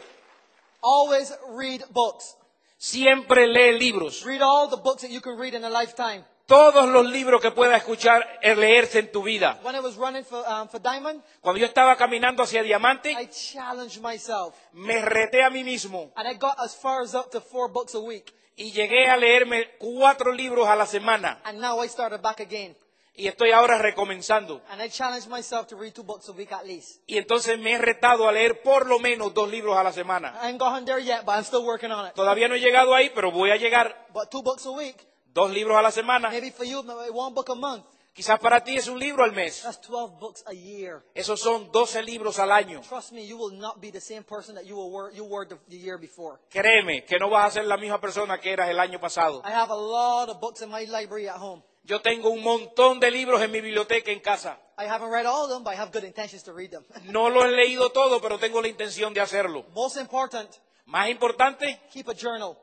[SPEAKER 1] Always read books.
[SPEAKER 2] Siempre lee libros.
[SPEAKER 1] Read all the books that you can read in a lifetime.
[SPEAKER 2] Todos los libros que puedas escuchar, eh, leerse en tu vida.
[SPEAKER 1] When I was running for, um, for Diamond,
[SPEAKER 2] Cuando yo estaba caminando hacia
[SPEAKER 1] I
[SPEAKER 2] Diamante,
[SPEAKER 1] challenged myself.
[SPEAKER 2] me reté a mí mismo
[SPEAKER 1] And I got as far as up to four books a week.
[SPEAKER 2] y llegué a leerme cuatro libros a la semana.
[SPEAKER 1] And now I started back again.
[SPEAKER 2] Y estoy ahora recomenzando.
[SPEAKER 1] And I challenged myself to read two books a week at least.
[SPEAKER 2] Y entonces me he retado a leer por lo menos dos libros a la semana.
[SPEAKER 1] I ain't gotten there yet, but I'm still working on it.
[SPEAKER 2] Todavía no he llegado ahí, pero voy a llegar.
[SPEAKER 1] But two books a week,
[SPEAKER 2] Dos libros a la semana.
[SPEAKER 1] maybe for you, maybe one book a month.
[SPEAKER 2] Quizás para ti es un libro al mes.
[SPEAKER 1] That's 12 books a year.
[SPEAKER 2] Esos son 12 libros al año.
[SPEAKER 1] Trust me, you will not be the same person that you were, you were the, the year before.
[SPEAKER 2] Créeme que no vas a ser la misma persona que eras el año pasado.
[SPEAKER 1] I have a lot of books in my library at home.
[SPEAKER 2] Yo tengo un montón de libros en mi biblioteca en casa.
[SPEAKER 1] I haven't read all of them, but I have good intentions to read them.
[SPEAKER 2] No los he leído todo, pero tengo la intención de hacerlo.
[SPEAKER 1] Most important,
[SPEAKER 2] Más importante,
[SPEAKER 1] keep a journal.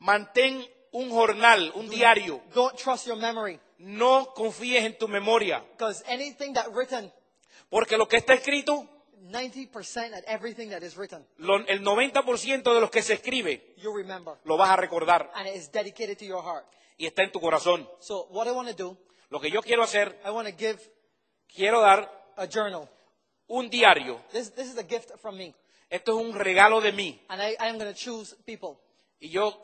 [SPEAKER 2] mantén un jornal, un diario.
[SPEAKER 1] Don't trust your memory
[SPEAKER 2] No confíes en tu memoria,
[SPEAKER 1] because anything that written,
[SPEAKER 2] porque lo que está escrito,
[SPEAKER 1] 90% of everything that is written,
[SPEAKER 2] lo- el 90% de lo que se escribe,
[SPEAKER 1] you remember,
[SPEAKER 2] lo vas a recordar
[SPEAKER 1] and it is dedicated to your heart.
[SPEAKER 2] y está en tu corazón.
[SPEAKER 1] So what I want to do,
[SPEAKER 2] Lo que yo quiero hacer,
[SPEAKER 1] I want to give
[SPEAKER 2] quiero dar
[SPEAKER 1] a journal.
[SPEAKER 2] un diario.
[SPEAKER 1] This, this is a gift from me,
[SPEAKER 2] Esto es un regalo de mí
[SPEAKER 1] and I, I am going to choose people.
[SPEAKER 2] y yo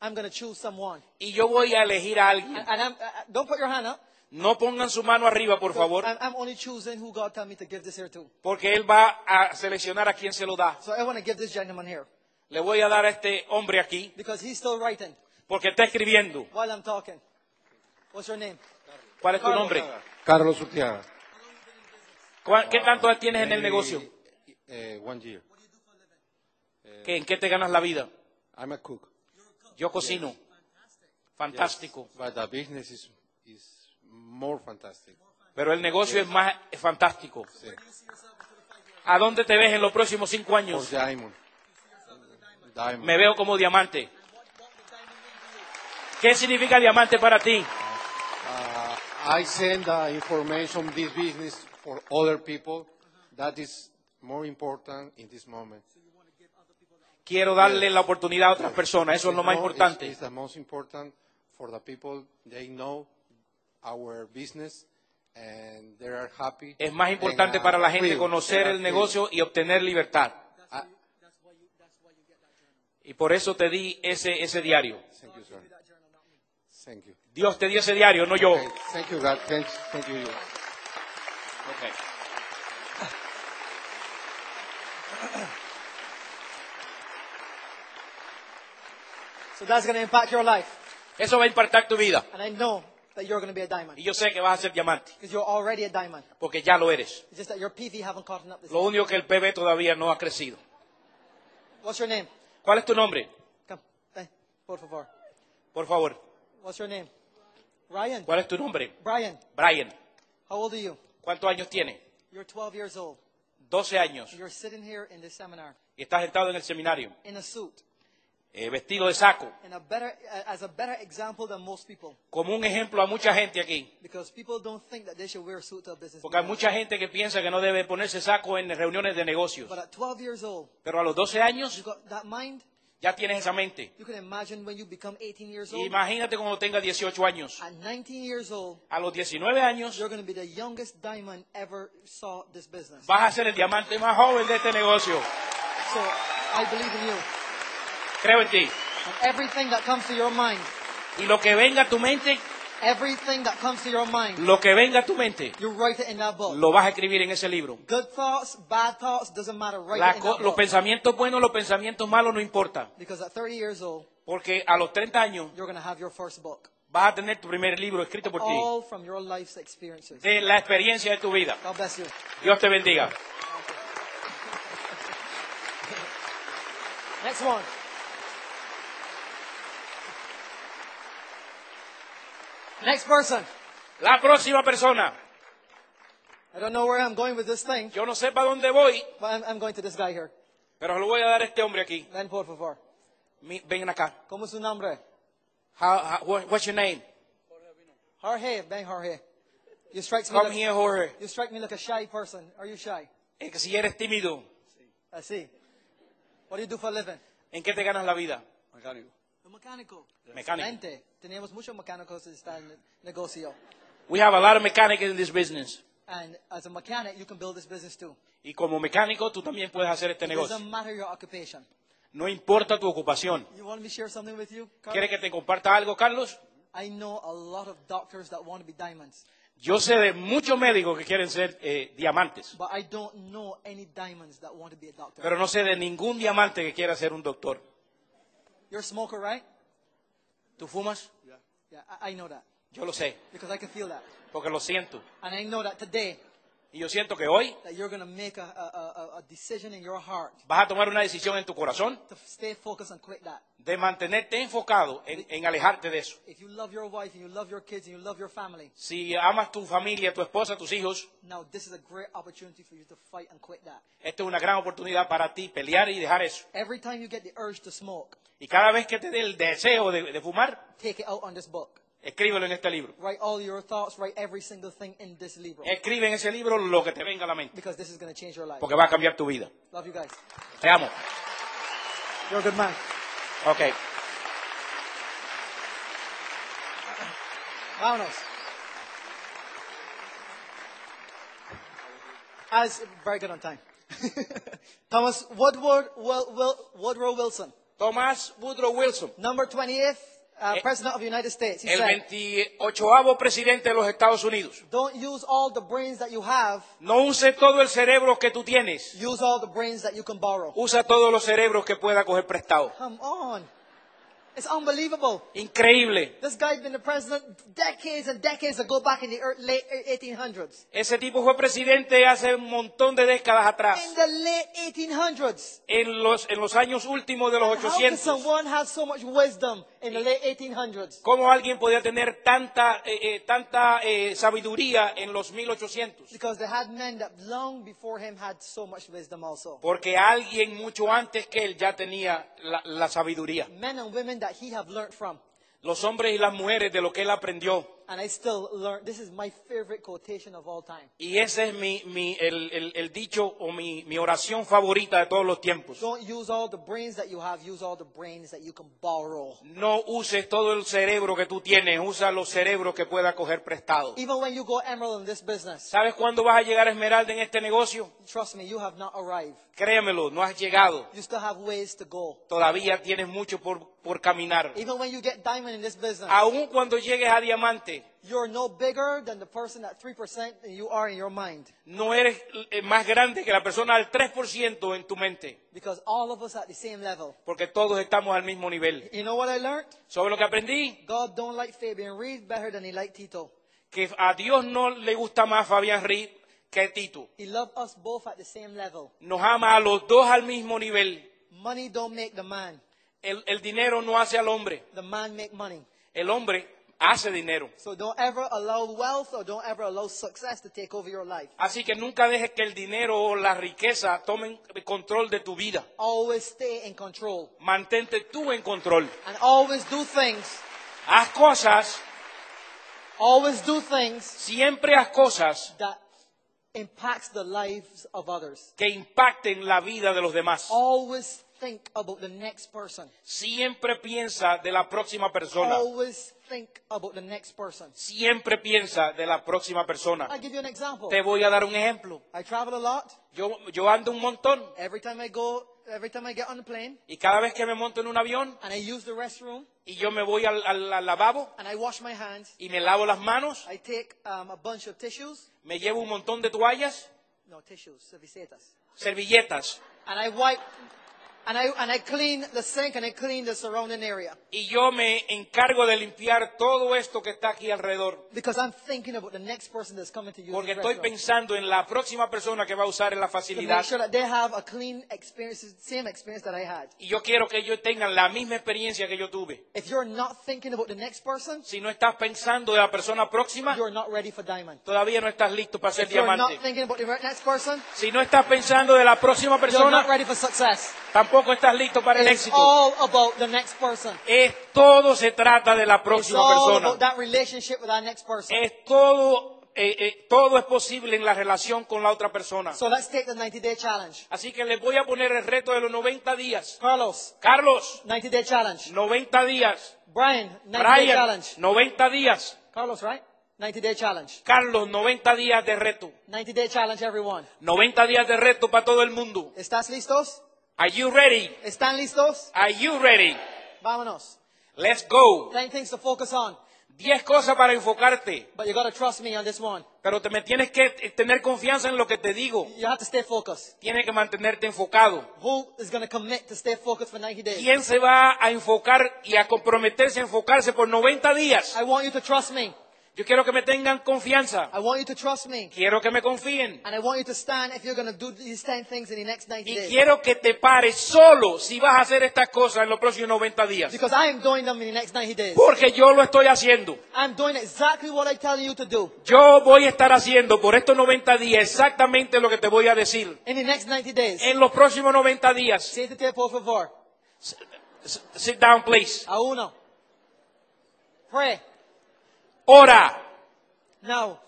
[SPEAKER 1] I'm going to choose someone.
[SPEAKER 2] y yo voy a elegir a alguien.
[SPEAKER 1] And, and I'm, uh, don't put your hand up.
[SPEAKER 2] No pongan su mano arriba, por favor,
[SPEAKER 1] I'm, I'm only choosing who God tell me to give this here to.
[SPEAKER 2] porque él va a seleccionar a quien se lo da.
[SPEAKER 1] So I want to give this gentleman here
[SPEAKER 2] Le voy a dar a este hombre aquí,
[SPEAKER 1] because he's still writing
[SPEAKER 2] porque está escribiendo.
[SPEAKER 1] while I'm talking. What's your name?
[SPEAKER 2] ¿Cuál es tu
[SPEAKER 1] Carlos.
[SPEAKER 2] nombre?
[SPEAKER 3] Carlos Urteaga.
[SPEAKER 2] ¿Cuál- ¿Qué tanto tienes en el
[SPEAKER 3] Eh,
[SPEAKER 2] negocio?
[SPEAKER 3] eh, one year.
[SPEAKER 2] ¿Qué- ¿En qué te ganas la vida?
[SPEAKER 3] I'm a cook,
[SPEAKER 2] Yo cocino. Fantástico.
[SPEAKER 3] but the business is, is more fantastic.
[SPEAKER 2] Pero el negocio es más es fantástico.
[SPEAKER 3] Sí.
[SPEAKER 2] ¿A dónde te ves en los próximos cinco
[SPEAKER 3] For
[SPEAKER 2] años?
[SPEAKER 3] diamond. Diamond.
[SPEAKER 2] Me veo como diamante. ¿Qué significa diamante para ti?
[SPEAKER 3] Uh, I send the information this business for other people. That is more important in this moment.
[SPEAKER 2] Quiero darle la oportunidad a otras personas. Eso es lo más
[SPEAKER 3] It's more-
[SPEAKER 2] importante.
[SPEAKER 3] It's, it's the most important for the people. They know our business and they are happy.
[SPEAKER 2] Es más importante
[SPEAKER 3] And, uh,
[SPEAKER 2] para la gente
[SPEAKER 3] free.
[SPEAKER 2] conocer
[SPEAKER 3] They are
[SPEAKER 2] el
[SPEAKER 3] free.
[SPEAKER 2] negocio y obtener libertad.
[SPEAKER 3] Ah,
[SPEAKER 2] Y por eso te di ese, ese diario.
[SPEAKER 3] thank you, sir. Thank you.
[SPEAKER 2] Dios te dio ese diario, no yo.
[SPEAKER 3] Okay, thank you, God. Thank, thank you.
[SPEAKER 2] Ok.
[SPEAKER 1] So that's going to impact your life.
[SPEAKER 2] Eso va a impactar tu vida.
[SPEAKER 1] And I know that you're going to be a diamond
[SPEAKER 2] Y yo sé que vas a ser diamante,
[SPEAKER 1] because you're already a diamond.
[SPEAKER 2] porque ya lo eres.
[SPEAKER 1] It's just that your PV haven't caught up this
[SPEAKER 2] Lo único que el PB todavía no ha crecido.
[SPEAKER 1] What's your name?
[SPEAKER 2] ¿Cuál es tu nombre?
[SPEAKER 1] Come. Eh, por favor.
[SPEAKER 2] Por favor.
[SPEAKER 1] What's your name? Ryan.
[SPEAKER 2] ¿Cuál es tu nombre?
[SPEAKER 1] Brian.
[SPEAKER 2] Brian.
[SPEAKER 1] How old are you?
[SPEAKER 2] ¿Cuántos años tienes?
[SPEAKER 1] You're 12 years old.
[SPEAKER 2] 12 años.
[SPEAKER 1] You're sitting here in this seminar
[SPEAKER 2] Y estás sentado en el seminario,
[SPEAKER 1] in a suit,
[SPEAKER 2] eh, vestido de saco,
[SPEAKER 1] in a better, uh, as a better example than most people,
[SPEAKER 2] como un ejemplo a mucha gente aquí.
[SPEAKER 1] because people don't think that they should wear a suit to a business.
[SPEAKER 2] Porque hay
[SPEAKER 1] meeting.
[SPEAKER 2] mucha gente que piensa que no debe ponerse saco en reuniones de negocios.
[SPEAKER 1] But at 12 years old,
[SPEAKER 2] Pero a los 12
[SPEAKER 1] you
[SPEAKER 2] años
[SPEAKER 1] got that mind.
[SPEAKER 2] ya tienes esa mente.
[SPEAKER 1] You can imagine when you become 18 years old.
[SPEAKER 2] Imagínate cuando tengas 18 años.
[SPEAKER 1] At 19 years old,
[SPEAKER 2] A los 19 años
[SPEAKER 1] you're going to be the youngest diamond ever saw this business.
[SPEAKER 2] vas a ser el diamante más joven de este negocio.
[SPEAKER 1] So I believe in you.
[SPEAKER 2] Creo en ti.
[SPEAKER 1] And everything that comes to your mind,
[SPEAKER 2] Y lo que venga a tu mente,
[SPEAKER 1] everything that comes to your mind,
[SPEAKER 2] lo que venga a tu mente,
[SPEAKER 1] you write it in that book.
[SPEAKER 2] lo vas a escribir en ese libro.
[SPEAKER 1] Good thoughts, bad thoughts, doesn't matter. Write
[SPEAKER 2] La
[SPEAKER 1] it in
[SPEAKER 2] co-
[SPEAKER 1] that
[SPEAKER 2] los
[SPEAKER 1] book.
[SPEAKER 2] pensamientos buenos, los pensamientos malos no importa.
[SPEAKER 1] Because at 30 years old,
[SPEAKER 2] Porque a los 30 años
[SPEAKER 1] you're going to have your first book.
[SPEAKER 2] vas a tener tu primer libro escrito por ti.
[SPEAKER 1] All from your life's experiences.
[SPEAKER 2] De la experiencia de tu vida.
[SPEAKER 1] God bless you.
[SPEAKER 2] Dios te bendiga.
[SPEAKER 1] Next one. Next person.
[SPEAKER 2] La próxima persona.
[SPEAKER 1] I don't know where I'm going with this thing,
[SPEAKER 2] Yo no sé para dónde voy,
[SPEAKER 1] but I'm, I'm going to this guy here.
[SPEAKER 2] pero lo voy a dar a este hombre aquí.
[SPEAKER 1] Ven, por favor.
[SPEAKER 2] Mi- ven acá.
[SPEAKER 1] ¿Cómo es su nombre?
[SPEAKER 2] How- how- what- what's your name?
[SPEAKER 1] Jorge. Ben Jorge. You strike me,
[SPEAKER 2] Come
[SPEAKER 1] like,
[SPEAKER 2] here, Jorge.
[SPEAKER 1] you strike me like a shy person. Are you shy?
[SPEAKER 2] Eh, que si eres tímido,
[SPEAKER 1] I see. What do you do for a living?
[SPEAKER 2] ¿en qué te ganas la vida?
[SPEAKER 4] Mecánico.
[SPEAKER 1] A mecánico.
[SPEAKER 2] Mecánico.
[SPEAKER 1] Excelente. Tenemos muchos mecánicos que están en el negocio.
[SPEAKER 2] We have a lot of mechanics in this business.
[SPEAKER 1] And as a mechanic, you can build this business too.
[SPEAKER 2] Y como mecánico, tú también puedes hacer este
[SPEAKER 1] It
[SPEAKER 2] negocio.
[SPEAKER 1] doesn't matter your occupation.
[SPEAKER 2] No importa tu ocupación.
[SPEAKER 1] You want me to share something with you? Carl?
[SPEAKER 2] ¿Quieres que te comparta algo, Carlos?
[SPEAKER 1] I know a lot of doctors that want to be diamonds,
[SPEAKER 2] Yo sé de muchos médicos que quieren ser eh, diamantes,
[SPEAKER 1] but I don't know any diamonds that want to be a doctor.
[SPEAKER 2] pero no sé de ningún diamante que quiera ser un doctor.
[SPEAKER 1] You're a smoker, right?
[SPEAKER 2] ¿Tú fumas?
[SPEAKER 1] Yeah, I, I know that
[SPEAKER 2] Yo lo sé,
[SPEAKER 1] because I can feel that.
[SPEAKER 2] porque lo siento.
[SPEAKER 1] And I know that today
[SPEAKER 2] Y yo siento que hoy
[SPEAKER 1] that you're going to make a, a, a, a decision in your heart
[SPEAKER 2] vas a tomar una decisión en tu corazón
[SPEAKER 1] to stay focused and quit that.
[SPEAKER 2] de mantenerte enfocado en, en alejarte de eso.
[SPEAKER 1] If you love your wife and you love your kids and you love your family,
[SPEAKER 2] Si amas tu familia, tu esposa, tus hijos,
[SPEAKER 1] now this is a great opportunity for you to fight and quit that.
[SPEAKER 2] esta es una gran oportunidad para ti pelear y dejar eso.
[SPEAKER 1] Every time you get the urge to smoke,
[SPEAKER 2] Y cada vez que te dé el deseo de, de fumar,
[SPEAKER 1] take it out on this book.
[SPEAKER 2] escríbelo en este libro.
[SPEAKER 1] Write all your thoughts, write every single thing in this Libro.
[SPEAKER 2] Escribe en ese libro lo que te venga a la mente,
[SPEAKER 1] Because this is going to change your life.
[SPEAKER 2] porque va a cambiar tu vida.
[SPEAKER 1] Love you guys.
[SPEAKER 2] Te amo.
[SPEAKER 1] You're a good man.
[SPEAKER 2] Ok.
[SPEAKER 1] Vámonos. As very good on time. Thomas Woodward Wil- Wil- Woodrow Wilson,
[SPEAKER 2] Thomas Woodrow Wilson,
[SPEAKER 1] number 28th uh,
[SPEAKER 2] Eh,
[SPEAKER 1] President of the United States. He
[SPEAKER 2] el
[SPEAKER 1] said,
[SPEAKER 2] 28 presidente de los Estados Unidos.
[SPEAKER 1] Don't use all the brains that you have,
[SPEAKER 2] No use todo el cerebro que tú tienes.
[SPEAKER 1] use all the brains that you can borrow.
[SPEAKER 2] Usa todos los cerebros que pueda coger prestado.
[SPEAKER 1] Come on. It's unbelievable.
[SPEAKER 2] Increíble.
[SPEAKER 1] This guy's been the president decades and decades ago back in the ear- late 1800s.
[SPEAKER 2] Ese tipo fue presidente hace un montón de décadas
[SPEAKER 1] In
[SPEAKER 2] atrás,
[SPEAKER 1] the late 1800s.
[SPEAKER 2] en los, en los años últimos de los
[SPEAKER 1] How could
[SPEAKER 2] 800.
[SPEAKER 1] someone have so much wisdom in the late 1800s?
[SPEAKER 2] ¿Cómo alguien podía tener tanta, eh, eh, tanta eh, sabiduría en los 1800?
[SPEAKER 1] Because they had men that long before him had so much wisdom also.
[SPEAKER 2] Porque alguien mucho antes que él ya tenía la, la sabiduría.
[SPEAKER 1] Men and women that he have learned from.
[SPEAKER 2] Los hombres y las mujeres de lo que él aprendió.
[SPEAKER 1] And I still learn. This is my favorite quotation of all time.
[SPEAKER 2] Y ese es mi, mi- el, el- el dicho o mi, mi oración favorita de todos los tiempos.
[SPEAKER 1] Don't use all the brains that you have. Use all the brains that you can borrow.
[SPEAKER 2] No uses todo el cerebro que tú tienes, usa los cerebros que pueda coger prestado.
[SPEAKER 1] Even when you go emerald in this business,
[SPEAKER 2] ¿Sabes cuándo vas a llegar a Esmeralda en este negocio?
[SPEAKER 1] trust me, you have not arrived.
[SPEAKER 2] Créemelo, no has llegado.
[SPEAKER 1] You still have ways to go.
[SPEAKER 2] Todavía tienes mucho por, por caminar.
[SPEAKER 1] Even when you get diamond in this business,
[SPEAKER 2] Aún cuando llegues a diamante,
[SPEAKER 1] you're no bigger than the person at 3% than you are in your mind.
[SPEAKER 2] no eres eh, más grande que la persona del 3% en tu mente,
[SPEAKER 1] Because all of us at the same level.
[SPEAKER 2] porque todos estamos al mismo nivel.
[SPEAKER 1] You know what I learned?
[SPEAKER 2] ¿Sobre lo que aprendí?
[SPEAKER 1] God don't like Fabian Reed better than he liked Tito.
[SPEAKER 2] Que a Dios no le gusta más Fabián Reed que Tito.
[SPEAKER 1] He loved us both at the same level.
[SPEAKER 2] Nos ama a los dos al mismo nivel.
[SPEAKER 1] Money don't make the man.
[SPEAKER 2] El, el dinero no hace al hombre.
[SPEAKER 1] The man make money.
[SPEAKER 2] El hombre hace dinero.
[SPEAKER 1] So don't ever allow wealth or don't ever allow success to take over your life.
[SPEAKER 2] Así que nunca dejes que el dinero o la riqueza tomen control de tu vida.
[SPEAKER 1] Always stay in control
[SPEAKER 2] Mantente tú en control.
[SPEAKER 1] and always do things.
[SPEAKER 2] Haz cosas,
[SPEAKER 1] Always do things
[SPEAKER 2] siempre haz cosas
[SPEAKER 1] that impacts the lives of others.
[SPEAKER 2] que impacten la vida de los demás.
[SPEAKER 1] Always think about the next person.
[SPEAKER 2] Siempre piensa de la próxima persona.
[SPEAKER 1] Always think about the next person.
[SPEAKER 2] Siempre piensa de la próxima persona.
[SPEAKER 1] I'll give you an example.
[SPEAKER 2] Te voy a dar un ejemplo.
[SPEAKER 1] I travel a lot.
[SPEAKER 2] Yo, yo ando un montón
[SPEAKER 1] Every time I go, every time I get on the plane
[SPEAKER 2] y cada vez que me monto en un avión
[SPEAKER 1] and I use the restroom
[SPEAKER 2] y yo me voy al- al- al lavabo,
[SPEAKER 1] and I wash my hands,
[SPEAKER 2] y me lavo las manos,
[SPEAKER 1] I take um, a bunch of tissues,
[SPEAKER 2] me llevo un montón de toallas,
[SPEAKER 1] no tissues, servicetas,
[SPEAKER 2] servilletas,
[SPEAKER 1] and I wipe, and I and I clean the sink and I clean the surrounding area
[SPEAKER 2] y yo me encargo de limpiar todo esto que está aquí alrededor,
[SPEAKER 1] because I'm thinking about the next person that's coming to use
[SPEAKER 2] porque
[SPEAKER 1] the
[SPEAKER 2] estoy
[SPEAKER 1] restroom.
[SPEAKER 2] pensando en la próxima persona que va a usar en la
[SPEAKER 1] to
[SPEAKER 2] facilidad,
[SPEAKER 1] make sure that they have a clean experience, same experience that I had.
[SPEAKER 2] y yo quiero que ellos tengan la misma experiencia que yo tuve.
[SPEAKER 1] If you're not thinking about the next person,
[SPEAKER 2] Si no estás pensando de la persona próxima,
[SPEAKER 1] you're not ready for diamond.
[SPEAKER 2] todavía no estás listo para ser
[SPEAKER 1] If you're not
[SPEAKER 2] diamante.
[SPEAKER 1] thinking about the next person,
[SPEAKER 2] Si no estás pensando de la próxima
[SPEAKER 1] you're not
[SPEAKER 2] persona,
[SPEAKER 1] ready for success.
[SPEAKER 2] tampoco estás listo para el
[SPEAKER 1] It's
[SPEAKER 2] éxito.
[SPEAKER 1] all about the next person.
[SPEAKER 2] Es todo se trata de la
[SPEAKER 1] It's
[SPEAKER 2] próxima
[SPEAKER 1] all
[SPEAKER 2] persona.
[SPEAKER 1] about that relationship with our next person.
[SPEAKER 2] es todo, eh, eh, todo es posible en la relación con la otra persona.
[SPEAKER 1] So let's take the 90 day challenge.
[SPEAKER 2] Así que les voy a poner el reto de los 90 días.
[SPEAKER 1] Carlos,
[SPEAKER 2] Carlos,
[SPEAKER 1] 90 day challenge.
[SPEAKER 2] 90 días.
[SPEAKER 1] Brian, 90 day
[SPEAKER 2] Brian,
[SPEAKER 1] challenge.
[SPEAKER 2] 90 días.
[SPEAKER 1] Carlos, right? 90 day challenge.
[SPEAKER 2] Carlos, 90 días de reto.
[SPEAKER 1] 90 day challenge, everyone.
[SPEAKER 2] 90 días de reto para todo el mundo.
[SPEAKER 1] ¿Estás listos?
[SPEAKER 2] Are you ready?
[SPEAKER 1] ¿Están listos?
[SPEAKER 2] Are you ready?
[SPEAKER 1] Vámonos.
[SPEAKER 2] Let's go.
[SPEAKER 1] 10 things to focus on.
[SPEAKER 2] 10 cosas para enfocarte.
[SPEAKER 1] But you gotta trust me on this one.
[SPEAKER 2] Pero te me tienes que eh, tener confianza en lo que te digo.
[SPEAKER 1] You have to stay focused.
[SPEAKER 2] Tienes que mantenerte enfocado.
[SPEAKER 1] Who is gonna commit to stay focused for 90 days?
[SPEAKER 2] ¿Quién se va a enfocar y a comprometerse a enfocarse por 90 días?
[SPEAKER 1] I want you to trust me.
[SPEAKER 2] Yo quiero que me tengan confianza.
[SPEAKER 1] I want you to trust me.
[SPEAKER 2] Quiero que me confíen.
[SPEAKER 1] And I want you to stand if you're going to do these 10 things in the next 90
[SPEAKER 2] Y
[SPEAKER 1] days.
[SPEAKER 2] quiero que te pares solo si vas a hacer estas cosas en los próximos 90 días.
[SPEAKER 1] Because I am doing them in the next 90 days.
[SPEAKER 2] Porque yo lo estoy haciendo.
[SPEAKER 1] I'm doing exactly what I tell you to do.
[SPEAKER 2] Yo voy a estar haciendo por estos 90 días exactamente lo que te voy a decir.
[SPEAKER 1] In the next 90 days.
[SPEAKER 2] En los próximos 90 días.
[SPEAKER 1] Siéntete, por favor.
[SPEAKER 2] S- Sit down, please.
[SPEAKER 1] A uno. Pray.
[SPEAKER 2] Ora.
[SPEAKER 1] Now,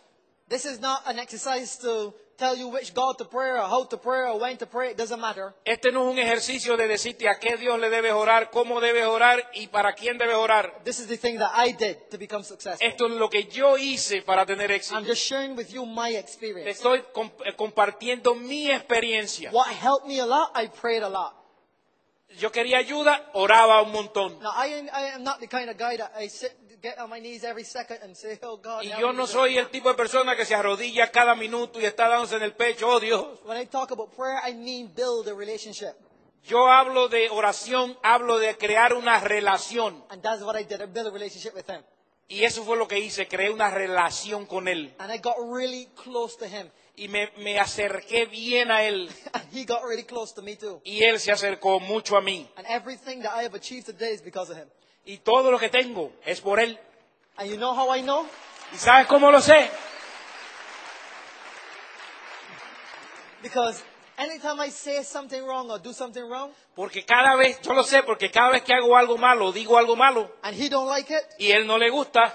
[SPEAKER 1] this is not an exercise to tell you which God to pray or how to pray or when to pray. It doesn't matter.
[SPEAKER 2] Este no es un ejercicio de decirte a qué Dios le debes orar, cómo debes orar y para quién debes orar.
[SPEAKER 1] This is the thing that I did to become successful.
[SPEAKER 2] Esto es lo que yo hice para tener
[SPEAKER 1] I'm
[SPEAKER 2] éxito.
[SPEAKER 1] just sharing with you my
[SPEAKER 2] Te
[SPEAKER 1] experience.
[SPEAKER 2] estoy comp- eh, compartiendo mi experiencia.
[SPEAKER 1] What helped me a lot, I prayed a lot.
[SPEAKER 2] Yo quería ayuda, oraba un montón.
[SPEAKER 1] Now, I am, I am not the kind of guy that I sit, get on my knees every second and say, oh God.
[SPEAKER 2] Y
[SPEAKER 1] help
[SPEAKER 2] yo
[SPEAKER 1] me
[SPEAKER 2] no
[SPEAKER 1] with
[SPEAKER 2] soy el tipo de persona que se arrodilla cada minuto y está dándose en el pecho, oh Dios.
[SPEAKER 1] this." When I talk about prayer, I mean build a relationship.
[SPEAKER 2] Yo hablo de oración, hablo de crear una relación.
[SPEAKER 1] And that's what I did. I built a relationship with him.
[SPEAKER 2] Y eso fue lo que hice, creé una relación con Él.
[SPEAKER 1] And I got really close to him.
[SPEAKER 2] Y me, me acerqué bien a Él.
[SPEAKER 1] And he got really close to me too.
[SPEAKER 2] Y Él se acercó mucho a mí.
[SPEAKER 1] And everything that I have achieved today is because of him.
[SPEAKER 2] Y todo lo que tengo es por Él.
[SPEAKER 1] And you know how I know?
[SPEAKER 2] ¿Y sabes cómo lo sé?
[SPEAKER 1] Because anytime I say something wrong or do something wrong,
[SPEAKER 2] Porque cada vez, yo lo sé, porque cada vez que hago algo malo, digo algo malo,
[SPEAKER 1] and he don't like it,
[SPEAKER 2] y Él no le gusta,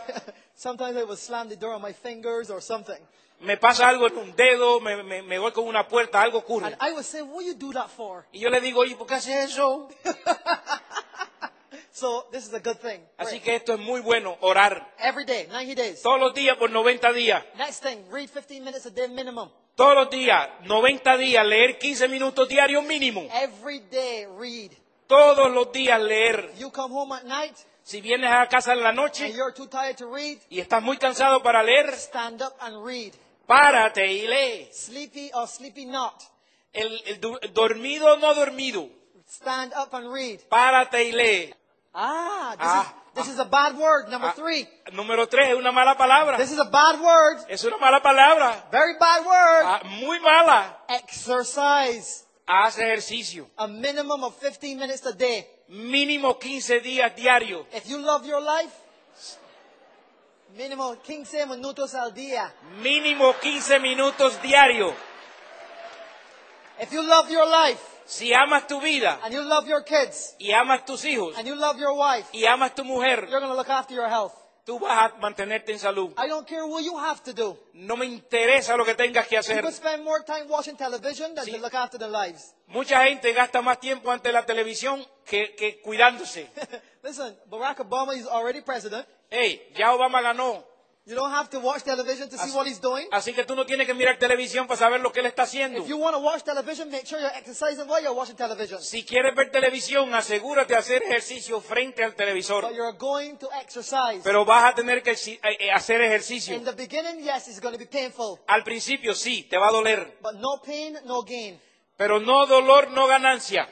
[SPEAKER 1] sometimes I will slam the door on my fingers or something.
[SPEAKER 2] me pasa algo en un dedo, me, me, me voy con una puerta, algo
[SPEAKER 1] And
[SPEAKER 2] ocurre.
[SPEAKER 1] I would say, what you do that for?
[SPEAKER 2] Y yo le digo, ¿y por qué haces eso?
[SPEAKER 1] So this is a good thing. Pray.
[SPEAKER 2] Así que esto es muy bueno, orar.
[SPEAKER 1] Every day, 90 days.
[SPEAKER 2] Todos los días por 90 días.
[SPEAKER 1] Next thing, read 15 minutes a day minimum.
[SPEAKER 2] Todos los días, 90 días, leer 15 minutos diarios mínimo.
[SPEAKER 1] Every day, read.
[SPEAKER 2] Todos los días leer.
[SPEAKER 1] You come home at night
[SPEAKER 2] Si vienes a casa en la
[SPEAKER 1] and
[SPEAKER 2] noche
[SPEAKER 1] you're too tired to read,
[SPEAKER 2] y estás muy cansado para leer,
[SPEAKER 1] stand up and read.
[SPEAKER 2] párate y lee.
[SPEAKER 1] Sleepy or sleepy not,
[SPEAKER 2] El, el du- dormido o no dormido,
[SPEAKER 1] stand up and read.
[SPEAKER 2] párate y lee.
[SPEAKER 1] Ah, this,
[SPEAKER 2] Ah.
[SPEAKER 1] is, this is a bad word, number
[SPEAKER 2] Ah.
[SPEAKER 1] three.
[SPEAKER 2] Número tres, es una mala palabra.
[SPEAKER 1] This is a bad word,
[SPEAKER 2] Es una mala palabra.
[SPEAKER 1] very bad word.
[SPEAKER 2] Ah, muy mala.
[SPEAKER 1] Exercise.
[SPEAKER 2] Haz ejercicio.
[SPEAKER 1] A minimum of 15 minutes a day.
[SPEAKER 2] Mínimo 15 días diarios.
[SPEAKER 1] If you love your life, mínimo 15 minutos al día.
[SPEAKER 2] Mínimo 15 minutos diarios.
[SPEAKER 1] If you love your life,
[SPEAKER 2] Si amas tu vida
[SPEAKER 1] and you love your kids,
[SPEAKER 2] y amas tus hijos
[SPEAKER 1] and you love your wife,
[SPEAKER 2] y amas tu mujer,
[SPEAKER 1] you're going to look after your health.
[SPEAKER 2] tú vas a mantenerte en salud.
[SPEAKER 1] I don't care what you have to do.
[SPEAKER 2] No me interesa lo que tengas que
[SPEAKER 1] You
[SPEAKER 2] hacer.
[SPEAKER 1] could spend more time watching television than
[SPEAKER 2] Sí.
[SPEAKER 1] to look after their lives.
[SPEAKER 2] Mucha gente gasta más tiempo ante la televisión que, que cuidándose.
[SPEAKER 1] Listen, Barack Obama is already president.
[SPEAKER 2] Hey, ya Obama ganó.
[SPEAKER 1] You don't have to watch television to see
[SPEAKER 2] Así-
[SPEAKER 1] what he's doing.
[SPEAKER 2] Así que tú no tienes que mirar televisión para saber lo que él está haciendo.
[SPEAKER 1] If you want to watch television, make sure you're exercising while you're watching television.
[SPEAKER 2] Si quieres ver televisión, asegúrate de hacer ejercicio frente al
[SPEAKER 1] But
[SPEAKER 2] televisor.
[SPEAKER 1] you're going to exercise.
[SPEAKER 2] Pero vas a tener que exi- eh, eh, hacer
[SPEAKER 1] In
[SPEAKER 2] ejercicio.
[SPEAKER 1] the beginning, yes, it's going to be painful.
[SPEAKER 2] Al principio sí, te va a doler.
[SPEAKER 1] But no pain, no gain.
[SPEAKER 2] Pero no dolor, no ganancia.